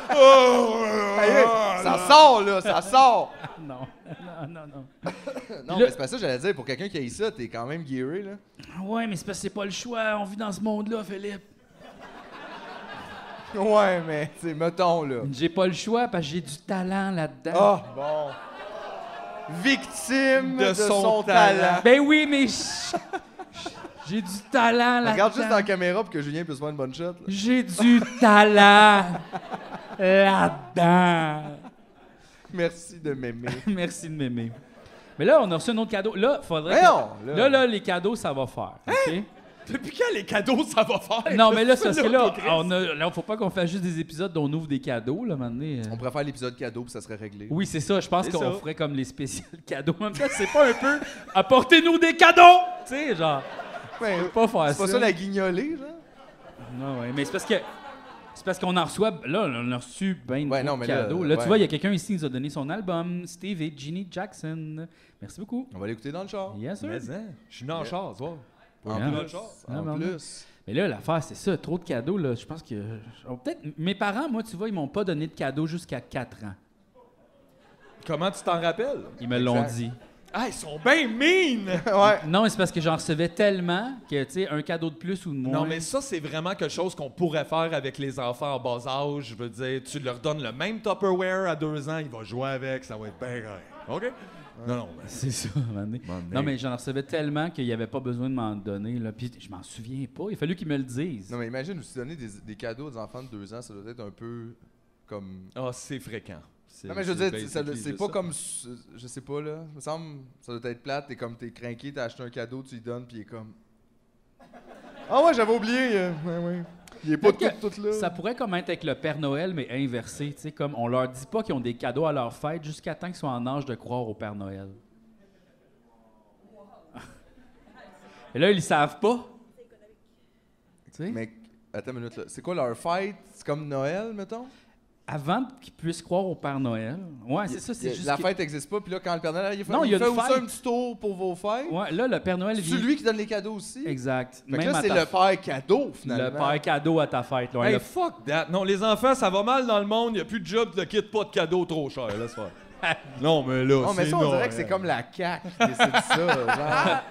[SPEAKER 5] Hey, ça sort, Ah, là, ça sort.
[SPEAKER 1] non, non, non, non.
[SPEAKER 5] non,
[SPEAKER 1] Là-
[SPEAKER 5] mais c'est pas ça que j'allais dire. Pour quelqu'un qui a ça, t'es quand même gearé, là.
[SPEAKER 1] Ah Ouais, mais c'est parce que c'est pas le choix. On vit dans ce monde-là, Philippe.
[SPEAKER 5] Ouais, mais, c'est mettons, là.
[SPEAKER 1] J'ai pas le choix parce que j'ai du talent là-dedans.
[SPEAKER 5] Ah, bon. Victime de, son, talent.
[SPEAKER 1] Ben oui, mais je- j'ai du talent là-dedans.
[SPEAKER 5] Regarde juste dans la caméra pour que Julien puisse voir une bonne shot. là.
[SPEAKER 1] J'ai du talent là-dedans.
[SPEAKER 5] Merci de m'aimer.
[SPEAKER 1] Merci de m'aimer. Mais là, on a reçu un autre cadeau. Là, faudrait. que-
[SPEAKER 5] Voyons, Hein?
[SPEAKER 1] là.
[SPEAKER 5] là.
[SPEAKER 1] là, les cadeaux, ça va faire. OK?
[SPEAKER 4] Depuis quand les cadeaux, ça va faire?
[SPEAKER 1] Non, mais là, c'est parce que là, on a, là, faut pas qu'on fasse juste des épisodes dont on ouvre des cadeaux, là, maintenant.
[SPEAKER 5] On pourrait faire l'épisode cadeau puis ça serait réglé.
[SPEAKER 1] Oui, c'est ça. Je pense
[SPEAKER 5] C'est
[SPEAKER 1] qu'on
[SPEAKER 5] ça.
[SPEAKER 1] ferait comme les spéciales cadeaux. En même temps, c'est pas un peu apportez-nous des cadeaux! Tu sais, genre.
[SPEAKER 5] Ben,
[SPEAKER 1] on peut pas faire
[SPEAKER 5] C'est pas ça la guignolée, genre?
[SPEAKER 1] Non, ouais, mais c'est parce que. C'est parce qu'on en reçoit. Là, on a reçu ben
[SPEAKER 5] Ouais, non,
[SPEAKER 1] de
[SPEAKER 5] mais là,
[SPEAKER 1] cadeaux. Là, tu
[SPEAKER 5] ouais.
[SPEAKER 1] vois, il y a quelqu'un ici qui nous a donné son album, Steve et Ginny Jackson. Merci beaucoup.
[SPEAKER 5] On va l'écouter dans le char.
[SPEAKER 1] Yes, sir.
[SPEAKER 4] Mais, hein, je suis né en
[SPEAKER 5] Yeah.
[SPEAKER 4] chasse, ouais.
[SPEAKER 5] En
[SPEAKER 1] Hein?
[SPEAKER 5] plus.
[SPEAKER 1] Ah,
[SPEAKER 5] En
[SPEAKER 1] non, non.
[SPEAKER 5] plus.
[SPEAKER 1] Mais là, l'affaire, c'est ça. Trop de cadeaux, là. Je pense que. oh, Peut-être. Mes parents, moi, tu vois, ils m'ont pas donné de cadeaux jusqu'à 4 ans.
[SPEAKER 4] Comment tu t'en rappelles?
[SPEAKER 1] Ils me l'ont dit.
[SPEAKER 4] Ah, ils sont bien mean!
[SPEAKER 5] ouais.
[SPEAKER 1] Non, mais c'est parce que j'en recevais tellement que, tu sais, un cadeau de plus ou de moins.
[SPEAKER 4] Non, mais ça, c'est vraiment quelque chose qu'on pourrait faire avec les enfants en bas âge. Je veux dire, tu leur donnes le même Tupperware à deux ans, ils vont jouer avec, ça va être bien correct. OK? Non, non, mais
[SPEAKER 1] C'est ça, à un moment donné.
[SPEAKER 4] donné.
[SPEAKER 1] Non, mais j'en recevais tellement qu'il n'y avait pas besoin de m'en donner, là. Puis je m'en souviens pas. Il a fallu qu'ils me le disent.
[SPEAKER 5] Non, mais imagine, vous donner des, des cadeaux aux enfants de deux ans, ça doit être un peu comme.
[SPEAKER 4] Ah, c'est fréquent. C'est-
[SPEAKER 5] Non, mais je veux
[SPEAKER 4] c'est
[SPEAKER 5] dire, ça doit-
[SPEAKER 4] basically
[SPEAKER 5] c'est
[SPEAKER 4] juste
[SPEAKER 5] pas
[SPEAKER 4] ça.
[SPEAKER 5] comme. su- Je sais pas, là. Il me semble, ça doit être plate. T'es comme, t'es craqué, t'as acheté un cadeau, tu lui donnes, puis il est comme. Ah ouais, j'avais oublié. euh, ouais, ouais. Il est pas tout,
[SPEAKER 1] Peut-être que
[SPEAKER 5] tout là.
[SPEAKER 1] Ça pourrait comme être avec le Père Noël, mais inversé. Tu sais, comme on leur dit pas qu'ils ont des cadeaux à leur fête jusqu'à temps qu'ils soient en âge de croire au Père Noël. Et là, ils le savent pas.
[SPEAKER 5] Mais attends une minute, là. C'est quoi leur fête? C'est comme Noël, mettons?
[SPEAKER 1] Avant qu'ils puissent croire au Père Noël. Ouais, c'est ça,
[SPEAKER 5] Il y
[SPEAKER 1] c'est
[SPEAKER 5] a-
[SPEAKER 1] juste.
[SPEAKER 5] La
[SPEAKER 1] que-
[SPEAKER 5] fête n'existe pas, puis là, quand le Père Noël arrive, il fait,
[SPEAKER 1] Non, il y a
[SPEAKER 5] fait
[SPEAKER 1] une
[SPEAKER 5] aussi
[SPEAKER 1] fête.
[SPEAKER 5] un petit tour pour vos fêtes.
[SPEAKER 1] Ouais, là, le Père Noël vient.
[SPEAKER 5] C'est lui qui donne les cadeaux aussi.
[SPEAKER 1] Exact.
[SPEAKER 5] Fait que
[SPEAKER 1] Même
[SPEAKER 5] là,
[SPEAKER 1] à
[SPEAKER 5] c'est
[SPEAKER 1] ta
[SPEAKER 5] le
[SPEAKER 1] f-
[SPEAKER 5] père cadeau,
[SPEAKER 1] le
[SPEAKER 5] finalement.
[SPEAKER 1] Père cadeau à ta fête. là.
[SPEAKER 4] Hey,
[SPEAKER 1] Le-
[SPEAKER 4] fuck that! Non, les enfants, ça va mal dans le monde, y a plus de job, ne quitte pas de cadeaux trop chers, laisse faire. non, mais là,
[SPEAKER 5] Non, mais
[SPEAKER 4] c'est
[SPEAKER 5] ça, on dirait
[SPEAKER 4] Noël.
[SPEAKER 5] que c'est comme la CAQ qui décide ça. genre.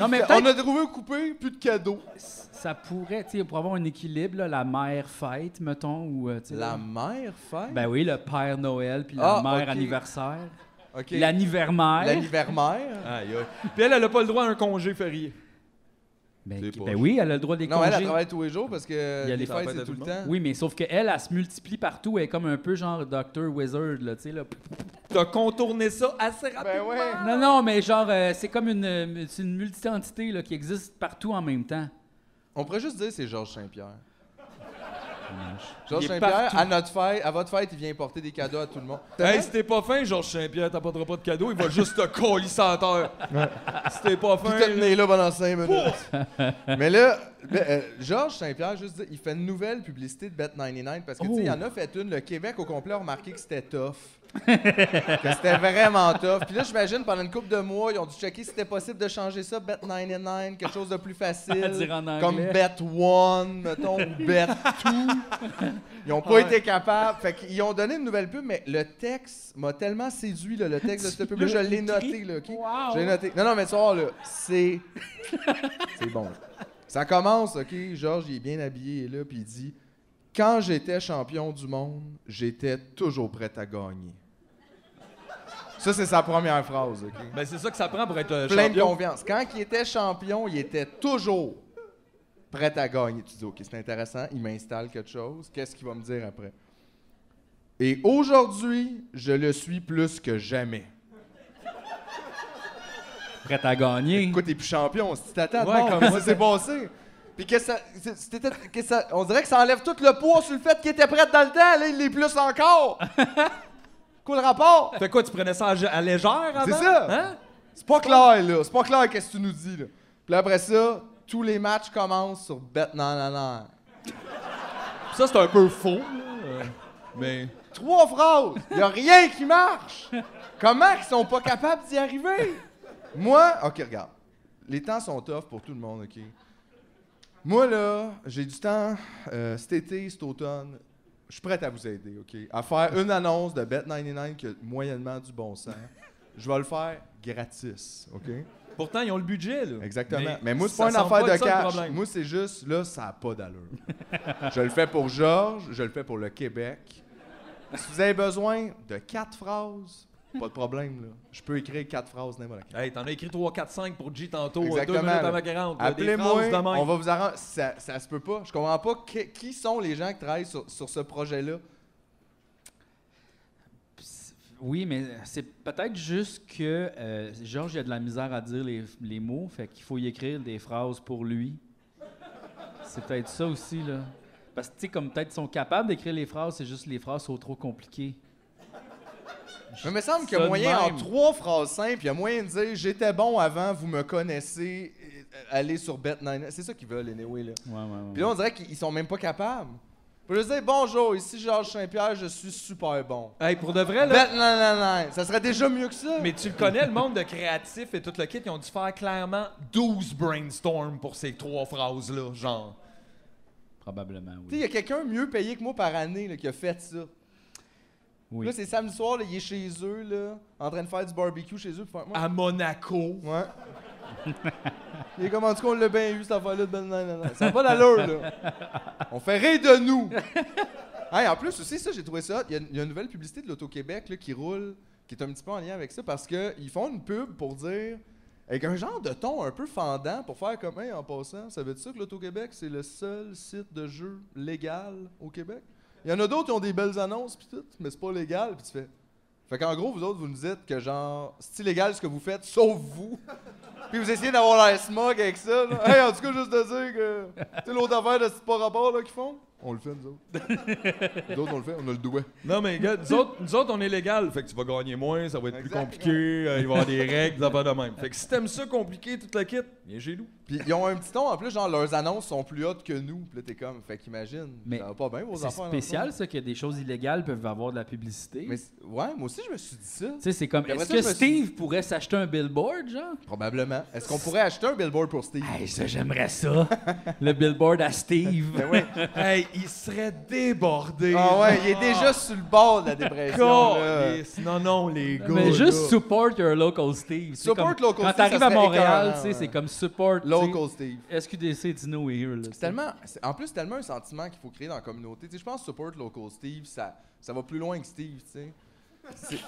[SPEAKER 1] Non, mais
[SPEAKER 5] on
[SPEAKER 1] Ah, peut-être-
[SPEAKER 5] a trouvé un coupé, plus de cadeaux.
[SPEAKER 1] ça pourrait, tu sais, pour avoir un équilibre, là, la mère fête, mettons, ou. euh, tu sais, là-
[SPEAKER 5] La mère fête?
[SPEAKER 1] Ben oui, le Père Noël, puis la
[SPEAKER 5] Ah,
[SPEAKER 1] mère
[SPEAKER 5] ok.
[SPEAKER 1] anniversaire.
[SPEAKER 5] OK.
[SPEAKER 1] L'anniversaire.
[SPEAKER 5] L'anniversaire?
[SPEAKER 4] Aïe, aïe. Puis elle, elle a pas le droit à un congé férié.
[SPEAKER 1] Ben,
[SPEAKER 4] C'est
[SPEAKER 1] qui-
[SPEAKER 4] pas-
[SPEAKER 1] ben oui, elle a le droit des
[SPEAKER 5] Non, elle, elle
[SPEAKER 1] congés.
[SPEAKER 5] travaille tous les jours parce que
[SPEAKER 1] Il y a
[SPEAKER 5] les
[SPEAKER 1] les
[SPEAKER 5] fêtes,
[SPEAKER 4] fêtes à
[SPEAKER 5] c'est tout
[SPEAKER 4] tout
[SPEAKER 5] le
[SPEAKER 4] le
[SPEAKER 5] temps.
[SPEAKER 1] Oui, mais sauf qu'elle, elle, elle se multiplie partout. Elle est comme un peu genre Dr. Wizard, là, tu sais, là.
[SPEAKER 4] T'as contourné ça assez rapidement.
[SPEAKER 5] Ben ouais.
[SPEAKER 1] Non, non, mais genre, euh, c'est comme une, euh, c'est une multi-entité, là, qui existe partout en même temps.
[SPEAKER 5] On pourrait juste dire c'est Georges Saint-Pierre.
[SPEAKER 1] Il
[SPEAKER 5] Georges
[SPEAKER 1] est
[SPEAKER 5] Saint-Pierre,
[SPEAKER 1] partout.
[SPEAKER 5] à notre fête, à votre fête, il vient porter des cadeaux à tout le monde.
[SPEAKER 4] Hey, si t'es pas fin, Georges Saint-Pierre, t'apporteras pas de cadeau, il va juste te coller sans terre. Si t'es pas
[SPEAKER 5] Puis
[SPEAKER 4] fin.
[SPEAKER 5] te tenir là pendant 5 minutes. Mais là, ben, euh, Georges Saint-Pierre, juste dire, il fait une nouvelle publicité de Bet99 parce que, tu sais, il y en
[SPEAKER 1] Oh.
[SPEAKER 5] a fait une. Le Québec au complet a remarqué que c'était tough. que c'était vraiment tough. Puis là, j'imagine, pendant une couple de mois, ils ont dû checker si c'était possible de changer ça, Bet99, quelque chose de plus
[SPEAKER 1] À dire
[SPEAKER 5] facile.
[SPEAKER 1] en anglais.
[SPEAKER 5] comme Bet1, mettons, ou Bet2. Ils ont pas été capables. Fait qu'ils ont donné une nouvelle pub, mais le texte m'a tellement séduit, là, le texte de cette pub-là, je l'ai noté, là, OK? Je l'ai noté. Non, non, mais tu vois, là, c'est... C'est bon. là. Ça commence, OK? Georges, il est bien habillé, il est là, puis il dit « Quand j'étais champion du monde, j'étais toujours prêt à gagner. » Ça, c'est sa première phrase, OK?
[SPEAKER 4] Ben c'est ça que ça prend pour être euh,
[SPEAKER 5] Plein de
[SPEAKER 4] champion.
[SPEAKER 5] confiance. Quand il était champion, il était toujours prêt à gagner. Tu dis, OK, c'est intéressant, il m'installe quelque chose. Qu'est-ce qu'il va me dire après? Et aujourd'hui, je le suis plus que jamais.
[SPEAKER 1] Prête à gagner.
[SPEAKER 5] Écoute, t'es plus champion, si tu t'attends,
[SPEAKER 4] Ouais,
[SPEAKER 5] bon,
[SPEAKER 4] comme
[SPEAKER 5] comment
[SPEAKER 4] moi,
[SPEAKER 5] ça s'est passé? Puis que ça, c'est- c'était- que ça- on dirait que ça enlève tout le poids sur le fait qu'il était prêt dans le temps, là, il l'est plus encore! quoi le rapport?
[SPEAKER 4] Fait quoi, tu prenais ça à, à légère avant?
[SPEAKER 5] C'est ça.
[SPEAKER 4] Hein?
[SPEAKER 5] C'est pas clair, là. C'est pas clair qu'est-ce que tu nous dis, là. Puis là, après ça, tous les matchs commencent sur Bet Non, non, non.
[SPEAKER 4] Ça, c'est un peu faux, là, euh, mais.
[SPEAKER 5] Trois phrases! Il a rien qui marche! Comment ils sont pas capables d'y arriver? Moi, OK, regarde. Les temps sont tough pour tout le monde, OK? Moi, là, j'ai du temps euh, cet été, cet automne. Je suis prêt à vous aider, OK? À faire une annonce de Bet99 qui a moyennement du bon sens. Je vais le faire gratis, OK?
[SPEAKER 4] Pourtant, ils ont le budget, là.
[SPEAKER 5] Exactement. Mais,
[SPEAKER 4] Mais
[SPEAKER 5] moi, c'est
[SPEAKER 4] ça
[SPEAKER 5] pas une
[SPEAKER 4] semble
[SPEAKER 5] affaire
[SPEAKER 4] pas
[SPEAKER 5] de
[SPEAKER 4] être ça, le
[SPEAKER 5] cash.
[SPEAKER 4] problème.
[SPEAKER 5] Moi, c'est juste, là, ça n'a pas d'allure. je le fais pour Georges, je le fais pour le Québec. Si vous avez besoin de quatre phrases, pas de problème, là. Je peux écrire quatre phrases n'importe laquelle.
[SPEAKER 4] Hey, t'en as écrit 3, 4, 5 pour G tantôt, euh, deux
[SPEAKER 5] Exactement.
[SPEAKER 4] minutes
[SPEAKER 5] là.
[SPEAKER 4] avant 40. là, des
[SPEAKER 5] Appelez-moi,
[SPEAKER 4] phrases de même.
[SPEAKER 5] on va vous arranger. Ça, ça se peut pas. Je comprends pas que- qui sont les gens qui travaillent sur, sur ce projet-là.
[SPEAKER 1] Oui, mais c'est peut-être juste que euh, Georges il a de la misère à dire les, les mots, fait qu'il faut y écrire des phrases pour lui. C'est peut-être ça aussi, là. Parce que, tu sais, comme peut-être ils sont capables d'écrire les phrases, c'est juste que les phrases sont trop compliquées.
[SPEAKER 5] Mais il me semble qu'il y
[SPEAKER 1] Ça
[SPEAKER 5] a
[SPEAKER 1] de
[SPEAKER 5] moyen, en
[SPEAKER 1] même.
[SPEAKER 5] trois phrases simples, il y a moyen de dire « J'étais bon avant, vous me connaissez, euh, allez sur Bet99 ». C'est ça qu'ils veulent, anyway, là.
[SPEAKER 1] Ouais, ouais, ouais.
[SPEAKER 5] Puis là, on dirait qu'ils sont même pas capables. Pour leur dire bonjour, ici Georges Saint-Pierre, je suis super bon.
[SPEAKER 4] Hey, pour de vrai, là.
[SPEAKER 5] Ben, non, non, non, ça serait déjà mieux que ça.
[SPEAKER 4] Mais tu le connais, le monde de créatifs et tout le kit, ils ont dû faire clairement 12 brainstorms pour ces trois phrases-là, genre.
[SPEAKER 1] Probablement,
[SPEAKER 5] Tu sais, il y a quelqu'un mieux payé que moi par année là, qui a fait ça.
[SPEAKER 1] Oui.
[SPEAKER 5] Là, c'est samedi soir, là, il est chez eux, là, en train de faire du barbecue chez eux. puis faire-
[SPEAKER 4] À Monaco.
[SPEAKER 5] Ouais. il est comme, en tout cas, on l'a bien eu, cette affaire-là. de Ben- nan- nan- nan. Ça n'a pas d'allure, là. On fait rire de nous. Hey, en plus, aussi, ça, j'ai trouvé ça. hot. Il y a- il y, a une nouvelle publicité de l'Auto-Québec là, qui roule, qui est un petit peu en lien avec ça, parce qu'ils font une pub pour dire. Avec un genre de ton un peu fendant pour faire comme, hey, en passant, ça veut dire que l'Auto-Québec, c'est le seul site de jeu légal au Québec? Il y en a d'autres qui ont des belles annonces, pis tout, mais c'est pas légal, puis tu fais. Fait qu'en gros, vous autres, vous nous dites que genre, c'est illégal ce que vous faites, sauf vous. Puis vous essayez d'avoir l'air smog avec ça. là. Hey, en tout cas, juste de dire que. Tu sais, l'autre affaire de ce pas rapport là, qu'ils font? On le fait, nous autres. nous autres, on le fait, on a le doigt.
[SPEAKER 4] Non, mais gars, nous autres, nous autres, on est légal. Fait que tu vas gagner moins, ça va être plus
[SPEAKER 5] Exactement.
[SPEAKER 4] compliqué, euh, il va y avoir des règles, ça va de même. Fait que si t'aimes ça compliqué, toute la kit, viens chez nous.
[SPEAKER 5] Puis ils ont un petit ton, en plus, genre, leurs annonces sont plus hautes que nous. Puis là, t'es comme, fait qu'imagine.
[SPEAKER 1] Mais
[SPEAKER 5] ça va pas bien vos
[SPEAKER 1] C'est
[SPEAKER 5] affaires. dans le
[SPEAKER 1] spécial,
[SPEAKER 5] fond.
[SPEAKER 1] ça, que des choses illégales peuvent avoir de la publicité.
[SPEAKER 5] Mais c'est- ouais, moi aussi, je me suis dit ça.
[SPEAKER 1] Tu sais, c'est comme,
[SPEAKER 5] Puis après
[SPEAKER 1] est-ce
[SPEAKER 5] ça,
[SPEAKER 1] que
[SPEAKER 5] je me suis
[SPEAKER 1] Steve pourrait s'acheter un billboard, genre?
[SPEAKER 5] Probablement. Est-ce qu'on pourrait acheter un billboard pour Steve?
[SPEAKER 1] Hey, ça, j'aimerais ça. le billboard à Steve.
[SPEAKER 5] Ben
[SPEAKER 4] Hey, il serait débordé.
[SPEAKER 5] Ah ouais, il est
[SPEAKER 4] Ah.
[SPEAKER 5] déjà sur le bord de la dépression. là.
[SPEAKER 4] Calisse. Non, non, les gars.
[SPEAKER 1] Mais juste
[SPEAKER 4] là.
[SPEAKER 1] support your local Steve. C'est
[SPEAKER 5] Support
[SPEAKER 1] comme-
[SPEAKER 5] local
[SPEAKER 1] Quand
[SPEAKER 5] Steve,
[SPEAKER 1] t'arrives
[SPEAKER 5] ça
[SPEAKER 1] à
[SPEAKER 5] serait
[SPEAKER 1] Montréal,
[SPEAKER 5] écœurant,
[SPEAKER 1] tu sais,
[SPEAKER 5] ouais.
[SPEAKER 1] c'est comme support. tu sais,
[SPEAKER 5] Local Steve.
[SPEAKER 1] SQDC, Dino We Here. là, tu
[SPEAKER 5] C'est
[SPEAKER 1] sais.
[SPEAKER 5] tellement, c'est- en plus, c'est tellement un sentiment qu'il faut créer dans la communauté. Tu sais, je pense que support local Steve, ça, ça va plus loin que Steve, tu sais. C'est-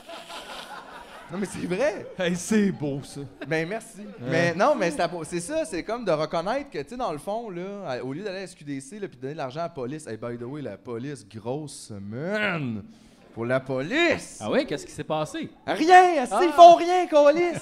[SPEAKER 5] Non, mais c'est vrai.
[SPEAKER 4] Hey, c'est beau, ça.
[SPEAKER 5] Ben merci. Mais non, mais c'est à- c'est ça, c'est comme de reconnaître que, tu sais, dans le fond, là, à- au lieu d'aller à SQDC là, puis de donner de l'argent à la police, hey, by the way, la police, grosse semaine pour la police.
[SPEAKER 1] Ah ouais, qu'est-ce qui s'est passé?
[SPEAKER 5] Rien, asti,
[SPEAKER 4] Ah.
[SPEAKER 5] ils font rien, Colis.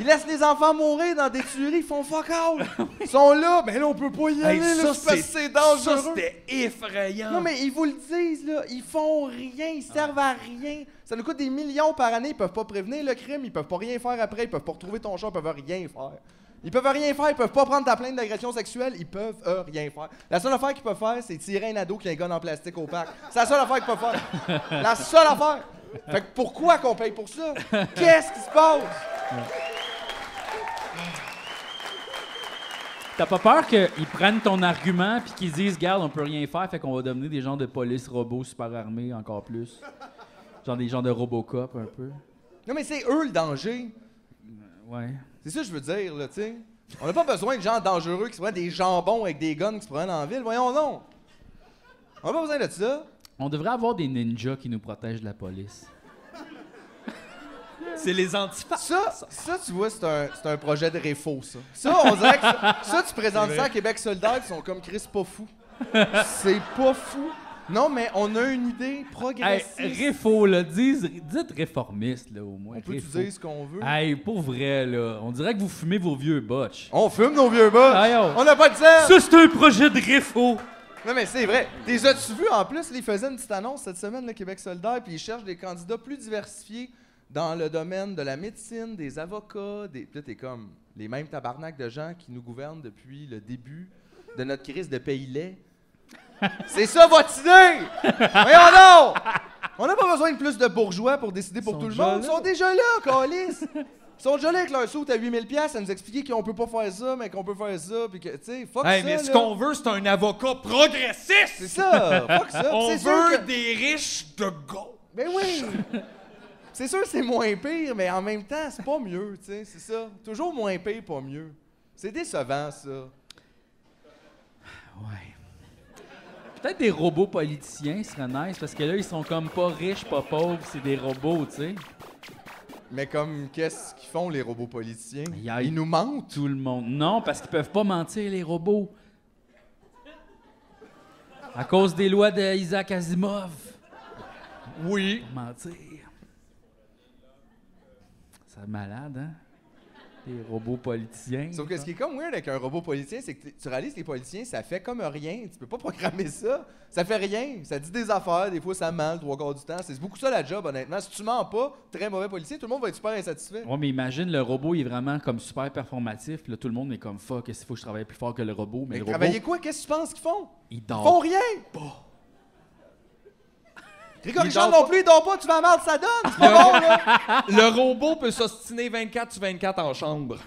[SPEAKER 5] Ils laissent les enfants mourir dans des tueries, ils font fuck all. Ils sont là, mais là, on peut pas y aller,
[SPEAKER 4] Hey,
[SPEAKER 5] là,
[SPEAKER 4] ça,
[SPEAKER 5] c'est parce que
[SPEAKER 4] c'est-
[SPEAKER 5] c'est dangereux.
[SPEAKER 4] ça, c'était effrayant.
[SPEAKER 5] Non, mais ils vous le disent, là. Ils font rien. Ils servent à rien. Ça nous coûte des millions par année. Ils peuvent pas prévenir le crime. Ils peuvent pas rien faire après. Ils peuvent pas retrouver ton chat. Ils peuvent rien faire. Ils peuvent rien faire. Ils peuvent pas prendre ta plainte d'agression sexuelle. Ils peuvent euh, rien faire. La seule affaire qu'ils peuvent faire, c'est tirer un ado qui a un gun en plastique au parc. C'est la seule affaire qu'ils peuvent faire. La seule affaire. Fait que pourquoi qu'on paye pour ça? Qu'est-ce qui se passe?
[SPEAKER 1] T'as pas peur qu'ils prennent ton argument puis qu'ils disent, garde, on peut rien faire, fait qu'on va devenir des gens de police robots super armés encore plus? Genre des gens de Robocop un peu?
[SPEAKER 5] Non, mais c'est eux le danger.
[SPEAKER 1] Ouais.
[SPEAKER 5] C'est ça que je veux dire, là, tu sais. On n'a pas besoin de gens dangereux qui se prennent des jambons avec des guns qui se prennent en ville. Voyons non. On n'a pas besoin de ça.
[SPEAKER 1] On devrait avoir des ninjas qui nous protègent de la police.
[SPEAKER 4] C'est les antipas.
[SPEAKER 5] Ça, ça, tu vois, c'est un, c'est un projet de réfaux, ça. Ça, on dirait que ça, ça, tu présentes
[SPEAKER 4] C'est
[SPEAKER 5] ça
[SPEAKER 4] vrai.
[SPEAKER 5] à Québec solidaire, ils sont comme Chris, pas fou. C'est pas fou. Non, mais on a une idée
[SPEAKER 1] Hey,
[SPEAKER 5] progressiste.
[SPEAKER 1] réfo, là, dis- dites réformiste, là, au moins.
[SPEAKER 5] on peut
[SPEAKER 1] Réfo.
[SPEAKER 5] utiliser ce qu'on veut.
[SPEAKER 1] Hey, pour vrai, là, on dirait que vous fumez vos vieux botches.
[SPEAKER 5] On fume nos vieux bas.
[SPEAKER 1] Hey, oh.
[SPEAKER 5] On n'a pas de sel.
[SPEAKER 1] Ça, c'est un projet de réfo!
[SPEAKER 5] Non, mais c'est vrai. Les as-tu vu en plus? Ils faisaient une petite annonce cette semaine, le Québec solidaire, puis ils cherchent des candidats plus diversifiés dans le domaine de la médecine, des avocats, des. Puis là, t'es comme. les mêmes tabarnaks de gens qui nous gouvernent depuis le début de notre crise de pays laid. C'est ça votre idée! Voyons donc! On n'a pas besoin de plus de bourgeois pour décider pour tout le
[SPEAKER 3] déjà
[SPEAKER 5] monde. Ils
[SPEAKER 3] là.
[SPEAKER 5] sont déjà là, calice! Ils sont déjà là avec leur soute à 8000$ à nous expliquer qu'on peut pas faire ça, mais qu'on peut faire ça, puis que, tu sais, fuck
[SPEAKER 4] Hey,
[SPEAKER 5] ça,
[SPEAKER 4] mais ce
[SPEAKER 5] là.
[SPEAKER 4] qu'on veut, c'est un avocat progressiste!
[SPEAKER 5] C'est ça, fuck ça.
[SPEAKER 4] On
[SPEAKER 5] C'est sûr
[SPEAKER 4] veut
[SPEAKER 5] que-
[SPEAKER 4] des riches de gauche!
[SPEAKER 5] Ben oui! c'est sûr que c'est moins pire, mais en même temps, c'est pas mieux, tu sais, c'est ça. Toujours moins pire, pas mieux. C'est décevant, ça.
[SPEAKER 1] Peut-être des robots politiciens serait nice, parce que là, ils sont comme pas riches, pas pauvres, c'est des robots, tu sais.
[SPEAKER 5] Mais comme, qu'est-ce qu'ils font, les robots politiciens?
[SPEAKER 1] Ils
[SPEAKER 5] nous mentent?
[SPEAKER 1] Tout le monde. Non, parce qu'ils peuvent pas mentir, les robots. À cause des lois d'Isaac Asimov.
[SPEAKER 4] Oui.
[SPEAKER 1] Mentir. C'est malade, hein? Des robots politiciens.
[SPEAKER 5] Sauf que
[SPEAKER 4] Ah.
[SPEAKER 5] ce qui est comme weird avec un robot politicien, c'est que tu- tu réalises que les politiciens, ça fait comme rien. Tu peux pas programmer ça. Ça fait rien. Ça dit des affaires. Des fois, ça ment le trois quarts du temps. C'est beaucoup ça la job, honnêtement. Si tu mens pas, très mauvais policier, tout le monde va être super insatisfait.
[SPEAKER 1] Ouais, mais imagine, le robot, il est vraiment comme super performatif. puis Là, tout le monde est comme fuck, il faut que je travaille plus fort que le robot. Mais, le robot,
[SPEAKER 5] Travailler quoi? Qu'est-ce que tu penses qu'ils font?
[SPEAKER 1] il
[SPEAKER 5] Ils
[SPEAKER 1] dort.
[SPEAKER 5] font rien! Grégory
[SPEAKER 4] Ils
[SPEAKER 5] Richard
[SPEAKER 4] dorment
[SPEAKER 5] non plus, ils dorment pas, tu vas mal, ça donne! C'est pas bon, là!
[SPEAKER 4] Le, le robot peut s'ostiner 24 sur 24 en chambre.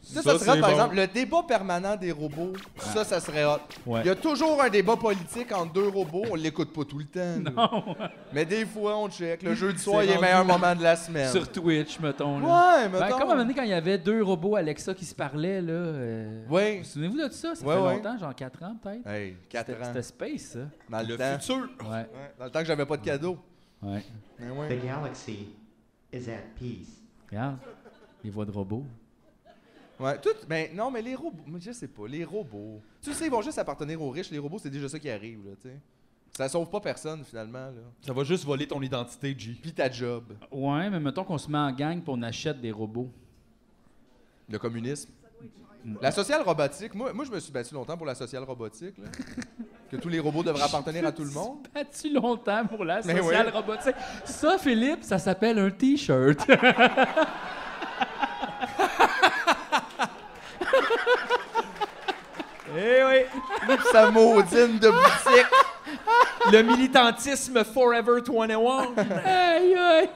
[SPEAKER 5] Ça, ça, serait,
[SPEAKER 4] c'est
[SPEAKER 5] par
[SPEAKER 4] bon.
[SPEAKER 5] exemple, le débat permanent des robots. Ça, ça serait hot.
[SPEAKER 4] Ouais.
[SPEAKER 5] Il y a toujours un débat politique entre deux robots. On l'écoute pas tout le temps. là. Mais des fois, on check. Le jeudi soir, il est le meilleur moment de la semaine.
[SPEAKER 1] Sur Twitch, mettons. là.
[SPEAKER 5] Ouais,
[SPEAKER 1] Ben,
[SPEAKER 5] mettons.
[SPEAKER 1] comme à un moment donné, quand il y avait deux robots Alexa qui se parlaient, là. euh,
[SPEAKER 5] Oui.
[SPEAKER 1] vous Souvenez-vous de ça? Ça
[SPEAKER 5] Ouais,
[SPEAKER 1] fait
[SPEAKER 5] ouais.
[SPEAKER 1] longtemps, genre 4 ans peut-être.
[SPEAKER 5] Hey, quatre
[SPEAKER 1] C'était-
[SPEAKER 5] ans.
[SPEAKER 1] C'était Space, ça.
[SPEAKER 5] Dans le, temps.
[SPEAKER 1] Ouais.
[SPEAKER 5] Ouais, Dans le temps que j'avais pas de cadeau.
[SPEAKER 1] Ouais.
[SPEAKER 5] Mais ouais.
[SPEAKER 16] The galaxy is at peace.
[SPEAKER 1] Regarde, les voix de robots.
[SPEAKER 5] Ouais, tout, ben, non, mais les robots, moi, je sais pas, les robots. Tu sais, ils vont juste appartenir aux riches, les robots, c'est déjà ça qui arrive, là, tu sais. Ça sauve pas personne, finalement, là.
[SPEAKER 4] Ça va juste voler ton identité, G.
[SPEAKER 5] Puis ta job.
[SPEAKER 1] Ouais, mais mettons qu'on se met en gang pour on achète des robots.
[SPEAKER 5] Le communisme. La sociale robotique, moi, moi je me suis battu longtemps pour la sociale robotique, là. que tous les robots devraient appartenir à tout le monde.
[SPEAKER 1] Battu longtemps pour la
[SPEAKER 5] Mais
[SPEAKER 1] sociale
[SPEAKER 5] ouais.
[SPEAKER 1] robotique. Ça, Philippe, ça s'appelle un T-shirt.
[SPEAKER 4] Eh oui!
[SPEAKER 5] Sa maudine de boutique!
[SPEAKER 4] Le militantisme Forever 21!
[SPEAKER 1] aïe, aïe!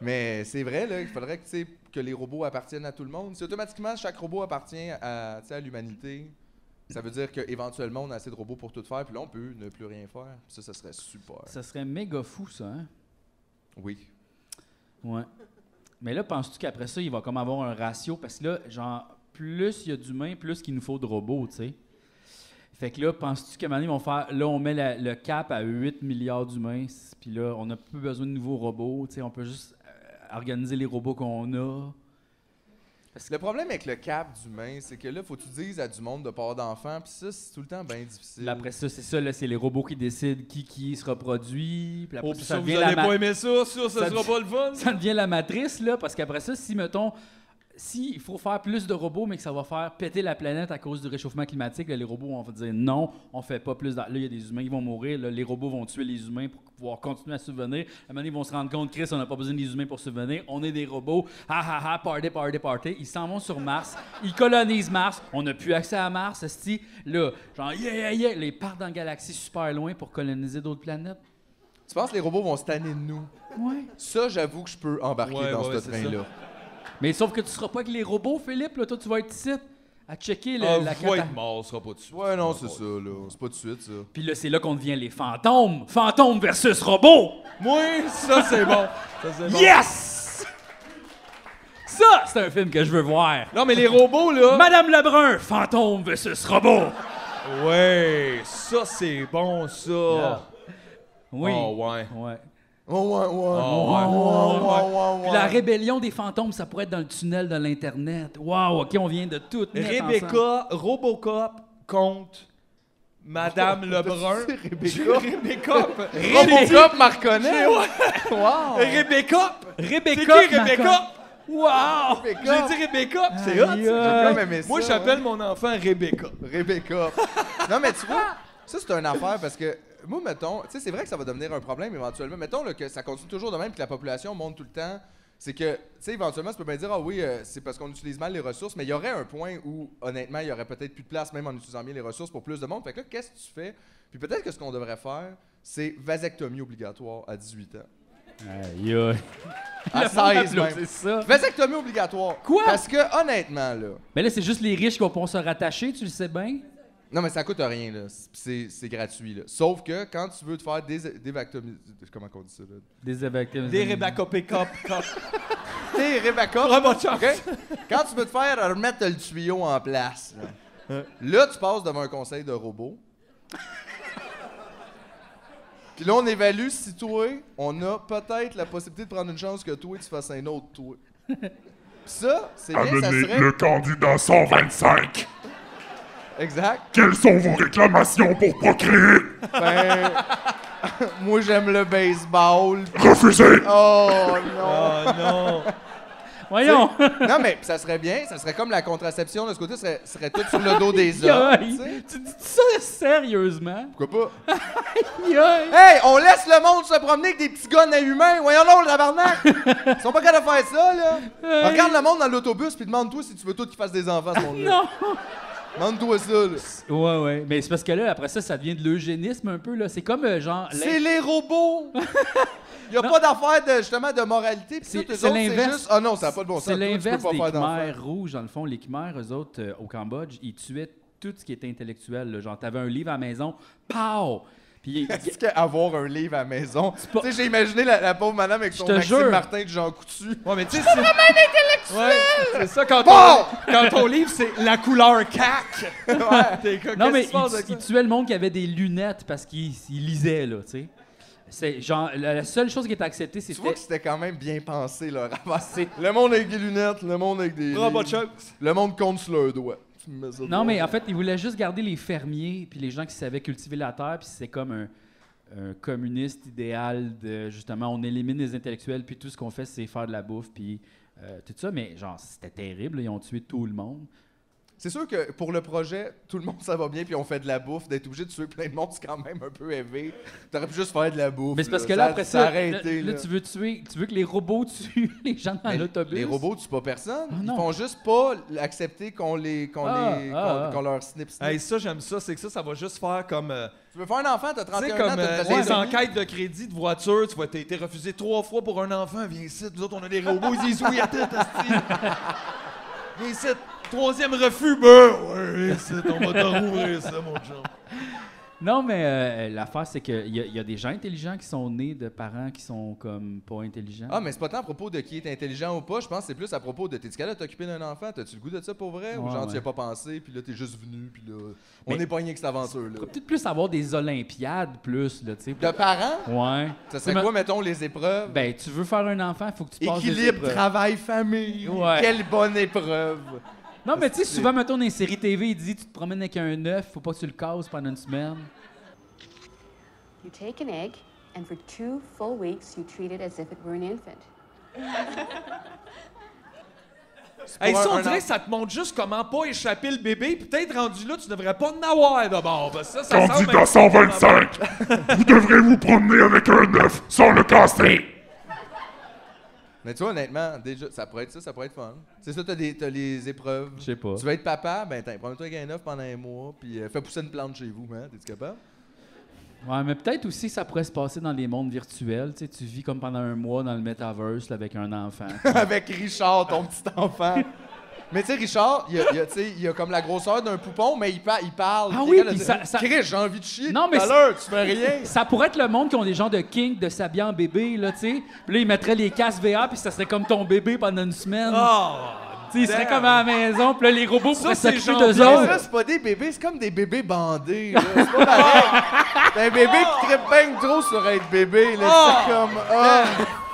[SPEAKER 5] Mais c'est vrai, là, il faudrait que, tu sais, que les robots appartiennent à tout le monde. Si automatiquement chaque robot appartient à, tu sais, à l'humanité, ça veut dire qu'éventuellement on a assez de robots pour tout faire, puis là on peut ne plus rien faire. Puis Ça, ça serait super.
[SPEAKER 1] ça serait méga fou, ça, hein?
[SPEAKER 5] Oui.
[SPEAKER 1] Ouais. Mais là, penses-tu qu'après ça, il va comme avoir un ratio? Parce que là, genre, plus il y a d'humains, plus qu'il nous faut de robots, tu sais. Fait que là, penses-tu qu'à un moment donné, ils vont faire. Là, on met la- le cap à 8 milliards d'humains, c- puis là, on n'a plus besoin de nouveaux robots, tu sais. On peut juste euh, organiser les robots qu'on a.
[SPEAKER 5] Le problème avec le cap d'humain, c'est que là, faut que tu dises à du monde de part d'enfant, puis ça, c'est tout le temps bien difficile.
[SPEAKER 1] Là, après ça, c'est ça, là, c'est les robots qui décident qui qui se reproduit. Puis après
[SPEAKER 4] Oh,
[SPEAKER 1] ça,
[SPEAKER 4] pis
[SPEAKER 1] ça
[SPEAKER 4] ça, vous
[SPEAKER 1] devient la
[SPEAKER 4] allez
[SPEAKER 1] ma-
[SPEAKER 4] pas aimer ça, ça, ça
[SPEAKER 1] Ça
[SPEAKER 4] sera
[SPEAKER 1] dit-
[SPEAKER 4] pas le fun!
[SPEAKER 1] ça devient la matrice, là, parce qu'après ça, si, mettons, si il faut faire plus de robots, mais que ça va faire péter la planète à cause du réchauffement climatique, là, les robots vont dire non, on fait pas plus. d'en- Là, il y a des humains qui vont mourir, là, les robots vont tuer les humains pour pouvoir continuer à subvenir. À un moment donné, ils vont se rendre compte, Chris, on n'a pas besoin des humains pour subvenir, on est des robots, ha ha ha, party, party, party. Ils s'en vont sur Mars, ils colonisent Mars, on n'a plus accès à Mars, esti. Là, genre, yeah, yeah, yeah, les partent dans la galaxie super loin pour coloniser d'autres planètes.
[SPEAKER 5] Tu penses que les robots vont se tanner de nous?
[SPEAKER 1] Ouais.
[SPEAKER 5] Ça, j'avoue que je peux embarquer
[SPEAKER 4] Ouais,
[SPEAKER 5] dans
[SPEAKER 4] ouais,
[SPEAKER 5] ce
[SPEAKER 4] c'est ça.
[SPEAKER 5] train-là.
[SPEAKER 1] Mais sauf que tu seras pas avec les robots, Philippe. Là, toi, tu vas être ici à checker le-
[SPEAKER 4] Ah,
[SPEAKER 1] la
[SPEAKER 4] vous
[SPEAKER 1] cata.
[SPEAKER 4] être mort, on sera pas Ah, dessus.
[SPEAKER 5] Ouais, non, c'est ça, là. C'est pas de suite, ça.
[SPEAKER 1] Puis là, c'est là qu'on devient les fantômes. Fantômes versus robots.
[SPEAKER 4] Moi, ça c'est bon! Ça, c'est bon.
[SPEAKER 1] Yes! Ça, c'est un film que je veux voir.
[SPEAKER 4] Non, mais les robots, là.
[SPEAKER 1] Madame Lebrun, fantôme versus robot.
[SPEAKER 4] Ouais, ça c'est bon, ça!
[SPEAKER 1] Oui.
[SPEAKER 4] Oh, ouais.
[SPEAKER 1] Ouais.
[SPEAKER 5] Oh, ouais, ouais.
[SPEAKER 4] Oh, ouais.
[SPEAKER 1] Puis la rébellion des fantômes, ça pourrait être dans le tunnel de l'Internet. Wow, OK, on vient de tout mettre ensemble.
[SPEAKER 4] Rebecca, Robocop contre Madame Lebrun.
[SPEAKER 5] Rebecca?
[SPEAKER 4] Rebecca.
[SPEAKER 5] Robocop Marconnet! wow!
[SPEAKER 4] Rebecca.
[SPEAKER 1] Rebecca,
[SPEAKER 4] C'est qui Rebecca?
[SPEAKER 1] Marco- Wow!
[SPEAKER 5] Rebecca!
[SPEAKER 4] J'ai dit Rebecca, pis c'est hot.
[SPEAKER 5] Aïe, j'ai
[SPEAKER 4] ça.
[SPEAKER 5] comme aimé
[SPEAKER 4] Moi,
[SPEAKER 5] ça,
[SPEAKER 4] j'appelle
[SPEAKER 5] ouais.
[SPEAKER 4] mon enfant Rebecca.
[SPEAKER 5] Rebecca. non, mais tu vois, ça, c'est une affaire parce que, moi, mettons, tu sais, c'est vrai que ça va devenir un problème éventuellement. Mettons là, que ça continue toujours de même, que la population monte tout le temps. c'est que, tu sais, éventuellement, tu peux bien dire, ah oui, euh, c'est parce qu'on utilise mal les ressources, mais il y aurait un point où, honnêtement, il y aurait peut-être plus de place, même en utilisant bien les ressources, pour plus de monde. Fait que là, qu'est-ce que tu fais? Puis peut-être que ce qu'on devrait faire, c'est vasectomie obligatoire à 18 ans.
[SPEAKER 1] Aïe, aïe. Le
[SPEAKER 5] À
[SPEAKER 1] monde
[SPEAKER 5] 16,
[SPEAKER 1] applaudit
[SPEAKER 5] même.
[SPEAKER 1] ça.
[SPEAKER 5] Vasectomie obligatoire. Quoi? Parce que, honnêtement, là...
[SPEAKER 1] Mais là, c'est juste les riches qui vont pouvoir se rattacher, tu le sais bien.
[SPEAKER 5] Non, mais ça coûte rien, là. C'est- C'est c'est gratuit, là. Sauf que quand tu veux te faire des, des vasectomies- Comment qu'on dit ça, là?
[SPEAKER 1] Des évacus.
[SPEAKER 5] Des Rebecca Pickup. Des Rebecca. OK? Quand tu veux te faire remettre le tuyau en place, là, là, tu passes devant un conseil de robot. Puis là, on évalue si toi, on a peut-être la possibilité de prendre une chance que toi, tu fasses un autre toi. Puis ça, c'est bien, ça
[SPEAKER 2] Amenez
[SPEAKER 5] serait...
[SPEAKER 2] Ah, le candidat 125.
[SPEAKER 5] Exact.
[SPEAKER 2] Quelles sont vos réclamations pour procréer?
[SPEAKER 5] Ben, moi, j'aime le baseball.
[SPEAKER 2] Refusé.
[SPEAKER 3] Ah,
[SPEAKER 5] Oh non!
[SPEAKER 2] Oh,
[SPEAKER 4] Ah,
[SPEAKER 2] non.
[SPEAKER 1] Voyons.
[SPEAKER 5] Tu sais, non, mais ça serait bien. Ça serait comme la contraception de ce côté. Ça serait, serait tout sur le dos des hommes.
[SPEAKER 1] Aïe,
[SPEAKER 5] tu sais.
[SPEAKER 1] aïe. Tu dis ça sérieusement?
[SPEAKER 5] Pourquoi
[SPEAKER 1] pas? aïe!
[SPEAKER 5] Hey, on laisse le monde se promener avec des petits guns à humains. Voyons donc, le tabarnak! Ils sont pas capables de faire ça, là.
[SPEAKER 1] Hey.
[SPEAKER 5] Regarde le monde dans l'autobus puis demande-toi si tu veux tout qu'ils fassent des enfants, ce monde-là.
[SPEAKER 1] non!
[SPEAKER 5] Demande-toi ça, là.
[SPEAKER 1] Ouais, ouais. Mais c'est parce que là, après ça, ça devient de l'eugénisme un peu, là. C'est comme euh, genre.
[SPEAKER 5] C'est les robots! Il a pas d'affaire, de, justement, de moralité. puis tout, eux autres, C'est juste... Ah non, ça n'a pas de bon sens.
[SPEAKER 1] C'est
[SPEAKER 5] Toi, tu peux
[SPEAKER 1] l'inverse
[SPEAKER 5] pas
[SPEAKER 1] des
[SPEAKER 5] faire d'enfants.
[SPEAKER 1] Khmers rouges, dans le fond. Les Khmers, eux autres, euh, au Cambodge, ils tuaient tout ce qui était intellectuel. là. Genre, t'avais un livre à la maison, pow! Puis,
[SPEAKER 5] Est-ce qu'avoir un livre à la maison. Tu sais, j'ai imaginé la, la pauvre madame avec son
[SPEAKER 1] te
[SPEAKER 5] Maxime
[SPEAKER 1] jure.
[SPEAKER 5] Martin de Jean Coutu.
[SPEAKER 3] Ouais, mais tu sais,
[SPEAKER 5] c'est.
[SPEAKER 3] Ouais, c'est ça, quand,
[SPEAKER 5] Bon!
[SPEAKER 3] ton, quand ton livre, c'est la couleur cac. T'es comme, qu'est-ce
[SPEAKER 1] non, mais
[SPEAKER 3] qui se passe avec
[SPEAKER 1] il, il tuait le monde qui avait des lunettes parce qu'il il lisait, là, tu sais. C'est genre, la, la seule chose qui était acceptée,
[SPEAKER 5] Tu vois
[SPEAKER 1] c'était.
[SPEAKER 5] que c'était quand même bien pensé, là, ramassé. Le monde avec des lunettes, le monde avec des.
[SPEAKER 4] Ah,
[SPEAKER 1] Prends pas de
[SPEAKER 5] Le monde compte sur leurs doigts. Tu me mets ça
[SPEAKER 1] Non,
[SPEAKER 5] dedans.
[SPEAKER 1] mais en fait, il voulait juste garder les fermiers puis les gens qui savaient cultiver la terre, puis c'est comme un, un communiste idéal de justement, on élimine les intellectuels, puis tout ce qu'on fait, c'est faire de la bouffe, puis euh, tout ça. Mais genre, c'était terrible, là, ils ont tué tout le monde.
[SPEAKER 5] C'est sûr que pour le projet, tout le monde ça va bien, puis on fait de la bouffe. D'être obligé de tuer plein de monde, c'est quand même un peu élevé. T'aurais pu juste faire de la bouffe.
[SPEAKER 1] Mais c'est parce que là, après ça, là,
[SPEAKER 5] arrêté,
[SPEAKER 1] là, tu veux tuer, tu veux que les robots tuent les gens dans
[SPEAKER 5] Mais
[SPEAKER 1] l'autobus.
[SPEAKER 5] Les robots tuent pas personne.
[SPEAKER 1] Ah,
[SPEAKER 5] Ils
[SPEAKER 1] non.
[SPEAKER 5] font juste pas accepter qu'on les, qu'on
[SPEAKER 1] Ah,
[SPEAKER 5] les, qu'on,
[SPEAKER 1] ah, ah.
[SPEAKER 5] qu'on leur snip, snip.
[SPEAKER 3] Hey, ça, j'aime ça. C'est que ça, ça va juste faire comme. euh,
[SPEAKER 5] Tu veux faire un enfant, t'as
[SPEAKER 3] tu sais,
[SPEAKER 5] 31 ans,
[SPEAKER 3] comme
[SPEAKER 5] t'as
[SPEAKER 3] euh,
[SPEAKER 5] une
[SPEAKER 3] les
[SPEAKER 5] vasectomie.
[SPEAKER 3] enquêtes de crédit de voiture, tu vois, t'as été refusé trois fois pour un enfant, viens ici, nous autres, on a des robots, ils disent oui à tout, asti. Viens ici, troisième refus, ben, ouais, viens ici, on va te rouvrir ça, mon chum.
[SPEAKER 1] Non, mais euh, l'affaire, c'est qu'il y, a- il y a des gens intelligents qui sont nés de parents qui sont comme pas intelligents.
[SPEAKER 5] Ah, mais c'est pas tant à propos de qui est intelligent ou pas, je pense que c'est plus à propos de t'es-tu capable de t'occuper d'un enfant, t'as-tu le goût de ça pour vrai? ou
[SPEAKER 1] Ouais,
[SPEAKER 5] genre
[SPEAKER 1] ouais.
[SPEAKER 5] tu y as pas pensé, puis là t'es juste venu, puis là on
[SPEAKER 1] Mais-
[SPEAKER 5] est pogné avec cette aventure-là.
[SPEAKER 1] Faudrait peut-être plus avoir des Olympiades, plus, là, tu sais.
[SPEAKER 5] De parents?
[SPEAKER 1] Ouais.
[SPEAKER 5] Ça serait
[SPEAKER 1] Mais-
[SPEAKER 5] quoi, mettons, les épreuves?
[SPEAKER 1] Ben, tu veux faire un enfant, il faut que tu passes des
[SPEAKER 5] Équilibre,
[SPEAKER 1] épreuves.
[SPEAKER 5] travail, famille.
[SPEAKER 1] Ouais.
[SPEAKER 5] Quelle bonne épreuve!
[SPEAKER 1] Non, mais tu sais, souvent, mettons, dans les séries TV, il dit tu te promènes avec un œuf, faut pas que tu le casses pendant une semaine.
[SPEAKER 17] You take an egg, and for two full weeks, you treat it as if it were an infant.
[SPEAKER 3] Hey,
[SPEAKER 17] Pour
[SPEAKER 3] ça,
[SPEAKER 17] un-
[SPEAKER 3] on
[SPEAKER 17] un
[SPEAKER 3] dirait
[SPEAKER 17] an.
[SPEAKER 3] que ça te montre juste comment pas échapper le bébé, puis peut-être rendu là, tu devrais pas en avoir d'abord. Parce que ça, ça semble
[SPEAKER 2] Candidat
[SPEAKER 3] être-
[SPEAKER 2] 125. vous devrez vous promener avec un œuf sans le casser.
[SPEAKER 5] Mais tu vois, honnêtement, déjà, ça pourrait être ça, ça pourrait être fun. C'est ça, t'as, des, t'as les épreuves.
[SPEAKER 1] Je sais pas.
[SPEAKER 5] Tu veux être papa? Ben, t'as, prends-toi avec un œuf pendant un mois, puis euh, fais pousser une plante chez vous, hein? T'es-tu capable?
[SPEAKER 1] Ouais, mais peut-être aussi ça pourrait se passer dans les mondes virtuels. Tu sais, tu vis comme pendant un mois dans le metaverse là, avec un enfant.
[SPEAKER 5] avec Richard, ton petit enfant. Mais tu sais, Richard, il y a, il y a, tu sais, il y a comme la grosseur d'un poupon, mais il, pa- il parle.
[SPEAKER 1] Ah
[SPEAKER 5] T'es
[SPEAKER 1] oui,
[SPEAKER 5] capable de
[SPEAKER 1] puis
[SPEAKER 5] dire,
[SPEAKER 1] ça- ça-
[SPEAKER 5] Chris, j'ai envie de chier.
[SPEAKER 1] Non, mais
[SPEAKER 5] Tout à
[SPEAKER 1] c'est-
[SPEAKER 5] l'heure, tu fais rien.
[SPEAKER 1] Ça pourrait être le monde qui ont des gens de kink, de s'habiller en bébé, là, tu sais. Puis là, ils mettraient les casques VR, puis ça serait comme ton bébé pendant une semaine.
[SPEAKER 3] Oh,
[SPEAKER 1] tu sais, ils seraient
[SPEAKER 5] Ah, damn.
[SPEAKER 1] comme à la maison, puis là, les robots pourraient
[SPEAKER 5] c'est
[SPEAKER 1] s'occuper
[SPEAKER 5] gentil.
[SPEAKER 1] d'eux autres.
[SPEAKER 5] Ça, c'est pas des bébés, c'est comme des bébés bandés. là. C'est pas pareil. T'as un bébé qui tripe bien trop sur être bébé. Là,
[SPEAKER 1] Ah!
[SPEAKER 5] C'est comme, ah,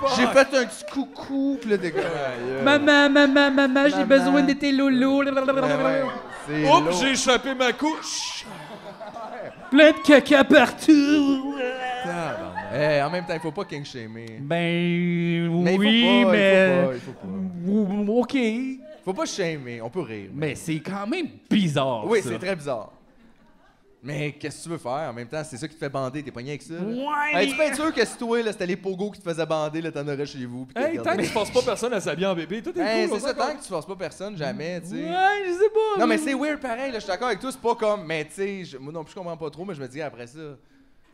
[SPEAKER 1] Fuck.
[SPEAKER 5] j'ai fait un petit coucou, pis là, t'es comme, aïe, aïe.
[SPEAKER 1] Maman, maman, maman, j'ai
[SPEAKER 5] Maman. Eh
[SPEAKER 1] besoin de tes loulous.
[SPEAKER 5] ouais, c'est
[SPEAKER 3] Oups,
[SPEAKER 5] lourd.
[SPEAKER 3] j'ai échappé ma couche.
[SPEAKER 1] Plein de caca partout.
[SPEAKER 5] Tabarnak. Eh, en même temps, il faut pas king shamer.
[SPEAKER 1] Ben
[SPEAKER 5] Mais il faut
[SPEAKER 1] oui,
[SPEAKER 5] pas,
[SPEAKER 1] mais.
[SPEAKER 5] Il faut pas,
[SPEAKER 1] il faut pas. OK.
[SPEAKER 5] Faut pas shamer, on peut rire.
[SPEAKER 1] Mais c'est quand même bizarre.
[SPEAKER 5] Oui,
[SPEAKER 1] ça.
[SPEAKER 5] c'est très bizarre. Mais qu'est-ce que tu veux faire? En même temps, c'est ça qui te fait bander, t'es pogné avec ça. là.
[SPEAKER 4] Ouais,
[SPEAKER 5] Hey, tu
[SPEAKER 4] mais-
[SPEAKER 5] bien sûr que si toi, là, c'était les pogos qui te faisaient bander, là, t'en aurais chez vous. puis
[SPEAKER 4] Hey,
[SPEAKER 5] t'as
[SPEAKER 4] tant que
[SPEAKER 5] gardé.
[SPEAKER 4] tu forces pas personne à s'habiller en bébé, tout est
[SPEAKER 5] Hey,
[SPEAKER 4] cool.
[SPEAKER 5] Ben, c'est ça, tant que tu forces pas personne, jamais, tu sais.
[SPEAKER 1] Ben,
[SPEAKER 4] Ouais, je sais pas.
[SPEAKER 5] Non, mais c'est weird pareil, là, je suis d'accord avec toi, c'est pas comme. Mais tu sais, je- moi non plus, je comprends pas trop, mais je me dis après ça.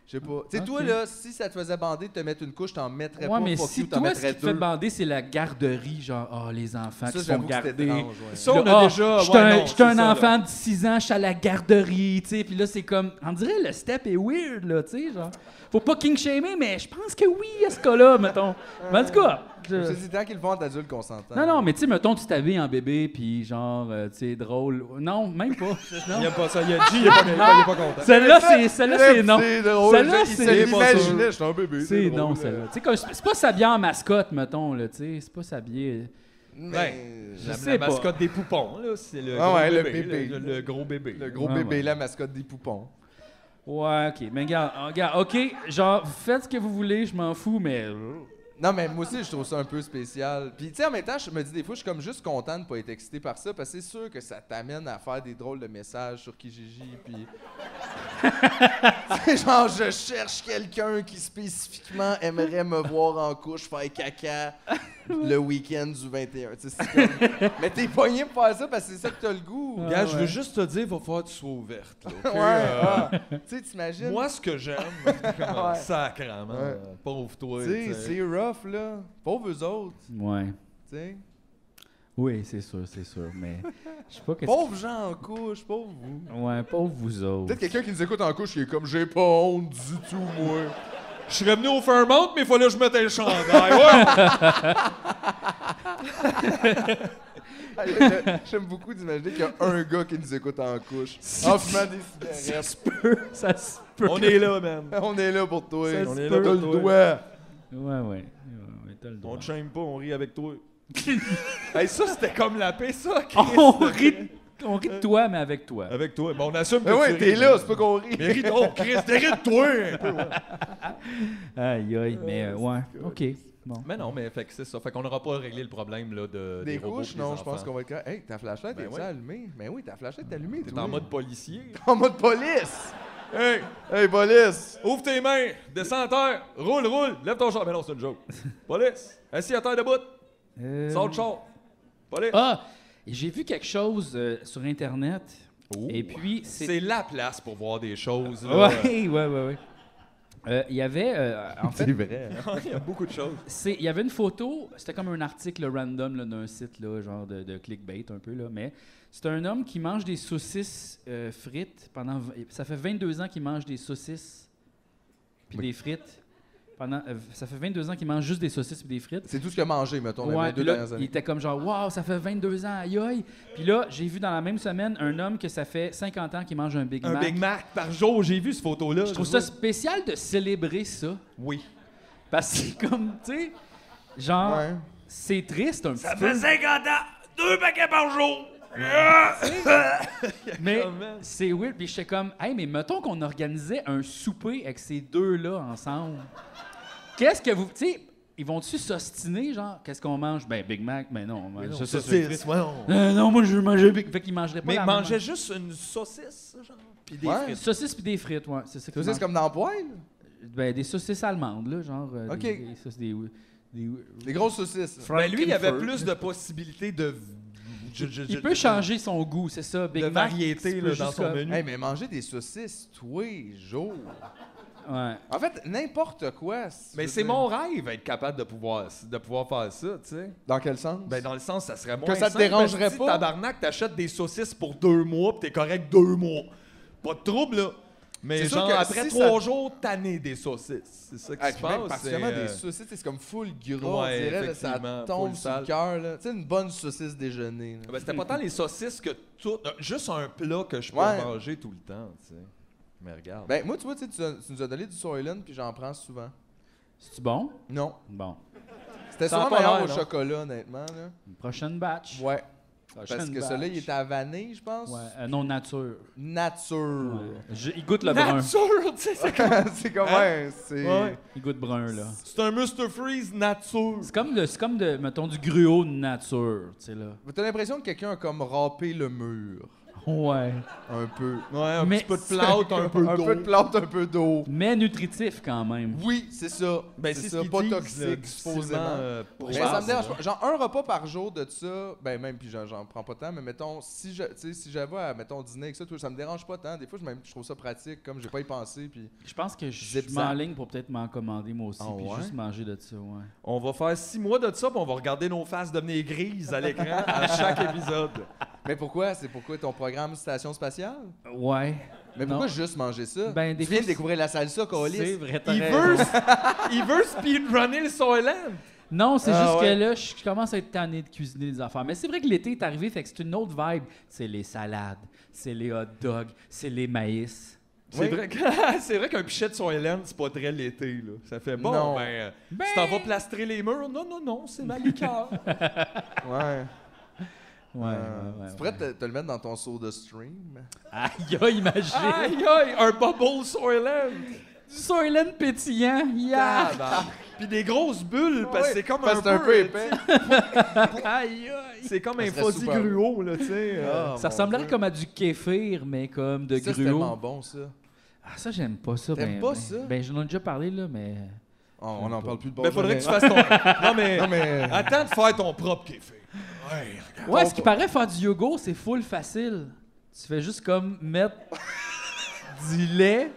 [SPEAKER 5] Je sais pas. Tu sais, toi,
[SPEAKER 1] Ok.
[SPEAKER 5] là, si ça te faisait bander de te mettre une couche, t'en mettrais
[SPEAKER 1] Ouais,
[SPEAKER 5] pas.
[SPEAKER 1] mais
[SPEAKER 5] fuck
[SPEAKER 1] si
[SPEAKER 5] you, t'en
[SPEAKER 1] toi, ce
[SPEAKER 5] mettrais
[SPEAKER 1] qui te fait
[SPEAKER 5] deux.
[SPEAKER 1] bander, c'est la garderie, genre, ah, les enfants
[SPEAKER 5] Ça,
[SPEAKER 1] qui se font
[SPEAKER 5] j'avoue que c'est
[SPEAKER 1] garder.
[SPEAKER 5] étrange, ouais.
[SPEAKER 1] Là,
[SPEAKER 4] on a
[SPEAKER 1] Ah,
[SPEAKER 4] déjà-
[SPEAKER 1] J'étais
[SPEAKER 4] ouais,
[SPEAKER 1] un-
[SPEAKER 4] non,
[SPEAKER 1] j'étais un,
[SPEAKER 4] c'est ça,
[SPEAKER 1] enfant de 6 ans, je suis à la garderie, tu sais. Puis là, c'est comme, on dirait, le step est weird, là, tu sais, genre. Faut pas king-shamer, mais je pense que oui, à ce cas-là, mettons. Mais en tout cas. je-
[SPEAKER 5] Je te dis, tant qu'ils le font en adulte, qu'on s'entend.
[SPEAKER 1] euh, Non, non, mais tu sais, mettons, tu t'habilles en bébé, puis genre, euh, tu sais, drôle. Non, même pas. Non.
[SPEAKER 4] Il aime pas ça. Il a dit, il est pas, il est pas- il est pas content.
[SPEAKER 1] Celle-là, c'est, celle-là, c'est non.
[SPEAKER 5] C'est drôle,
[SPEAKER 1] Celle-là,
[SPEAKER 5] je- il
[SPEAKER 1] c'est.
[SPEAKER 5] se
[SPEAKER 1] c'est pas
[SPEAKER 5] l'imaginait,
[SPEAKER 1] sûr.
[SPEAKER 5] j'étais un bébé, c'est
[SPEAKER 1] C'est
[SPEAKER 5] drôle,
[SPEAKER 1] non,
[SPEAKER 5] là.
[SPEAKER 1] celle-là. Tu sais, comme- C'est pas s'habiller en mascotte, mettons, là, tu sais. C'est pas s'habiller.
[SPEAKER 4] Ouais.
[SPEAKER 1] je
[SPEAKER 4] La,
[SPEAKER 1] sais
[SPEAKER 4] la
[SPEAKER 1] pas.
[SPEAKER 4] mascotte des poupons, là, c'est le,
[SPEAKER 5] Ah
[SPEAKER 4] gros
[SPEAKER 5] ouais, le
[SPEAKER 4] bébé,
[SPEAKER 5] bébé.
[SPEAKER 4] Le, le gros bébé.
[SPEAKER 5] Le gros
[SPEAKER 1] Ouais,
[SPEAKER 5] bébé,
[SPEAKER 1] ouais.
[SPEAKER 5] la mascotte des poupons.
[SPEAKER 1] Ouais, ok. Mais regarde, ah, regarde, ok, genre, vous faites ce que vous voulez, je m'en fous, mais.
[SPEAKER 5] Non, mais moi aussi, je trouve ça un peu spécial. Puis, tu sais, en même temps, je me dis des fois, je suis comme juste content de pas être excité par ça, parce que c'est sûr que ça t'amène à faire des drôles de messages sur Kijiji, puis... C'est genre, je cherche quelqu'un qui spécifiquement aimerait me voir en couche faire caca le week-end du 21. Tu sais, c'est comme- mais t'es pogné pour faire ça, parce que c'est ça que t'as le goût.
[SPEAKER 4] Gars,
[SPEAKER 3] Ah
[SPEAKER 4] je veux juste te dire, va falloir que tu sois ouverte. là, ok?
[SPEAKER 5] Ouais,
[SPEAKER 4] Euh,
[SPEAKER 5] ouais. Tu sais, t'imagines?
[SPEAKER 4] Moi, ce que j'aime,
[SPEAKER 5] Ouais.
[SPEAKER 4] sacrément,
[SPEAKER 5] Ouais.
[SPEAKER 4] pauvre toi.
[SPEAKER 5] Tu sais,
[SPEAKER 4] tu sais.
[SPEAKER 5] c'est rough, là. Pauvres eux autres,
[SPEAKER 1] Ouais.
[SPEAKER 5] tu sais.
[SPEAKER 1] Oui, c'est sûr, c'est sûr, mais. Je sais pas qu'est-ce
[SPEAKER 5] Pauvres gens en couche, pauvres vous.
[SPEAKER 1] que- Ouais, pauvre vous autres.
[SPEAKER 5] Peut-être quelqu'un qui nous écoute en couche qui est comme j'ai pas honte du tout, moi.
[SPEAKER 4] Je serais venu au Fairmont, mais il fallait que je mette un chandail. ouais.
[SPEAKER 5] Hey, là, Ah, J'aime beaucoup d'imaginer qu'il y a un gars qui nous écoute en couche. En fumant des
[SPEAKER 4] Ça
[SPEAKER 5] cigarettes.
[SPEAKER 4] se peut,
[SPEAKER 1] ça se peut.
[SPEAKER 4] On est là, man.
[SPEAKER 5] On est là pour toi.
[SPEAKER 4] Ça se
[SPEAKER 5] On est
[SPEAKER 4] peut.
[SPEAKER 5] là pour
[SPEAKER 4] T'as
[SPEAKER 5] toi.
[SPEAKER 4] le
[SPEAKER 5] doigt.
[SPEAKER 1] Ouais, ouais. ouais, ouais, t'as le droit.
[SPEAKER 4] On te shame pas, on rit avec toi. hey, ça, c'était comme la paix, ça, Euh, Chris.
[SPEAKER 1] On rit, on rit de toi, mais avec toi.
[SPEAKER 4] Avec toi. Bon, on assume
[SPEAKER 5] Mais
[SPEAKER 4] que
[SPEAKER 5] Ben ouais,
[SPEAKER 4] tu
[SPEAKER 5] t'es
[SPEAKER 4] ris,
[SPEAKER 5] là,
[SPEAKER 4] mais-
[SPEAKER 5] c'est pas qu'on rit.
[SPEAKER 4] Mais ris donc, Chris, t'es ris de toi un peu, ouais.
[SPEAKER 1] Aïe, aïe, mais euh, ouais. OK. Bon.
[SPEAKER 4] Mais non, mais fait que c'est ça. Fait qu'on n'aura pas réglé le problème là, de,
[SPEAKER 5] Des,
[SPEAKER 4] robots
[SPEAKER 5] couches,
[SPEAKER 4] pis des
[SPEAKER 5] non, je pense
[SPEAKER 4] enfants.
[SPEAKER 5] qu'on va être. correct. Hey, ta flashlight
[SPEAKER 4] Ben
[SPEAKER 5] est-tu
[SPEAKER 4] ouais.
[SPEAKER 5] allumée? Mais oui, ta flashlight est allumée.
[SPEAKER 4] T'es
[SPEAKER 5] toi.
[SPEAKER 4] en mode policier.
[SPEAKER 5] En mode police!
[SPEAKER 4] Hey,
[SPEAKER 5] Hey, police!
[SPEAKER 4] ouvre tes mains, descends à terre, roule, roule, lève ton char. Mais non, c'est une joke. Police, assis à terre debout,
[SPEAKER 1] Euh,
[SPEAKER 4] sors le char. Police.
[SPEAKER 1] Ah! J'ai vu quelque chose euh, sur Internet. Et puis, c'est.
[SPEAKER 4] Oh. C'est la place pour voir des choses. Là.
[SPEAKER 1] Ouais, ouais, ouais, ouais. Euh, Il y avait, euh, en fait,
[SPEAKER 5] vrai.
[SPEAKER 4] Il y a beaucoup de choses.
[SPEAKER 1] c'est- il y avait une photo, c'était comme un article random là, d'un site, là, genre de, de clickbait un peu, là, mais c'est un homme qui mange des saucisses euh, frites pendant... v- Ça fait 22 ans qu'il mange des saucisses puis des frites. Pendant, euh, ça fait 22 ans qu'il mange juste des saucisses puis des frites.
[SPEAKER 5] C'est tout ce qu'il a mangé, mettons, les
[SPEAKER 1] Ouais,
[SPEAKER 5] 22
[SPEAKER 1] puis là,
[SPEAKER 5] dernières
[SPEAKER 1] il
[SPEAKER 5] années.
[SPEAKER 1] était comme genre, waouh, ça fait 22 ans, aïe aïe. Puis là, j'ai vu dans la même semaine un homme que ça fait 50 ans qu'il mange un Big
[SPEAKER 4] Un
[SPEAKER 1] Mac.
[SPEAKER 4] Big Mac par jour, j'ai vu cette photo-là.
[SPEAKER 1] Je trouve ça spécial de célébrer ça.
[SPEAKER 4] Oui.
[SPEAKER 1] Parce que c'est comme, tu sais, genre,
[SPEAKER 5] Ouais.
[SPEAKER 1] c'est triste un
[SPEAKER 4] Ça
[SPEAKER 1] petit peu.
[SPEAKER 4] fait 50 ans, deux paquets par jour.
[SPEAKER 1] Mais
[SPEAKER 4] Comment?
[SPEAKER 1] c'est weird. Puis j'étais comme, hey, mais mettons qu'on organisait un souper avec ces deux-là ensemble. Qu'est-ce que vous. Tu sais, ils vont-tu s'ostiner, genre, qu'est-ce qu'on mange? Ben, Big Mac, ben non, on mange ça, ça, ça.
[SPEAKER 4] Saucisse, voyons.
[SPEAKER 1] Euh, non, moi, je veux manger Big Fait qu'ils mangeraient pas
[SPEAKER 4] Mais
[SPEAKER 1] la
[SPEAKER 4] il
[SPEAKER 1] même-
[SPEAKER 4] mangeait juste une saucisse, genre, puis des
[SPEAKER 5] Ouais.
[SPEAKER 4] frites.
[SPEAKER 1] Saucisses puis des frites, ouais. C'est ça qu'ils
[SPEAKER 5] Tu sais, c'est
[SPEAKER 1] mangent.
[SPEAKER 5] comme dans le poêle?
[SPEAKER 1] Ben, des saucisses allemandes, là, genre. euh,
[SPEAKER 5] Ok.
[SPEAKER 1] Des, des saucisses, des- des-
[SPEAKER 5] Les grosses saucisses.
[SPEAKER 4] Ben lui, il y avait
[SPEAKER 1] Frankenfurter.
[SPEAKER 4] plus de possibilités de... je- je- je-
[SPEAKER 1] Il peut changer son goût, c'est ça, Big
[SPEAKER 4] de
[SPEAKER 1] Mac.
[SPEAKER 4] variété
[SPEAKER 1] tu peux
[SPEAKER 4] là,
[SPEAKER 1] juste
[SPEAKER 4] dans son
[SPEAKER 1] comme-
[SPEAKER 4] menu.
[SPEAKER 5] Hey, mais manger des saucisses tous les jours.
[SPEAKER 1] Ouais.
[SPEAKER 5] En fait, n'importe quoi. si tu
[SPEAKER 4] Mais
[SPEAKER 5] veux
[SPEAKER 4] c'est
[SPEAKER 5] dire.
[SPEAKER 4] mon rêve être capable de pouvoir, de pouvoir faire ça, tu sais.
[SPEAKER 5] Dans quel sens?
[SPEAKER 4] Ben dans le sens, ça serait moins
[SPEAKER 5] ça te
[SPEAKER 4] simple,
[SPEAKER 5] dérangerait
[SPEAKER 4] parce que
[SPEAKER 5] pas.
[SPEAKER 4] Si tabarnak, t'achètes des saucisses pour deux mois, pis t'es correct deux mois. Pas de trouble, là. Mais
[SPEAKER 5] C'est sûr
[SPEAKER 4] genre,
[SPEAKER 5] que
[SPEAKER 4] après
[SPEAKER 5] si ça-
[SPEAKER 4] trois jours, t'années des saucisses. C'est ça qui
[SPEAKER 5] Ah,
[SPEAKER 4] se
[SPEAKER 5] puis même
[SPEAKER 4] passe.
[SPEAKER 5] particulièrement
[SPEAKER 4] c'est, euh,
[SPEAKER 5] des saucisses, c'est comme full gras,
[SPEAKER 4] Ouais,
[SPEAKER 5] on dirait, là, ça
[SPEAKER 4] effectivement,
[SPEAKER 5] tombe
[SPEAKER 4] full
[SPEAKER 5] sur le
[SPEAKER 4] sale.
[SPEAKER 5] cœur. là. Tu sais, une bonne saucisse déjeuner. là.
[SPEAKER 4] ben, c'était pas tant les saucisses que tout. euh, Juste un plat que je peux
[SPEAKER 5] Ouais.
[SPEAKER 4] manger tout le temps, tu sais. Mais regarde.
[SPEAKER 5] Ben, moi, tu vois, tu, sais, tu as- tu nous as donné du Soylent, puis j'en prends souvent.
[SPEAKER 1] C'est-tu bon?
[SPEAKER 5] Non.
[SPEAKER 1] Bon.
[SPEAKER 5] C'était
[SPEAKER 4] Ça a
[SPEAKER 5] souvent
[SPEAKER 4] pas
[SPEAKER 5] meilleur
[SPEAKER 4] l'air,
[SPEAKER 5] au
[SPEAKER 4] non?
[SPEAKER 5] chocolat, honnêtement. Là.
[SPEAKER 1] Une prochaine batch.
[SPEAKER 5] Ouais.
[SPEAKER 1] Prochaine
[SPEAKER 5] Parce que
[SPEAKER 1] batch.
[SPEAKER 5] celui-là, il était à vanille, je pense.
[SPEAKER 1] Ouais, euh, non, nature.
[SPEAKER 5] Nature.
[SPEAKER 1] Je- il goûte le brun.
[SPEAKER 4] Ben, Nature, tu sais, c'est comme-
[SPEAKER 5] c'est comme, ouais, c'est...
[SPEAKER 4] Hein? Ouais.
[SPEAKER 1] Il goûte brun, là.
[SPEAKER 4] C'est un Mr. Freeze nature.
[SPEAKER 1] C'est comme, le, c'est comme de, mettons, du gruau de nature, tu sais, là.
[SPEAKER 5] T'as l'impression que quelqu'un a comme râpé le mur.
[SPEAKER 1] Ouais.
[SPEAKER 5] Un peu.
[SPEAKER 4] Ouais, un
[SPEAKER 1] Mais
[SPEAKER 4] petit peu de plâtre, un peu d'eau.
[SPEAKER 5] Un peu de plâtre, un peu d'eau.
[SPEAKER 1] Mais nutritif quand même.
[SPEAKER 5] Oui, c'est ça.
[SPEAKER 4] Ben,
[SPEAKER 5] c'est
[SPEAKER 4] c'est
[SPEAKER 5] ça,
[SPEAKER 4] ce qu'ils
[SPEAKER 5] pas
[SPEAKER 4] disent, là,
[SPEAKER 5] toxique,
[SPEAKER 4] difficilement,
[SPEAKER 5] supposément.
[SPEAKER 4] euh,
[SPEAKER 5] Mais
[SPEAKER 4] je pense,
[SPEAKER 5] ça me dérange
[SPEAKER 4] là.
[SPEAKER 5] pas. Genre un repas par jour de ça, ben même, puis j'en- j'en prends pas tant, mais mettons, si je, tu sais, si j'avais à, mettons, dîner avec ça, tout, ça me dérange pas tant. Des fois, je, même, je trouve ça pratique, comme j'ai pas y pensé, puis...
[SPEAKER 1] Je pense que je
[SPEAKER 5] Zip
[SPEAKER 1] m'en
[SPEAKER 5] zap.
[SPEAKER 1] ligne pour peut-être m'en commander moi aussi,
[SPEAKER 5] Ah
[SPEAKER 1] puis
[SPEAKER 5] ouais?
[SPEAKER 1] juste manger de ça, ouais.
[SPEAKER 4] On va faire six mois de ça, puis on va regarder nos faces devenir grises à l'écran à chaque épisode.
[SPEAKER 5] Mais pourquoi? C'est pourquoi ton programme Station Spatiale?
[SPEAKER 1] Ouais.
[SPEAKER 5] Mais pourquoi juste manger ça?
[SPEAKER 1] Ben, des
[SPEAKER 5] tu viens de
[SPEAKER 1] fois,
[SPEAKER 5] découvrir la salsa, Colis.
[SPEAKER 1] C'est vrai, t'as
[SPEAKER 5] Il
[SPEAKER 1] raison.
[SPEAKER 5] veut...
[SPEAKER 4] Il veut speedrunner le Soylent.
[SPEAKER 1] Non, c'est
[SPEAKER 4] Ah
[SPEAKER 1] juste
[SPEAKER 4] ouais.
[SPEAKER 1] que là, je je commence à être tanné de cuisiner des affaires. Mais c'est vrai que l'été est arrivé, fait que c'est une autre vibe. C'est les salades, c'est les hot dogs, c'est les maïs.
[SPEAKER 4] C'est vrai que- c'est vrai qu'un pichet de Soylent, c'est pas très l'été. Là. Ça fait bon,
[SPEAKER 5] Non.
[SPEAKER 4] ben, euh, Tu t'en vas plastrer les murs? Non, non, non, c'est ma liqueur.
[SPEAKER 5] Ouais.
[SPEAKER 1] Ouais,
[SPEAKER 5] Euh,
[SPEAKER 1] ouais, ouais,
[SPEAKER 5] tu pourrais te, te le mettre dans ton seau de stream.
[SPEAKER 1] Aïe, aïe, imagine!
[SPEAKER 5] Ah!
[SPEAKER 4] aïe, aïe, un bubble Soylent.
[SPEAKER 1] Du Soylent pétillant, yeah!
[SPEAKER 4] Tabarnak. Puis des grosses bulles, parce que c'est comme
[SPEAKER 5] parce
[SPEAKER 4] un
[SPEAKER 5] que c'est un peu épais.
[SPEAKER 1] aïe, aïe!
[SPEAKER 4] C'est comme
[SPEAKER 5] Ça
[SPEAKER 4] un
[SPEAKER 5] serait
[SPEAKER 4] fuzzy
[SPEAKER 5] super.
[SPEAKER 4] gruau, là, tu sais. euh.
[SPEAKER 5] Ah,
[SPEAKER 1] ça
[SPEAKER 5] mon
[SPEAKER 1] ressemblerait
[SPEAKER 5] Dieu.
[SPEAKER 1] comme à du kéfir, mais comme de
[SPEAKER 5] Ça, c'est tellement
[SPEAKER 1] gruau.
[SPEAKER 5] bon, ça.
[SPEAKER 4] Ben,
[SPEAKER 1] Ah, ça, j'aime pas ça.
[SPEAKER 5] T'aimes
[SPEAKER 1] ben-
[SPEAKER 5] pas
[SPEAKER 1] ben-
[SPEAKER 5] ça?
[SPEAKER 1] Ben, j'en ai déjà parlé, là, mais...
[SPEAKER 5] Oh, on n'en parle plus de bon
[SPEAKER 4] Ben, faudrait que tu
[SPEAKER 5] jamais.
[SPEAKER 4] fasses ton. Non, mais.
[SPEAKER 5] Non, mais...
[SPEAKER 4] Attends de faire ton propre kéfir. Ouais,
[SPEAKER 1] Ouais, ce qui paraît, faire du yogourt, c'est full facile. Tu fais juste comme mettre du lait.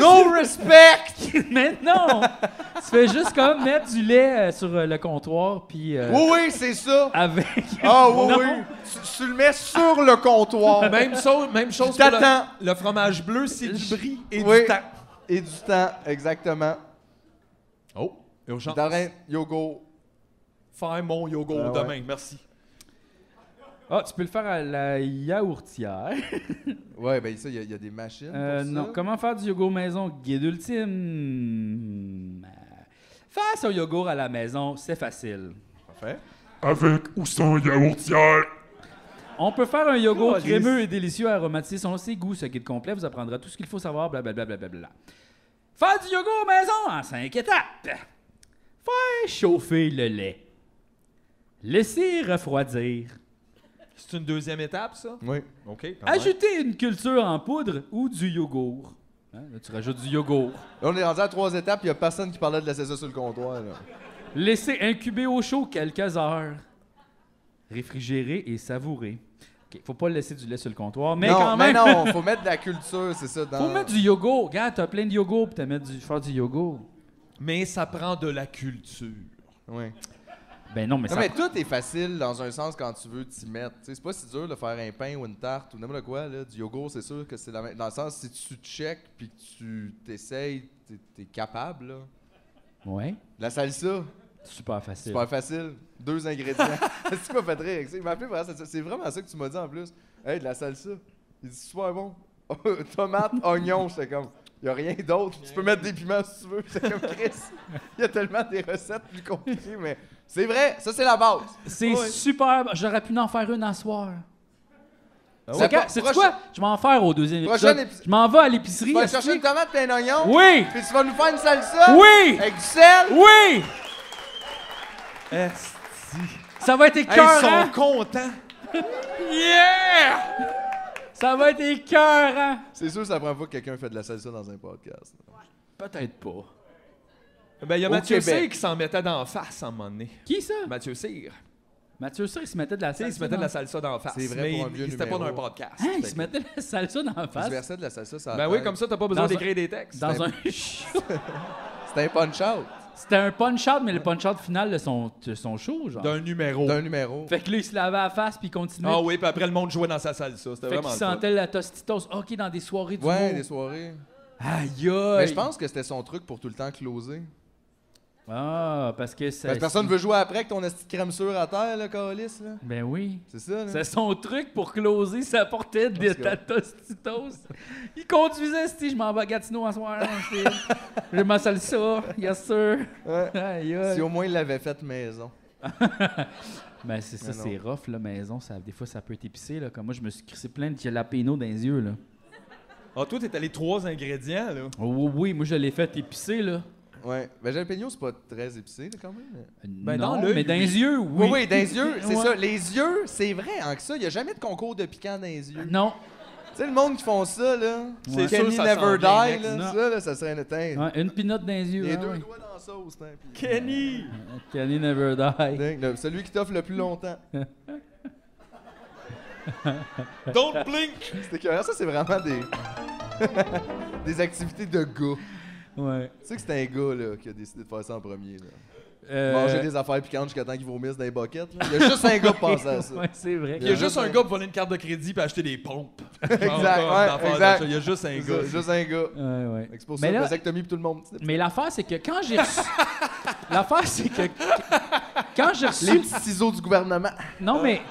[SPEAKER 5] No respect!
[SPEAKER 1] Mais non! tu fais juste comme mettre du lait euh, sur euh, le comptoir, puis euh,
[SPEAKER 5] Oui, oui, c'est ça.
[SPEAKER 1] avec...
[SPEAKER 5] Oh! Ah oui,
[SPEAKER 1] Non.
[SPEAKER 5] oui. Tu, tu le mets sur le comptoir.
[SPEAKER 4] Même chose, même chose pour
[SPEAKER 5] T'attends.
[SPEAKER 4] le, le fromage bleu, c'est du brie et
[SPEAKER 5] Oui.
[SPEAKER 4] du temps.
[SPEAKER 5] Et du temps, exactement.
[SPEAKER 4] Oh, urgent.
[SPEAKER 5] Darin, yogourt.
[SPEAKER 4] Faire mon yogourt
[SPEAKER 5] Ah ouais.
[SPEAKER 4] demain, merci.
[SPEAKER 1] Ah, tu peux le faire à la yaourtière.
[SPEAKER 5] Ouais, ben ça, il y, a- il y a des machines. pour
[SPEAKER 1] Euh,
[SPEAKER 5] ça.
[SPEAKER 1] non, comment faire du yogourt maison? Guide ultime. Faire son yogourt à la maison, c'est facile.
[SPEAKER 2] Avec ou sans yaourtière.
[SPEAKER 1] On peut faire un yogourt
[SPEAKER 4] Calice.
[SPEAKER 1] crémeux et délicieux aromatisé selon ses goûts. Ce guide complet vous apprendra tout ce qu'il faut savoir, blablabla. Faire du yogourt maison en cinq étapes. Faire chauffer le lait. Laisser refroidir.
[SPEAKER 4] C'est une deuxième étape, ça?
[SPEAKER 5] Oui.
[SPEAKER 4] OK. quand
[SPEAKER 5] Ah
[SPEAKER 4] même.
[SPEAKER 1] Ajouter une culture en poudre ou du yogourt. Hein, là, tu rajoutes du yogourt.
[SPEAKER 5] Là, on est rendu à trois étapes, il y a personne qui parlait de la ça sur le comptoir. là.
[SPEAKER 1] Laisser incuber au chaud quelques heures. Réfrigérer et savourer. OK, faut pas laisser du lait sur le comptoir, mais
[SPEAKER 5] non,
[SPEAKER 1] quand
[SPEAKER 5] mais
[SPEAKER 1] même.
[SPEAKER 5] non, faut mettre de la culture, c'est ça. Dans...
[SPEAKER 1] Faut mettre du yogourt. Regarde, t'as plein de yogourt, puis t'as mettre du, faire du yogourt.
[SPEAKER 4] Mais ça prend de la culture.
[SPEAKER 5] Oui.
[SPEAKER 1] Ben non, mais
[SPEAKER 5] Non,
[SPEAKER 1] ça.
[SPEAKER 5] mais tout est facile dans un sens quand tu veux t'y mettre. Tu sais, c'est pas si dur de faire un pain ou une tarte ou n'importe quoi. Là. Du yogourt, c'est sûr que c'est la même- dans le sens si tu check puis que tu t'essayes, t'es, t'es capable. Là.
[SPEAKER 1] Ouais.
[SPEAKER 5] La salsa,
[SPEAKER 1] Super facile.
[SPEAKER 5] super facile. Deux ingrédients. c'est pas fait rire. Il m'a appelé pour la salsa. C'est vraiment ça que tu m'as dit en plus. Hey, de la salsa. Il dit super bon. Tomate, oignon, c'est comme. Y a rien d'autre. Tu peux mettre des piments si tu veux. C'est comme Chris. Il y a tellement des recettes plus compliquées, mais c'est vrai. Ça, c'est la base.
[SPEAKER 1] C'est
[SPEAKER 5] Ouais.
[SPEAKER 1] super. J'aurais pu en faire une en soir.
[SPEAKER 5] Ah
[SPEAKER 1] C'est
[SPEAKER 5] ouais.
[SPEAKER 1] quand- c'est-tu
[SPEAKER 5] Prochain-
[SPEAKER 1] quoi? Je vais en faire au deuxième
[SPEAKER 5] Prochain
[SPEAKER 1] épisode.
[SPEAKER 5] épi-
[SPEAKER 1] Je m'en vais à l'épicerie.
[SPEAKER 5] Tu vas
[SPEAKER 1] est-ce
[SPEAKER 5] chercher une
[SPEAKER 1] que-
[SPEAKER 5] tomate et un oignon.
[SPEAKER 1] Oui!
[SPEAKER 5] Puis tu vas nous faire une salsa.
[SPEAKER 1] Oui!
[SPEAKER 5] Avec du sel.
[SPEAKER 1] Oui!
[SPEAKER 4] Esti.
[SPEAKER 1] Ça va être
[SPEAKER 4] Hey, ils sont
[SPEAKER 5] hein?
[SPEAKER 1] écœurant!
[SPEAKER 4] contents.
[SPEAKER 1] Ça va être écœurant!
[SPEAKER 5] C'est sûr, c'est la première fois que quelqu'un fait de la salsa dans un podcast.
[SPEAKER 1] Peut-être pas.
[SPEAKER 4] Ben, il y a
[SPEAKER 5] Au
[SPEAKER 4] Mathieu
[SPEAKER 5] Québec.
[SPEAKER 4] Cyr qui s'en mettait d'en face à un moment donné.
[SPEAKER 1] Qui ça?
[SPEAKER 4] Mathieu Cyr. Tu
[SPEAKER 1] Mathieu Cyr, il se mettait de la
[SPEAKER 4] sais,
[SPEAKER 1] salsa.
[SPEAKER 4] il se mettait de
[SPEAKER 1] dans-
[SPEAKER 4] la salsa d'en face.
[SPEAKER 5] C'est vrai
[SPEAKER 4] mais
[SPEAKER 5] pour un
[SPEAKER 4] il-
[SPEAKER 5] vieux
[SPEAKER 4] il- C'était pas dans un
[SPEAKER 5] numéro.
[SPEAKER 4] podcast.
[SPEAKER 1] Hein, il
[SPEAKER 4] Fait
[SPEAKER 1] se
[SPEAKER 4] que-
[SPEAKER 1] mettait de la salsa dans la
[SPEAKER 5] Tu
[SPEAKER 1] face.
[SPEAKER 5] versais de la salsa ça
[SPEAKER 4] Ben oui, comme ça, t'as pas besoin
[SPEAKER 1] Dans un-
[SPEAKER 4] d'écrire des textes.
[SPEAKER 1] Dans un show.
[SPEAKER 5] C'était un punch-out
[SPEAKER 1] C'était un punch-out, mais le punch-out final de son, de son show, genre.
[SPEAKER 4] D'un numéro.
[SPEAKER 5] d'un numéro.
[SPEAKER 1] Fait que là, il se lavait la face, puis il continuait.
[SPEAKER 4] Ah oui, puis après, le monde jouait dans sa salle, ça. C'était
[SPEAKER 1] fait qu'il
[SPEAKER 4] vraiment le fun.
[SPEAKER 1] sentait la tostitos. OK, dans des soirées du
[SPEAKER 5] Ouais, des
[SPEAKER 1] monde.
[SPEAKER 5] soirées.
[SPEAKER 1] Aïe, aïe!
[SPEAKER 5] Mais je pense que c'était son truc pour tout le temps closer.
[SPEAKER 1] Ah, parce que ça.
[SPEAKER 5] Parce que personne veut jouer après que ton esti de crème sûre à terre, là, Calis, là.
[SPEAKER 1] Ben oui.
[SPEAKER 5] C'est ça, là.
[SPEAKER 1] C'est son truc pour closer sa portée de
[SPEAKER 5] Parce que-
[SPEAKER 1] ta tostitos. Il conduisait, si je m'en vais à Gatineau en soir. hein, c'est- J'ai ma salsa, yes sir.
[SPEAKER 5] Ouais.
[SPEAKER 1] Aïe,
[SPEAKER 5] Si
[SPEAKER 1] aïe.
[SPEAKER 5] au moins il l'avait faite maison.
[SPEAKER 1] Ben c'est ça,
[SPEAKER 5] Mais
[SPEAKER 1] c'est rough, la maison. Ça, des fois, ça peut être épicé. Là. Comme moi, je me suis crissé plein de jalapeno dans les yeux. Là.
[SPEAKER 4] Ah, toi, t'es allé trois ingrédients, là.
[SPEAKER 1] Oh, oui, oui, moi, je l'ai fait épicé. Là.
[SPEAKER 5] Ouais. Ben, jalapeno, c'est pas très épicé, là, quand même.
[SPEAKER 1] Ben, non, dans l'œil, mais dans les oui. yeux, oui.
[SPEAKER 5] Oui, dans les yeux, c'est
[SPEAKER 1] Ouais.
[SPEAKER 5] ça. Les yeux, c'est vrai, en que ça. Il n'y a jamais de concours de piquant dans les yeux.
[SPEAKER 1] Non.
[SPEAKER 5] Tu sais, le monde qui font ça, là.
[SPEAKER 1] C'est sûr,
[SPEAKER 5] Kenny
[SPEAKER 1] ça
[SPEAKER 5] Never
[SPEAKER 1] sent
[SPEAKER 5] Die,
[SPEAKER 1] bien,
[SPEAKER 5] là.
[SPEAKER 1] mec. Non.
[SPEAKER 5] Ça, là, ça serait une teinte.
[SPEAKER 1] Ouais, une pinotte dans les yeux.
[SPEAKER 5] Les
[SPEAKER 1] hein,
[SPEAKER 5] deux
[SPEAKER 1] ouais.
[SPEAKER 5] doigts dans la sauce, hein, puis-
[SPEAKER 4] Kenny!
[SPEAKER 1] Kenny Never Die.
[SPEAKER 5] Le- celui qui t'offre le plus longtemps.
[SPEAKER 4] Don't blink!
[SPEAKER 5] C'était écœurant. Ça, c'est vraiment des. des activités de gars.
[SPEAKER 1] Ouais.
[SPEAKER 5] Tu sais que c'est un gars, là, qui a décidé de faire ça en premier, là.
[SPEAKER 1] Euh,
[SPEAKER 5] Manger des affaires piquantes jusqu'à temps qu'ils vomissent dans les buckets. là. Il y a juste un gars pour penser à ça.
[SPEAKER 1] Ouais, c'est vrai.
[SPEAKER 4] Il y a juste un gars pour voler une carte de crédit et acheter des pompes.
[SPEAKER 5] exact,
[SPEAKER 4] Genre,
[SPEAKER 5] ouais,
[SPEAKER 4] d'affaires
[SPEAKER 5] exact.
[SPEAKER 4] d'achat. Il y a juste un
[SPEAKER 5] C'est
[SPEAKER 4] gars.
[SPEAKER 5] ça, Juste un gars.
[SPEAKER 1] Ouais, ouais.
[SPEAKER 5] Fait que C'est pour
[SPEAKER 1] Mais
[SPEAKER 5] ça,
[SPEAKER 1] là-
[SPEAKER 5] vasectomie pour tout le monde.
[SPEAKER 1] Mais l'affaire, c'est que quand j'ai reçu. l'affaire, c'est que. Quand j'ai reçu.
[SPEAKER 5] Les petits ciseaux du gouvernement.
[SPEAKER 1] Non, mais.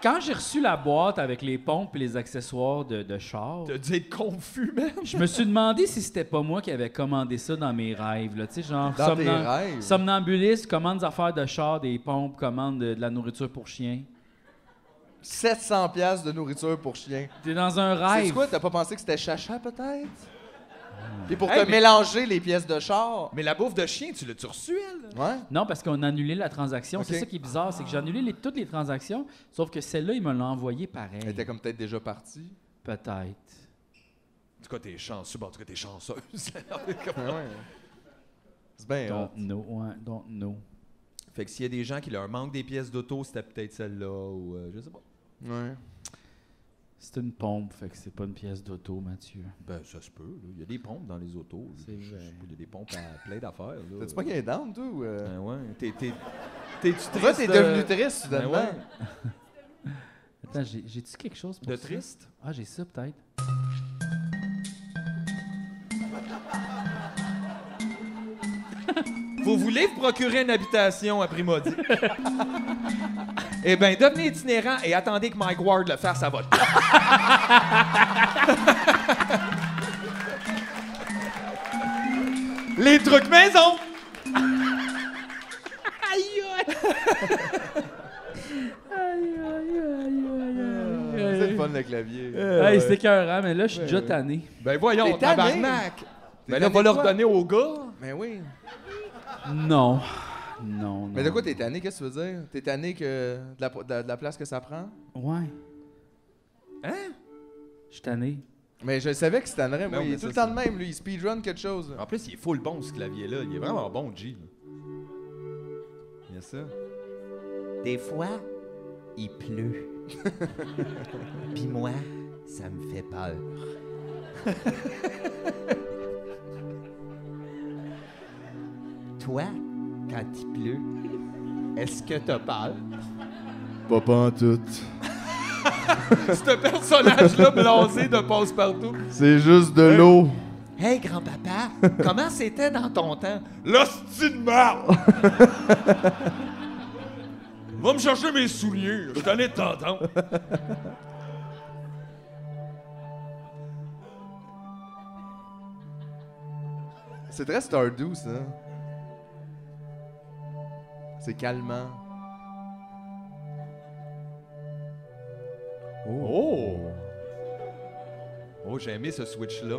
[SPEAKER 1] Quand j'ai reçu la boîte avec les pompes et les accessoires de, de char,
[SPEAKER 4] T'as dû être confus, man.
[SPEAKER 1] je me suis demandé si c'était pas moi qui avais commandé ça dans mes rêves. Là. Tu sais, genre,
[SPEAKER 5] Dans tes rêves?
[SPEAKER 1] somnambuliste, commande des affaires de char, des pompes, commande de, de la nourriture pour chien.
[SPEAKER 5] 700 pièces de nourriture pour chien.
[SPEAKER 1] T'es dans un
[SPEAKER 5] C'est
[SPEAKER 1] rêve.
[SPEAKER 5] quoi, t'as pas pensé que c'était chacha peut-être? Et pour
[SPEAKER 4] Hey,
[SPEAKER 5] te
[SPEAKER 4] mais-
[SPEAKER 5] mélanger les pièces de char.
[SPEAKER 4] Mais la bouffe de chien, tu l'as-tu reçue, elle?
[SPEAKER 5] Ouais.
[SPEAKER 1] Non, parce qu'on a annulé la transaction.
[SPEAKER 5] Ok.
[SPEAKER 1] C'est ça qui est bizarre, c'est que j'ai annulé les- toutes les transactions, sauf que celle-là, ils me l'ont envoyée pareil.
[SPEAKER 5] Elle était comme peut-être déjà partie.
[SPEAKER 1] Peut-être.
[SPEAKER 4] En tout cas, t'es chanceux. Bon, en tout cas, t'es chanceuse.
[SPEAKER 5] Ah ouais. C'est bien.
[SPEAKER 1] Don't
[SPEAKER 5] hot.
[SPEAKER 1] know, ouais, don't know.
[SPEAKER 4] fait que s'il y a des gens qui leur manquent des pièces d'auto, c'était peut-être celle-là ou euh, je sais pas.
[SPEAKER 5] Ouais.
[SPEAKER 1] C'est une pompe, fait que c'est pas une pièce d'auto, Mathieu.
[SPEAKER 4] Ben, ça se peut. là. Il y a des pompes dans les autos. là.
[SPEAKER 1] C'est
[SPEAKER 4] Je- je-
[SPEAKER 1] vrai.
[SPEAKER 4] Il y a des pompes à plein d'affaires. là.
[SPEAKER 5] T'as-tu pas gagné down, toi? ou, euh?
[SPEAKER 4] Ben ouais. T'es, t'es, t'es-tu triste?
[SPEAKER 5] Toi, t'es
[SPEAKER 4] euh,
[SPEAKER 5] devenu triste,
[SPEAKER 4] ben
[SPEAKER 5] soudainement.
[SPEAKER 4] ouais.
[SPEAKER 1] Attends, j'ai- j'ai-tu quelque chose pour
[SPEAKER 4] De
[SPEAKER 1] ça?
[SPEAKER 4] triste?
[SPEAKER 1] Ah, j'ai ça peut-être.
[SPEAKER 4] Vous voulez vous procurer une habitation à Primaudy? eh bien, devenez itinérant et attendez que Mike Ward le fasse à votre place. Les trucs maison!
[SPEAKER 5] C'est le fun, le clavier.
[SPEAKER 4] Euh,
[SPEAKER 1] Hey, c'était écœurant, mais là, je suis déjà tanné.
[SPEAKER 4] Ben voyons,
[SPEAKER 5] T'es tanné.
[SPEAKER 4] tabarnak! Ben
[SPEAKER 5] T'es
[SPEAKER 4] là, on va
[SPEAKER 5] tanné de
[SPEAKER 4] leur
[SPEAKER 5] quoi?
[SPEAKER 4] donner au gars.
[SPEAKER 5] Mais oui.
[SPEAKER 4] Hmm.
[SPEAKER 1] Non. Non, non.
[SPEAKER 5] Mais de quoi t'es tanné, qu'est-ce que tu veux dire? T'es tanné que de la, de- de la place que ça prend?
[SPEAKER 1] Ouais,
[SPEAKER 4] Hein?
[SPEAKER 1] je suis tanné.
[SPEAKER 5] Mais je savais que c'était tannerait, moi.
[SPEAKER 4] Non,
[SPEAKER 5] Il
[SPEAKER 4] mais
[SPEAKER 5] est tout
[SPEAKER 4] Ben ça,
[SPEAKER 5] le temps de
[SPEAKER 4] c'est-
[SPEAKER 5] même, lui. Il speedrun quelque chose.
[SPEAKER 4] En plus, il est full bon, ce clavier-là. Il est vraiment bon, G. là. Il y a ça.
[SPEAKER 16] Des fois, il pleut. Puis moi, ça me fait peur. Toi, quand il pleut, est-ce que t'as peur?
[SPEAKER 5] Pas en tout.
[SPEAKER 4] Ce personnage-là blasé de passe-partout.
[SPEAKER 5] C'est juste de l'eau.
[SPEAKER 16] Hey, grand-papa, comment c'était dans ton temps?
[SPEAKER 4] L'hostie de marde! Va me chercher mes souliers, je t'en ai t'entendre.
[SPEAKER 5] C'est très Stardew, ça. C'est calmant.
[SPEAKER 4] Oh! Oh, j'ai aimé ce switch-là.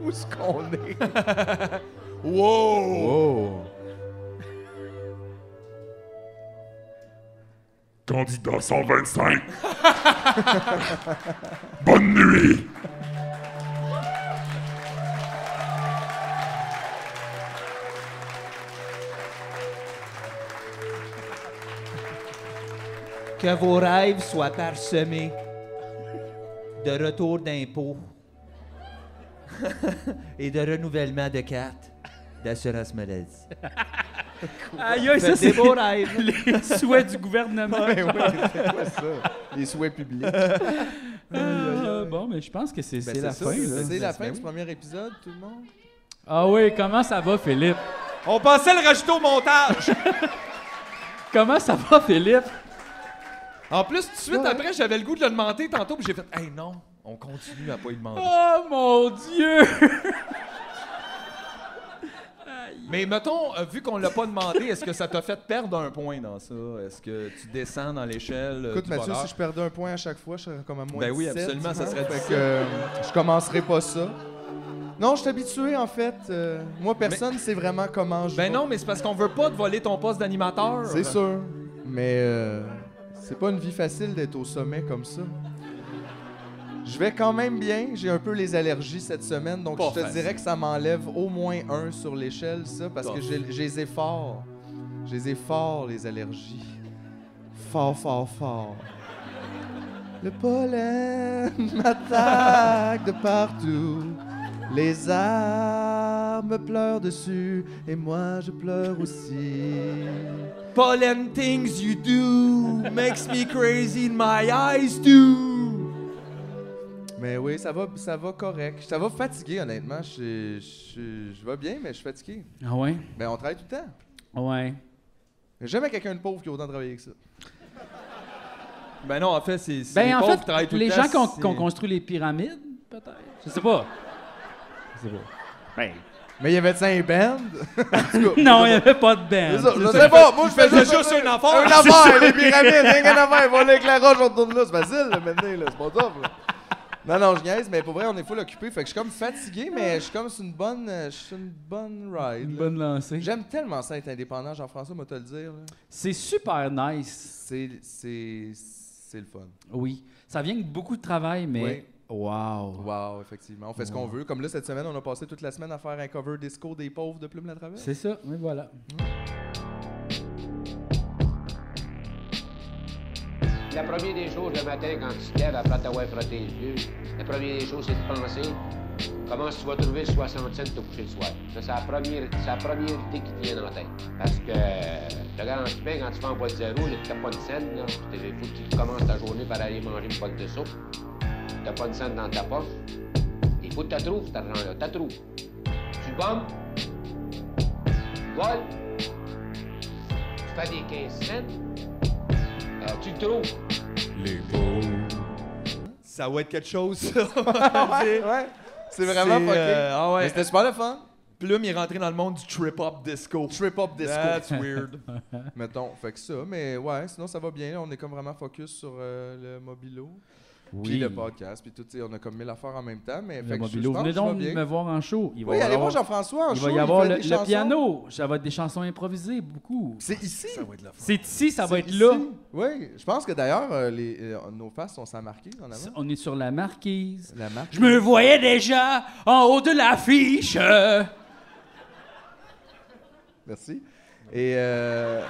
[SPEAKER 5] Où est-ce qu'on est?
[SPEAKER 4] Wow!
[SPEAKER 5] Oh!
[SPEAKER 2] Candidat 125. Bonne nuit.
[SPEAKER 16] Que vos rêves soient parsemés de retour d'impôts et de renouvellement de cartes d'assurance maladie.
[SPEAKER 1] Aïe, aïe, ça,
[SPEAKER 16] Faites des
[SPEAKER 1] c'est
[SPEAKER 16] beaux rêves.
[SPEAKER 1] les souhaits du gouvernement.
[SPEAKER 5] Ben oui, c'est quoi ça? Les souhaits publics.
[SPEAKER 1] Ah, bon, mais je pense que c'est c'est la
[SPEAKER 5] ça,
[SPEAKER 1] fin. là.
[SPEAKER 5] Ben, C'est la fin
[SPEAKER 4] Ben
[SPEAKER 5] du
[SPEAKER 4] oui.
[SPEAKER 5] premier épisode, tout le monde?
[SPEAKER 1] Ah oui, comment ça va, Philippe?
[SPEAKER 4] On pensait le rajouter au montage!
[SPEAKER 1] Comment ça va, Philippe?
[SPEAKER 4] En plus, tout de suite après, j'avais le goût de le demander tantôt, puis j'ai fait « Hey, non, on continue
[SPEAKER 5] Ah!
[SPEAKER 4] à pas lui demander.
[SPEAKER 1] Oh mon Dieu! aïe,
[SPEAKER 4] Mais mettons, euh, vu qu'on l'a pas demandé, est-ce que ça t'a fait perdre un point dans ça? Est-ce que tu descends dans l'échelle euh,
[SPEAKER 5] Écoute,
[SPEAKER 4] du
[SPEAKER 5] Mathieu,
[SPEAKER 4] bonheur?
[SPEAKER 5] si je perdais un point à chaque fois, je serais comme à moins
[SPEAKER 4] Ben oui,
[SPEAKER 5] 17,
[SPEAKER 4] absolument, ça
[SPEAKER 5] hein?
[SPEAKER 4] serait
[SPEAKER 5] Fait
[SPEAKER 4] 17.
[SPEAKER 5] que, euh, je commencerai pas ça. Non, je suis habitué, en fait. Euh, moi, personne ne sait vraiment comment je
[SPEAKER 4] Ben
[SPEAKER 5] vais.
[SPEAKER 4] non, mais c'est parce qu'on veut pas te voler ton poste d'animateur.
[SPEAKER 5] C'est sûr. Mais euh, c'est pas une vie facile d'être au sommet comme ça. Je vais quand même bien. J'ai un peu les allergies cette semaine, donc
[SPEAKER 3] Pas
[SPEAKER 5] je te
[SPEAKER 3] facile.
[SPEAKER 5] dirais que ça m'enlève au moins un sur l'échelle, ça, parce
[SPEAKER 3] Pas
[SPEAKER 5] que j'ai j'ai les ai fort. Je les ai fort, les allergies. Fort, fort, fort. Le pollen m'attaque de partout. Les arbres pleurent dessus et moi je pleure aussi.
[SPEAKER 4] Pollen things you do makes me crazy in my eyes too.
[SPEAKER 5] Mais oui, ça va, ça va correct. Ça va fatigué, honnêtement. Je, je, je vais bien, mais je suis fatigué.
[SPEAKER 1] Ah ouais?
[SPEAKER 5] Ben, on travaille tout le temps.
[SPEAKER 1] Ouais.
[SPEAKER 5] Mais jamais quelqu'un de pauvre qui a autant travaillé que ça.
[SPEAKER 4] Ben non, en fait, c'est c'est
[SPEAKER 1] Ben, en
[SPEAKER 4] pauvres
[SPEAKER 1] fait,
[SPEAKER 4] qui travaillent tout
[SPEAKER 1] les
[SPEAKER 4] le
[SPEAKER 1] gens
[SPEAKER 4] temps,
[SPEAKER 1] qui ont,
[SPEAKER 4] c'est-
[SPEAKER 1] qui ont construit les pyramides, peut-être. Je sais pas. Je sais pas.
[SPEAKER 5] Mais il y avait un band?
[SPEAKER 1] non, il n'y avait pas de band.
[SPEAKER 5] C'est ça, je sais pas, moi je faisais juste
[SPEAKER 4] une affaire.
[SPEAKER 5] Une affaire, les pyramides, rien qu'une affaire, voilà avec la roche, on retourne là, c'est facile là, maintenant, là, c'est pas top. là. Non, non, je niaise, mais pour vrai, on est full occupé, fait que je suis comme fatigué, mais je suis comme sur une bonne, euh, je suis sur une bonne ride. Une
[SPEAKER 1] bonne lancée.
[SPEAKER 5] J'aime tellement ça être indépendant, Jean-François m'a te le dire. là.
[SPEAKER 1] C'est super nice.
[SPEAKER 5] C'est, c'est, c'est le fun.
[SPEAKER 1] Oui. Ça vient avec beaucoup de travail, mais. Wow.
[SPEAKER 5] Wow, effectivement. On fait ce qu'on
[SPEAKER 1] Wow.
[SPEAKER 5] veut. Comme là, cette semaine, on a passé toute la semaine à faire un cover disco des pauvres de Plume la Traverse.
[SPEAKER 1] C'est ça, mais voilà.
[SPEAKER 18] La première des choses le matin quand tu te lèves après t'avoir frotté les yeux, la première des choses c'est de penser comment tu vas trouver 60 cents au coucher le soir. Ça, c'est la première, c'est la première idée qui te vient dans la tête. Parce que euh, je te garantis bien, quand tu vas en boîte zéro, là, t'as pas de scène, là, puis t'es- faut que tu commences ta journée par aller manger une boîte de soupe. T'as pas de scène dans ta poche. Il faut que tu trouves cet argent-là. Tu trouves. Tu bombes, tu voles, tu fais des 15 cents, euh, tu le trouves.
[SPEAKER 4] Les pauvres. Ça va être quelque chose, ça.
[SPEAKER 5] ouais, ouais. C'est vraiment fucké.
[SPEAKER 4] ah ouais.
[SPEAKER 5] Mais c'était super le fun.
[SPEAKER 4] Plume est rentré dans le monde du trip-hop disco.
[SPEAKER 5] Trip-hop disco.
[SPEAKER 4] That's weird.
[SPEAKER 5] Mettons, fait que ça. Mais ouais, sinon, ça va bien. là. on est comme vraiment focus sur euh, le mobilo. Puis
[SPEAKER 1] Oui.
[SPEAKER 5] le podcast. Puis tout, tu sais, on a comme mille affaires en même temps. Mais
[SPEAKER 1] Le
[SPEAKER 5] fait que je-
[SPEAKER 1] Mobilo.
[SPEAKER 5] je pense
[SPEAKER 1] Venez
[SPEAKER 5] que je vais
[SPEAKER 1] donc
[SPEAKER 5] bien.
[SPEAKER 1] me voir en show. Il va
[SPEAKER 5] Oui,
[SPEAKER 1] y
[SPEAKER 5] allez
[SPEAKER 1] avoir-
[SPEAKER 5] voir Jean-François en
[SPEAKER 1] Il
[SPEAKER 5] show,
[SPEAKER 1] va y
[SPEAKER 5] il
[SPEAKER 1] avoir
[SPEAKER 5] fait
[SPEAKER 1] le,
[SPEAKER 5] des
[SPEAKER 1] le
[SPEAKER 5] chansons.
[SPEAKER 1] piano. Ça va être des chansons improvisées, beaucoup.
[SPEAKER 5] C'est ici. Ça va être
[SPEAKER 1] C'est ici, ça va être là.
[SPEAKER 5] Oui, je pense que d'ailleurs, euh, les- euh, nos faces sont sans marquer en avant.
[SPEAKER 1] On est sur la marquise.
[SPEAKER 5] La marque.
[SPEAKER 1] Je me voyais déjà en haut de l'affiche. Euh,
[SPEAKER 5] Merci. Et. euh,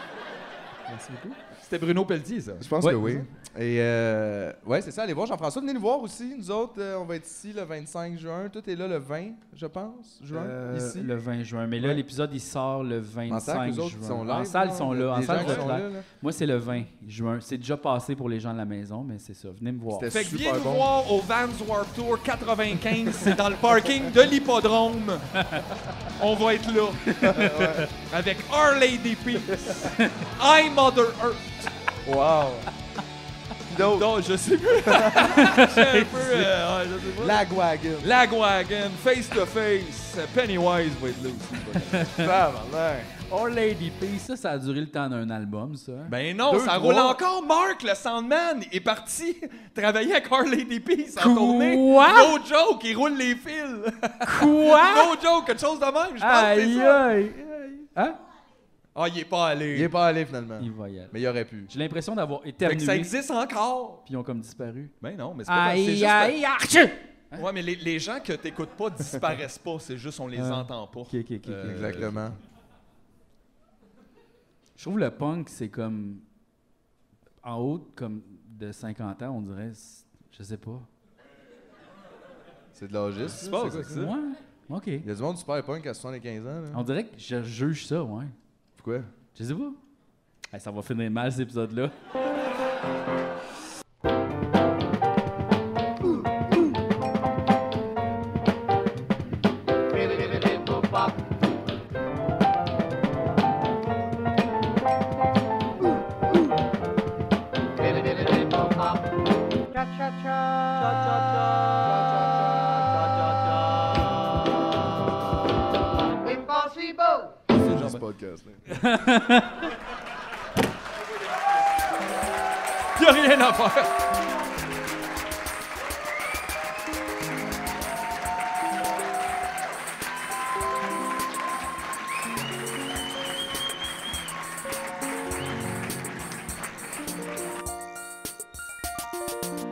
[SPEAKER 5] Merci beaucoup.
[SPEAKER 4] C'était Bruno Pelletier, ça.
[SPEAKER 5] Je pense
[SPEAKER 4] Ouais,
[SPEAKER 5] que oui.
[SPEAKER 4] c'est
[SPEAKER 5] Et euh, ouais, c'est ça. Allez voir Jean-François. Venez nous voir aussi. Nous autres, euh, on va être ici le 25 juin. Tout est là le 20, je pense, juin, ici.
[SPEAKER 1] Euh, Le 20 juin. Mais là, l'épisode, il sort le 25
[SPEAKER 5] salle, les autres,
[SPEAKER 1] juin.
[SPEAKER 5] ils sont
[SPEAKER 1] en
[SPEAKER 5] live,
[SPEAKER 1] salle,
[SPEAKER 5] là.
[SPEAKER 1] ils sont là. En
[SPEAKER 5] Les
[SPEAKER 1] salle,
[SPEAKER 5] gens
[SPEAKER 1] je
[SPEAKER 5] qui
[SPEAKER 1] vais
[SPEAKER 5] sont
[SPEAKER 1] être
[SPEAKER 5] là,
[SPEAKER 1] là.
[SPEAKER 5] là.
[SPEAKER 1] Moi, c'est le 20 juin. C'est déjà passé pour les gens de la maison, mais c'est ça. Venez me voir.
[SPEAKER 4] Fait que viens nous voir au Vans Warped Tour 95. C'est dans le parking de l'hippodrome. On va être là. Avec Our Lady Peace. I Mother Earth.
[SPEAKER 5] Wow. D'autres.
[SPEAKER 4] Non, je sais plus. J'ai un peu. euh, ouais, je sais pas.
[SPEAKER 5] Lagwagon.
[SPEAKER 4] Lagwagon, face to face. Pennywise va être là aussi.
[SPEAKER 1] Oh Lady P, ça, ça a duré le temps d'un album, ça.
[SPEAKER 4] Ben non, ça roule encore. Marc, le Sandman, est parti travailler avec Our Lady Peace en
[SPEAKER 1] Quoi?
[SPEAKER 4] tournée. No joke, il roule les fils.
[SPEAKER 1] Quoi?
[SPEAKER 4] no joke, quelque chose de même, je pense. que c'est
[SPEAKER 1] Aïe,
[SPEAKER 4] ça.
[SPEAKER 1] aïe. Hein?
[SPEAKER 4] Ah, il est pas allé.
[SPEAKER 5] Il est pas allé finalement.
[SPEAKER 1] Il va y aller.
[SPEAKER 5] Mais il aurait pu.
[SPEAKER 1] J'ai l'impression d'avoir
[SPEAKER 4] Fait que
[SPEAKER 1] éternué.
[SPEAKER 4] ça existe encore.
[SPEAKER 1] Puis ils ont comme disparu.
[SPEAKER 4] Ben non, mais c'est pas grave, c'est
[SPEAKER 1] Aïe,
[SPEAKER 4] juste
[SPEAKER 1] aïe,
[SPEAKER 4] que-
[SPEAKER 1] aïe.
[SPEAKER 4] Ouais, mais les, les gens que t'écoutes pas disparaissent pas, c'est juste on les
[SPEAKER 1] Ah.
[SPEAKER 4] entend pas.
[SPEAKER 1] Ok, ok, ok, ok.
[SPEAKER 4] Euh,
[SPEAKER 5] Exactement.
[SPEAKER 1] Je trouve le punk, c'est comme. En haut, comme de 50 ans, on dirait. c'est- Je sais pas.
[SPEAKER 5] C'est de l'âgisme.
[SPEAKER 1] C'est pas ça, ça. Ouais. OK.
[SPEAKER 5] Il y a du monde super punk à 75 ans. Là.
[SPEAKER 1] On dirait que je juge ça, ouais.
[SPEAKER 5] Pourquoi?
[SPEAKER 1] Je sais pas. Hey, ça va finir mal, cet épisode-là.
[SPEAKER 6] Impossible!
[SPEAKER 5] Gosselin.
[SPEAKER 4] Y'a rien à faire.
[SPEAKER 6] Thank you.